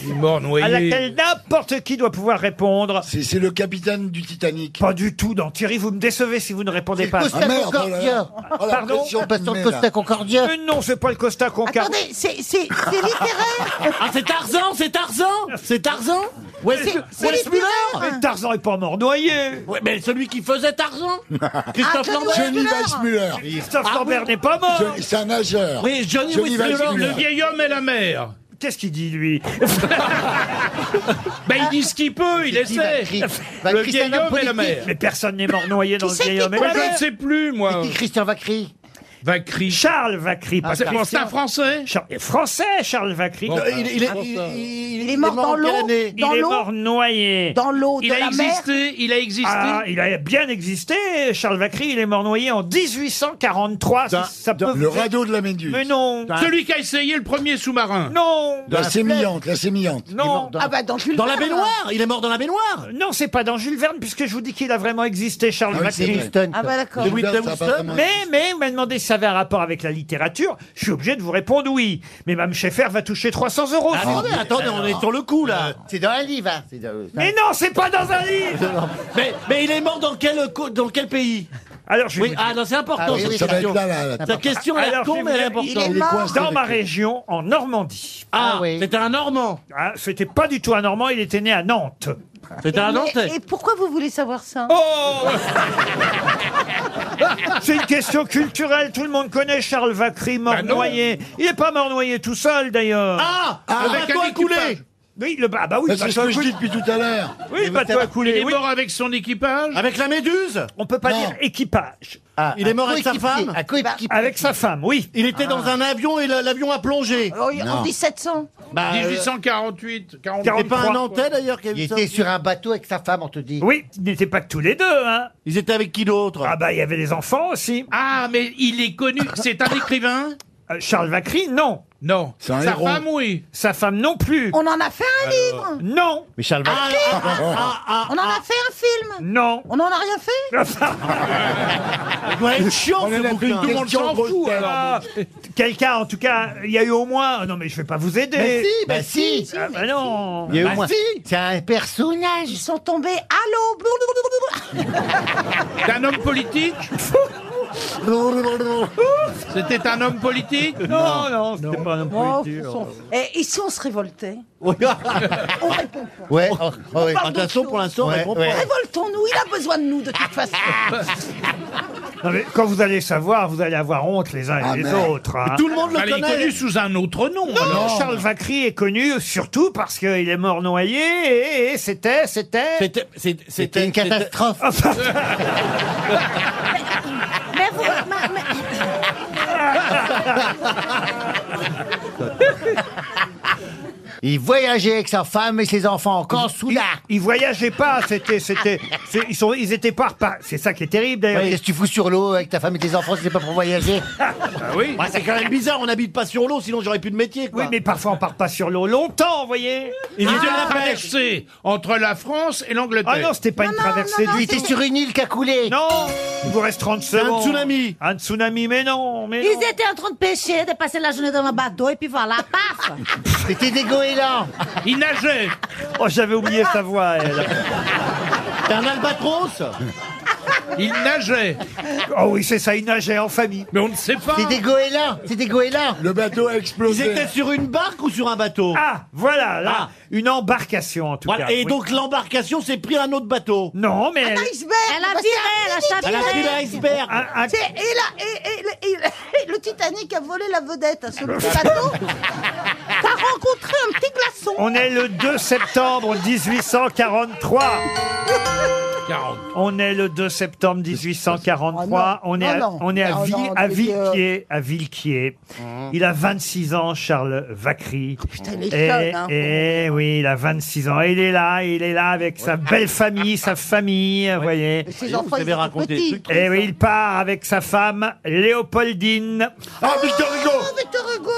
Il mort noyé. À laquelle n'importe qui doit pouvoir répondre. C'est le capitaine du Titanic. Pas du tout, non. Thierry, vous me décevez si vous ne répondez pas. Costa Ah, merde, oh là Concordia. Ah, Oh, la Pardon pression Pas sur le qu'il met, Costa là. Concordia. Mais non, c'est pas le Costa Concordia. Attendez, c'est littéraire. Ah, c'est Tarzan, c'est Tarzan, c'est Tarzan. Wes, C'est Wes littéraire. Muller. Mais Tarzan est pas mort noyé. Ouais, mais celui qui faisait Tarzan. Ah, Christophe Johnny Lambert. Johnny Weissmuller. Christophe Ah, Lambert n'est pas mort. C'est un nageur. Oui, Johnny, Johnny Weissmuller. Weissmuller. Le vieil homme et la mer. Qu'est-ce qu'il [laughs] dit, lui Bah, il dit ce qu'il peut, il essaie. Le vieil homme et la Bah, mer. Mais personne n'est mort noyé dans le vieil homme et la mer. plus, moi. Qui Christian Vacry Vacry. Charles Vacry. Ah, pas c'est Christian. français, français Char- Français, Charles Vacry. Bon, Il- il est- Ah, il- français. il- il est mort dans en l'eau, Pyrénées. dans Il est l'eau. mort noyé. Dans l'eau, Il dans a la mer. existé, il a existé. il a bien existé, Charles Vacry. Il est mort noyé en 1843. Ça, ça peut le vous- radeau de la Méduse. Mais non. Celui qui a essayé le premier sous-marin. Non. La sémillante, la sémillante. Non. Ah bah dans Jules Verne. Il est mort dans la baignoire. Non, c'est pas dans Jules Verne, puisque je vous dis qu'il a vraiment existé, Charles Ah oui, c'est Vacry. vrai. Winston. Ah bah d'accord. De Winston Jules Verne, Winston. ça a pas vraiment Mais, mais, vous m'a demandé si ça avait un rapport avec la littérature. Je suis obligé de vous répondre oui. Mais Mme Schaeffer va toucher 300 euros. si vous dites. le coup là. C'est dans un livre. hein. C'est dans- Mais non, c'est euh, pas dans un livre mais, mais il est mort dans quel, euh, co- dans quel pays Alors, je vais oui, vous dire- ah non, c'est important. Ah oui, cette oui, ça va question. être là, là, là. Ta question elle est Alors, con, mais elle est je vais vous importante. dire, il est mort dans ma région, en Normandie. Ah, c'était un Normand. Ah, c'était pas du tout un Normand, il était né à Nantes. C'était un Et, et pourquoi vous voulez savoir ça Oh [laughs] C'est une question culturelle, tout le monde connaît Charles Vacry, mort non. noyé. Il n'est pas mort noyé tout seul d'ailleurs. Ah, Ah, le avec bateau un a coulé. équipage. Oui, le, ba- ah bah oui, Bah, le c'est ce bateau que a je coulé. dis depuis tout à l'heure. Oui, le bateau a Il coulé. est oui. mort avec son équipage. Avec la méduse On peut pas dire équipage. Il est mort ah. avec sa femme Avec sa femme, oui. Il était dans un avion et la- l'avion a plongé. Oh, Oh, euh, En 1700 Bah, euh, 1848, 43. C'est pas un Nantais d'ailleurs qui a Il vu ça était sur un bateau avec sa femme, on te dit. Oui, ils n'étaient pas que tous les deux. Hein. Ils étaient avec qui d'autre Ah bah il y avait les enfants aussi. Ah, mais il est connu. C'est un écrivain Euh, Charles Vacry, non. Non. un Sa héros. femme, oui. Sa femme non plus. On en a fait un livre Euh, Non. Ah, Michel Ah, On en a fait un film Non. On en a rien fait [laughs] Ah, chiant ce bouquin. Tout le monde s'en fout, alors. Quelqu'un, en tout cas, il y a eu au moins. Ah Non, mais je vais pas vous aider. Mais si, bah si. Ah, bah non. Il y a eu Bah moins. si. C'est un personnage. Ils sont tombés à l'eau D'un homme politique C'était un homme politique Non, non, c'était pas un homme Oh, politique. on s'en fout. Et ici, on [laughs] se révoltait. On répond pas. Ouais. oh, oh, ouais. Parle d'autre Attention, chose. pour l'instant, on Ouais, répond ouais. pas. Révoltons-nous, il a besoin de nous de toute [laughs] façon. Non, mais quand vous allez savoir, vous allez avoir honte les uns et Ah, les mais- autres. hein. Tout le monde le Bah, il est connaît. connu sous un autre nom, Non, alors. Charles Vacry est connu surtout parce qu'il est mort noyé et, et c'était, c'était. Ah, C'était- c'est- C'était une catastrophe. Mais vous, ma- mais- Il voyageait avec sa femme et ses enfants encore sous là. Ils voyageaient pas, c'était, c'était, c'est- ils sont, ils étaient pas, repas- c'est ça qui est terrible d'ailleurs. Qu'est-ce que tu fous sur l'eau avec ta femme et tes enfants si c'est pas pour [laughs] voyager oui. Bah, c'est quand même bizarre, on n'habite pas sur l'eau, sinon j'aurais plus de métier. Quoi. Oui, mais parfois on part pas sur l'eau longtemps, vous voyez. Il Ah, était traversé entre la France et l'angleterre. Ah non, c'était pas une traversée Il du était sur une île qui a coulé. Non Il vous reste 30 un secondes. tsunami. Un tsunami, mais non, mais non. Ils étaient en train de pêcher, de passer la journée dans le bateau, et puis voilà, [laughs] paf C'était des goélands. [laughs] Il nageait. Oh, j'avais oublié sa voix, elle. T'es un albatros [laughs] Il nageait. Oh oui, c'est ça, il nageait en famille. Mais on ne sait pas. C'est des goélands. C'est des goélands. Le bateau a Ils explosé. étaient sur une barque ou sur un bateau Ah, voilà, là, Ah. une embarcation en tout Voilà, cas. Et Oui. donc l'embarcation s'est pris un autre bateau. Non, mais elle- Iceberg, Elle a bah, viré, c'est un elle a Elle Titanic. a pris l'iceberg. un- un- C'est- Et, là, et, et- et- et- le Titanic a volé la vedette à ce petit [laughs] bateau. T'as rencontré un petit glaçon. on est le 2 septembre 1843. 40. On est le 2 septembre 1843. Oh non, on est à, non, non. on est à, Oh Vi- non, à mais Dieu. Villequier. À Villequier. Mmh. Il a 26 ans, Charles Vacry. Oh, Putain, il est Eh, jeune, hein. eh oui, il a 26 ans. Et il est là, il est là avec sa belle famille, sa famille, vous voyez. Ses enfants, ils avez étaient raconté des petits. trucs Et oui, il part avec sa femme, Léopoldine. Ah, Victor Hugo Oh, Victor Hugo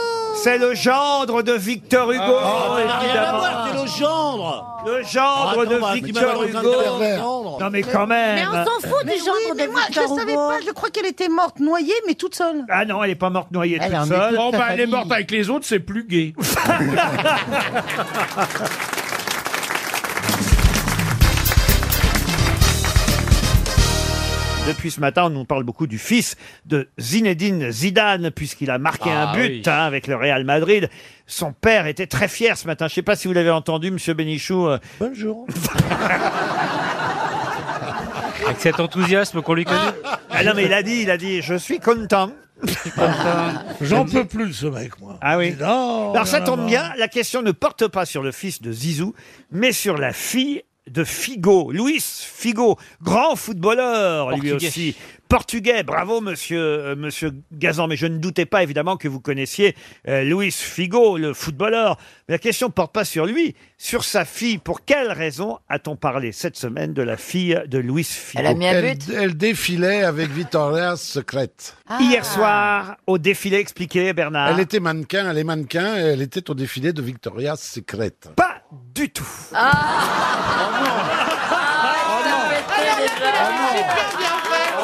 C'est le gendre de Victor Ah, Hugo, Ça n'a rien à évidemment. voir, c'est le gendre. Le gendre Ah, Attends, bah, de tu m'as Victor l'air en train de faire Hugo. vendre. Non mais quand même. Mais on s'en fout Mais du oui, genre mais de moi, je Victor savais Hugo. pas, je crois qu'elle était morte, noyée, mais toute seule. Ah non, elle est pas morte noyée Elle toute en est seule. Bon, Sa bah, elle est famille. morte avec les autres, c'est plus [laughs] gay. Depuis ce matin, on nous parle beaucoup du fils de Zinedine Zidane, puisqu'il a marqué Ah un but oui. hein, avec le Real Madrid. Son père était très fier ce matin. Je ne sais pas si vous l'avez entendu, Monsieur Bénichou. euh, Bonjour. Avec cet enthousiasme qu'on lui connaît. Ah non, mais il a dit, il a dit, je suis content. [laughs] Ah. J'en peux plus de ce mec, moi. Ah oui. Non, Alors ça non, tombe non. bien, la question ne porte pas sur le fils de Zizou, mais sur la fille de Figo, Luis Figo, grand footballeur lui Portugais. aussi. Portugais, bravo monsieur, euh, monsieur Gazan, mais je ne doutais pas évidemment que vous connaissiez euh, Luis Figo, le footballeur. Mais la question ne porte pas sur lui, sur sa fille. Pour quelle raison a-t-on parlé cette semaine de la fille de Luis Figo elle, elle défilait avec Victoria's Secret. Hier soir, au défilé expliqué, Bernard. Elle était mannequin, elle est mannequin, et elle était au défilé de Victoria's Secret. Pas du tout. [laughs]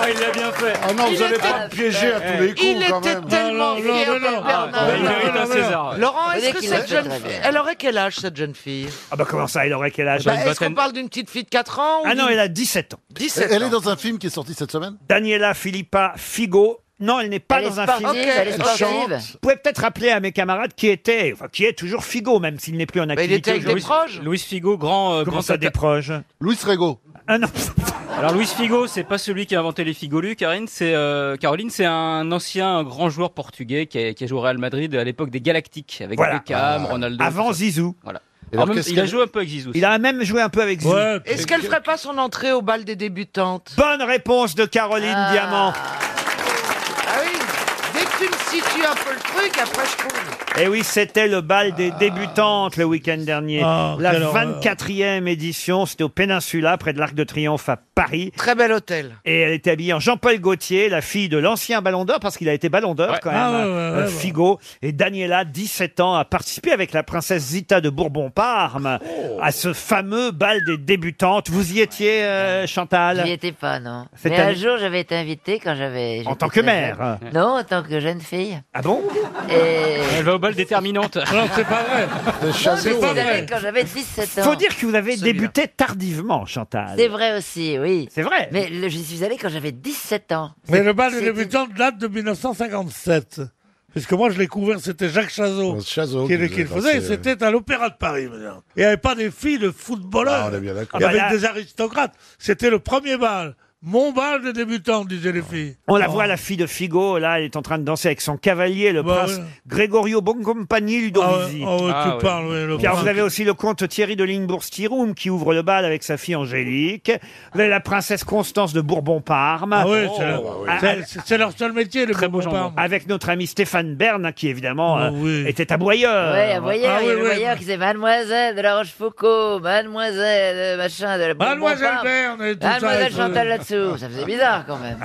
Oh, il l'a bien fait. Oh non, vous n'allez pas me piéger à Eh. tous les coups quand même. Ah, Laurent, Vous est-ce savez que qu'il cette l'a jeune fait. fille, elle aurait quel âge cette jeune fille Ah bah comment ça, il aurait quel âge Bah, Est-ce qu'on parle d'une petite fille de 4 ans ou Ah non, d'une- elle a 17 ans. 17 Elle ans. est dans un film qui est sorti cette semaine Daniela Filippa Figo. Non, elle n'est pas Elle est dans un film. sportive, elle est Elle sportive. chante. Vous pouvez peut-être rappeler à mes camarades qui était, enfin, qui est toujours Figo, même s'il n'est plus en activité. aujourd'hui. Louis Figo, grand. Comment ça, des proches Louis Rego. Ah non. [laughs] Alors Luis Figo, c'est pas celui qui a inventé les figolus, Karine, c'est euh, Caroline, c'est un ancien grand joueur portugais qui a, qui a joué au Real Madrid à l'époque des Galactiques avec Voilà. Beckham, Ronaldo. Avant tout ça. Zizou. Voilà. Et alors, Ah, même- qu'est-ce il a qu'elle- joué un peu avec Zizou. Il a même joué un peu avec Zizou. Est-ce qu'elle ferait pas son entrée au bal des débutantes Bonne réponse de Caroline Ah. Diamant. Ah oui, dès que tu me situes un peu le truc, après je trouve. Et oui, c'était le bal des débutantes le week-end dernier. Oh, Ah, La quelle horreur. 24e édition, c'était au Peninsula, près de l'Arc de Triomphe à Paris. Très bel hôtel. Et elle était habillée en Jean-Paul Gaultier, la fille de l'ancien Ballon d'Or, parce qu'il a été Ballon d'Or quand même, Ah, ouais, ouais, euh, ouais, ouais. Figo. Et Daniela, 17 ans, a participé avec la princesse Zita de Bourbon-Parme à ce fameux bal des débutantes. Vous y étiez, euh, Chantal J'y étais pas, non. Cette Mais un année- jour, j'avais été invitée quand j'avais. En j'étais tant que très mère. jeune. Non, en tant que jeune fille. Ah bon Et. Elle va au bal déterminante. non, c'est pas vrai. [laughs] Non, je les avais quand j'avais 17 ans. Faut dire que vous avez débuté tardivement, Chantal. C'est vrai aussi, oui. C'est vrai. Mais le- j'y suis allée quand j'avais 17 ans. Mais le bal des C'était- débutants date de 1957. Puisque moi, je l'ai couvert, c'était Jacques Chazot, qui, Ah, qui qui le nous a faisait. lancé, et C'était à l'Opéra de Paris. madame. Et il n'y avait pas des filles de footballeurs. Ah, on est bien d'accord. Il y Ah, avait bah là- des aristocrates. C'était le premier bal. Mon bal des débutants, disaient les filles. On la voit, la fille de Figo, là, elle est en train de danser avec son cavalier, le prince Bah ouais. Gregorio Boncompagni Ludovisi. Ah ouais, ah ouais, tu Ah ouais. parles, ouais, le Puis alors, prince. vous avez aussi le comte Thierry de Lingbourg-Stiroum qui ouvre le bal avec sa fille Angélique. Vous avez la princesse Constance de Bourbon-Parme. Ah ouais, c'est leur- Ah, ah, c'est- c'est leur seul métier, les Bourbons-Parmes. Avec notre ami Stéphane Bern, hein, qui évidemment Ah euh, oui. était aboyeur. Ouais, un voyeur, Ah il y a oui, le oui. voyeur qui disait Mademoiselle de la Rochefoucauld, Mademoiselle, euh, machin, de la Mademoiselle Bourbon-Parme, Berne et tout ça, Mademoiselle et tout. Chantal là-dessous. Ça faisait bizarre quand même.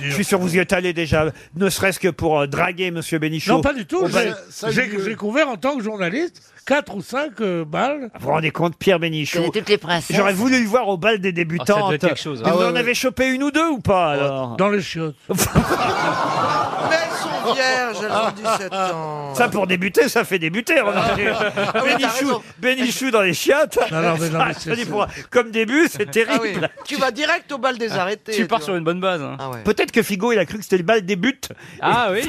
Je suis sûr que vous y êtes allé déjà, ne serait-ce que pour euh, draguer Monsieur Bénichou. Non, pas du tout. Au bal- J'ai- J'ai j'ai couvert en tant que journaliste 4 ou 5 balles. Ah, Vous vous rendez compte, Pierre Bénichou J'aurais voulu le voir au bal des débutantes. doit être quelque chose, hein. Et vous Ah ouais, en ouais. avez chopé une ou deux ou pas alors Dans les [laughs] chiottes. Mais elles sont vierges, elles ont 17 ans. Ça pour débuter, ça fait débuter. remarquez. Ah oui, t'as Bénichou, raison. Bénichou dans les chiottes. Non, non, mais non, mais Ça, c'est- dit pour- [laughs] Comme début, c'est Ah oui, terrible. Ah. Tu vas direct au bal des arrêtés. Ah Tu pars sur une bonne hein. base. Peut-être que Figo, il a cru que c'était le bal des buts. Ah [laughs] oui.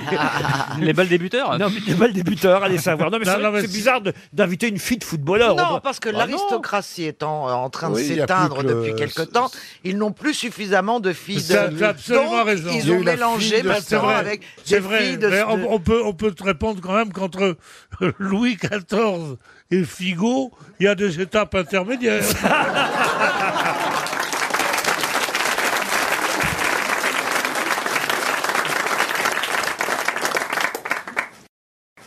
Les balles débuteurs. Non, mais le bal des buteurs, allez savoir. Non, mais Non, c'est non, vrai que mais c'est c'est- bizarre de- d'inviter une fille de footballeur. On Bah Non, doit- parce que Ah non. l'aristocratie étant euh, en train Oui, de il y a plus s'éteindre que le- depuis quelque temps, ils n'ont plus suffisamment de filles. T'as- de- t'as absolument Donc, raison. Ils ont mélangé C'est maintenant vrai, avec c'est des vrai, filles de. mais de- on, on peut, on peut te répondre quand même qu'entre [laughs] Louis [laughs] XIV et Figo, il y a des étapes intermédiaires.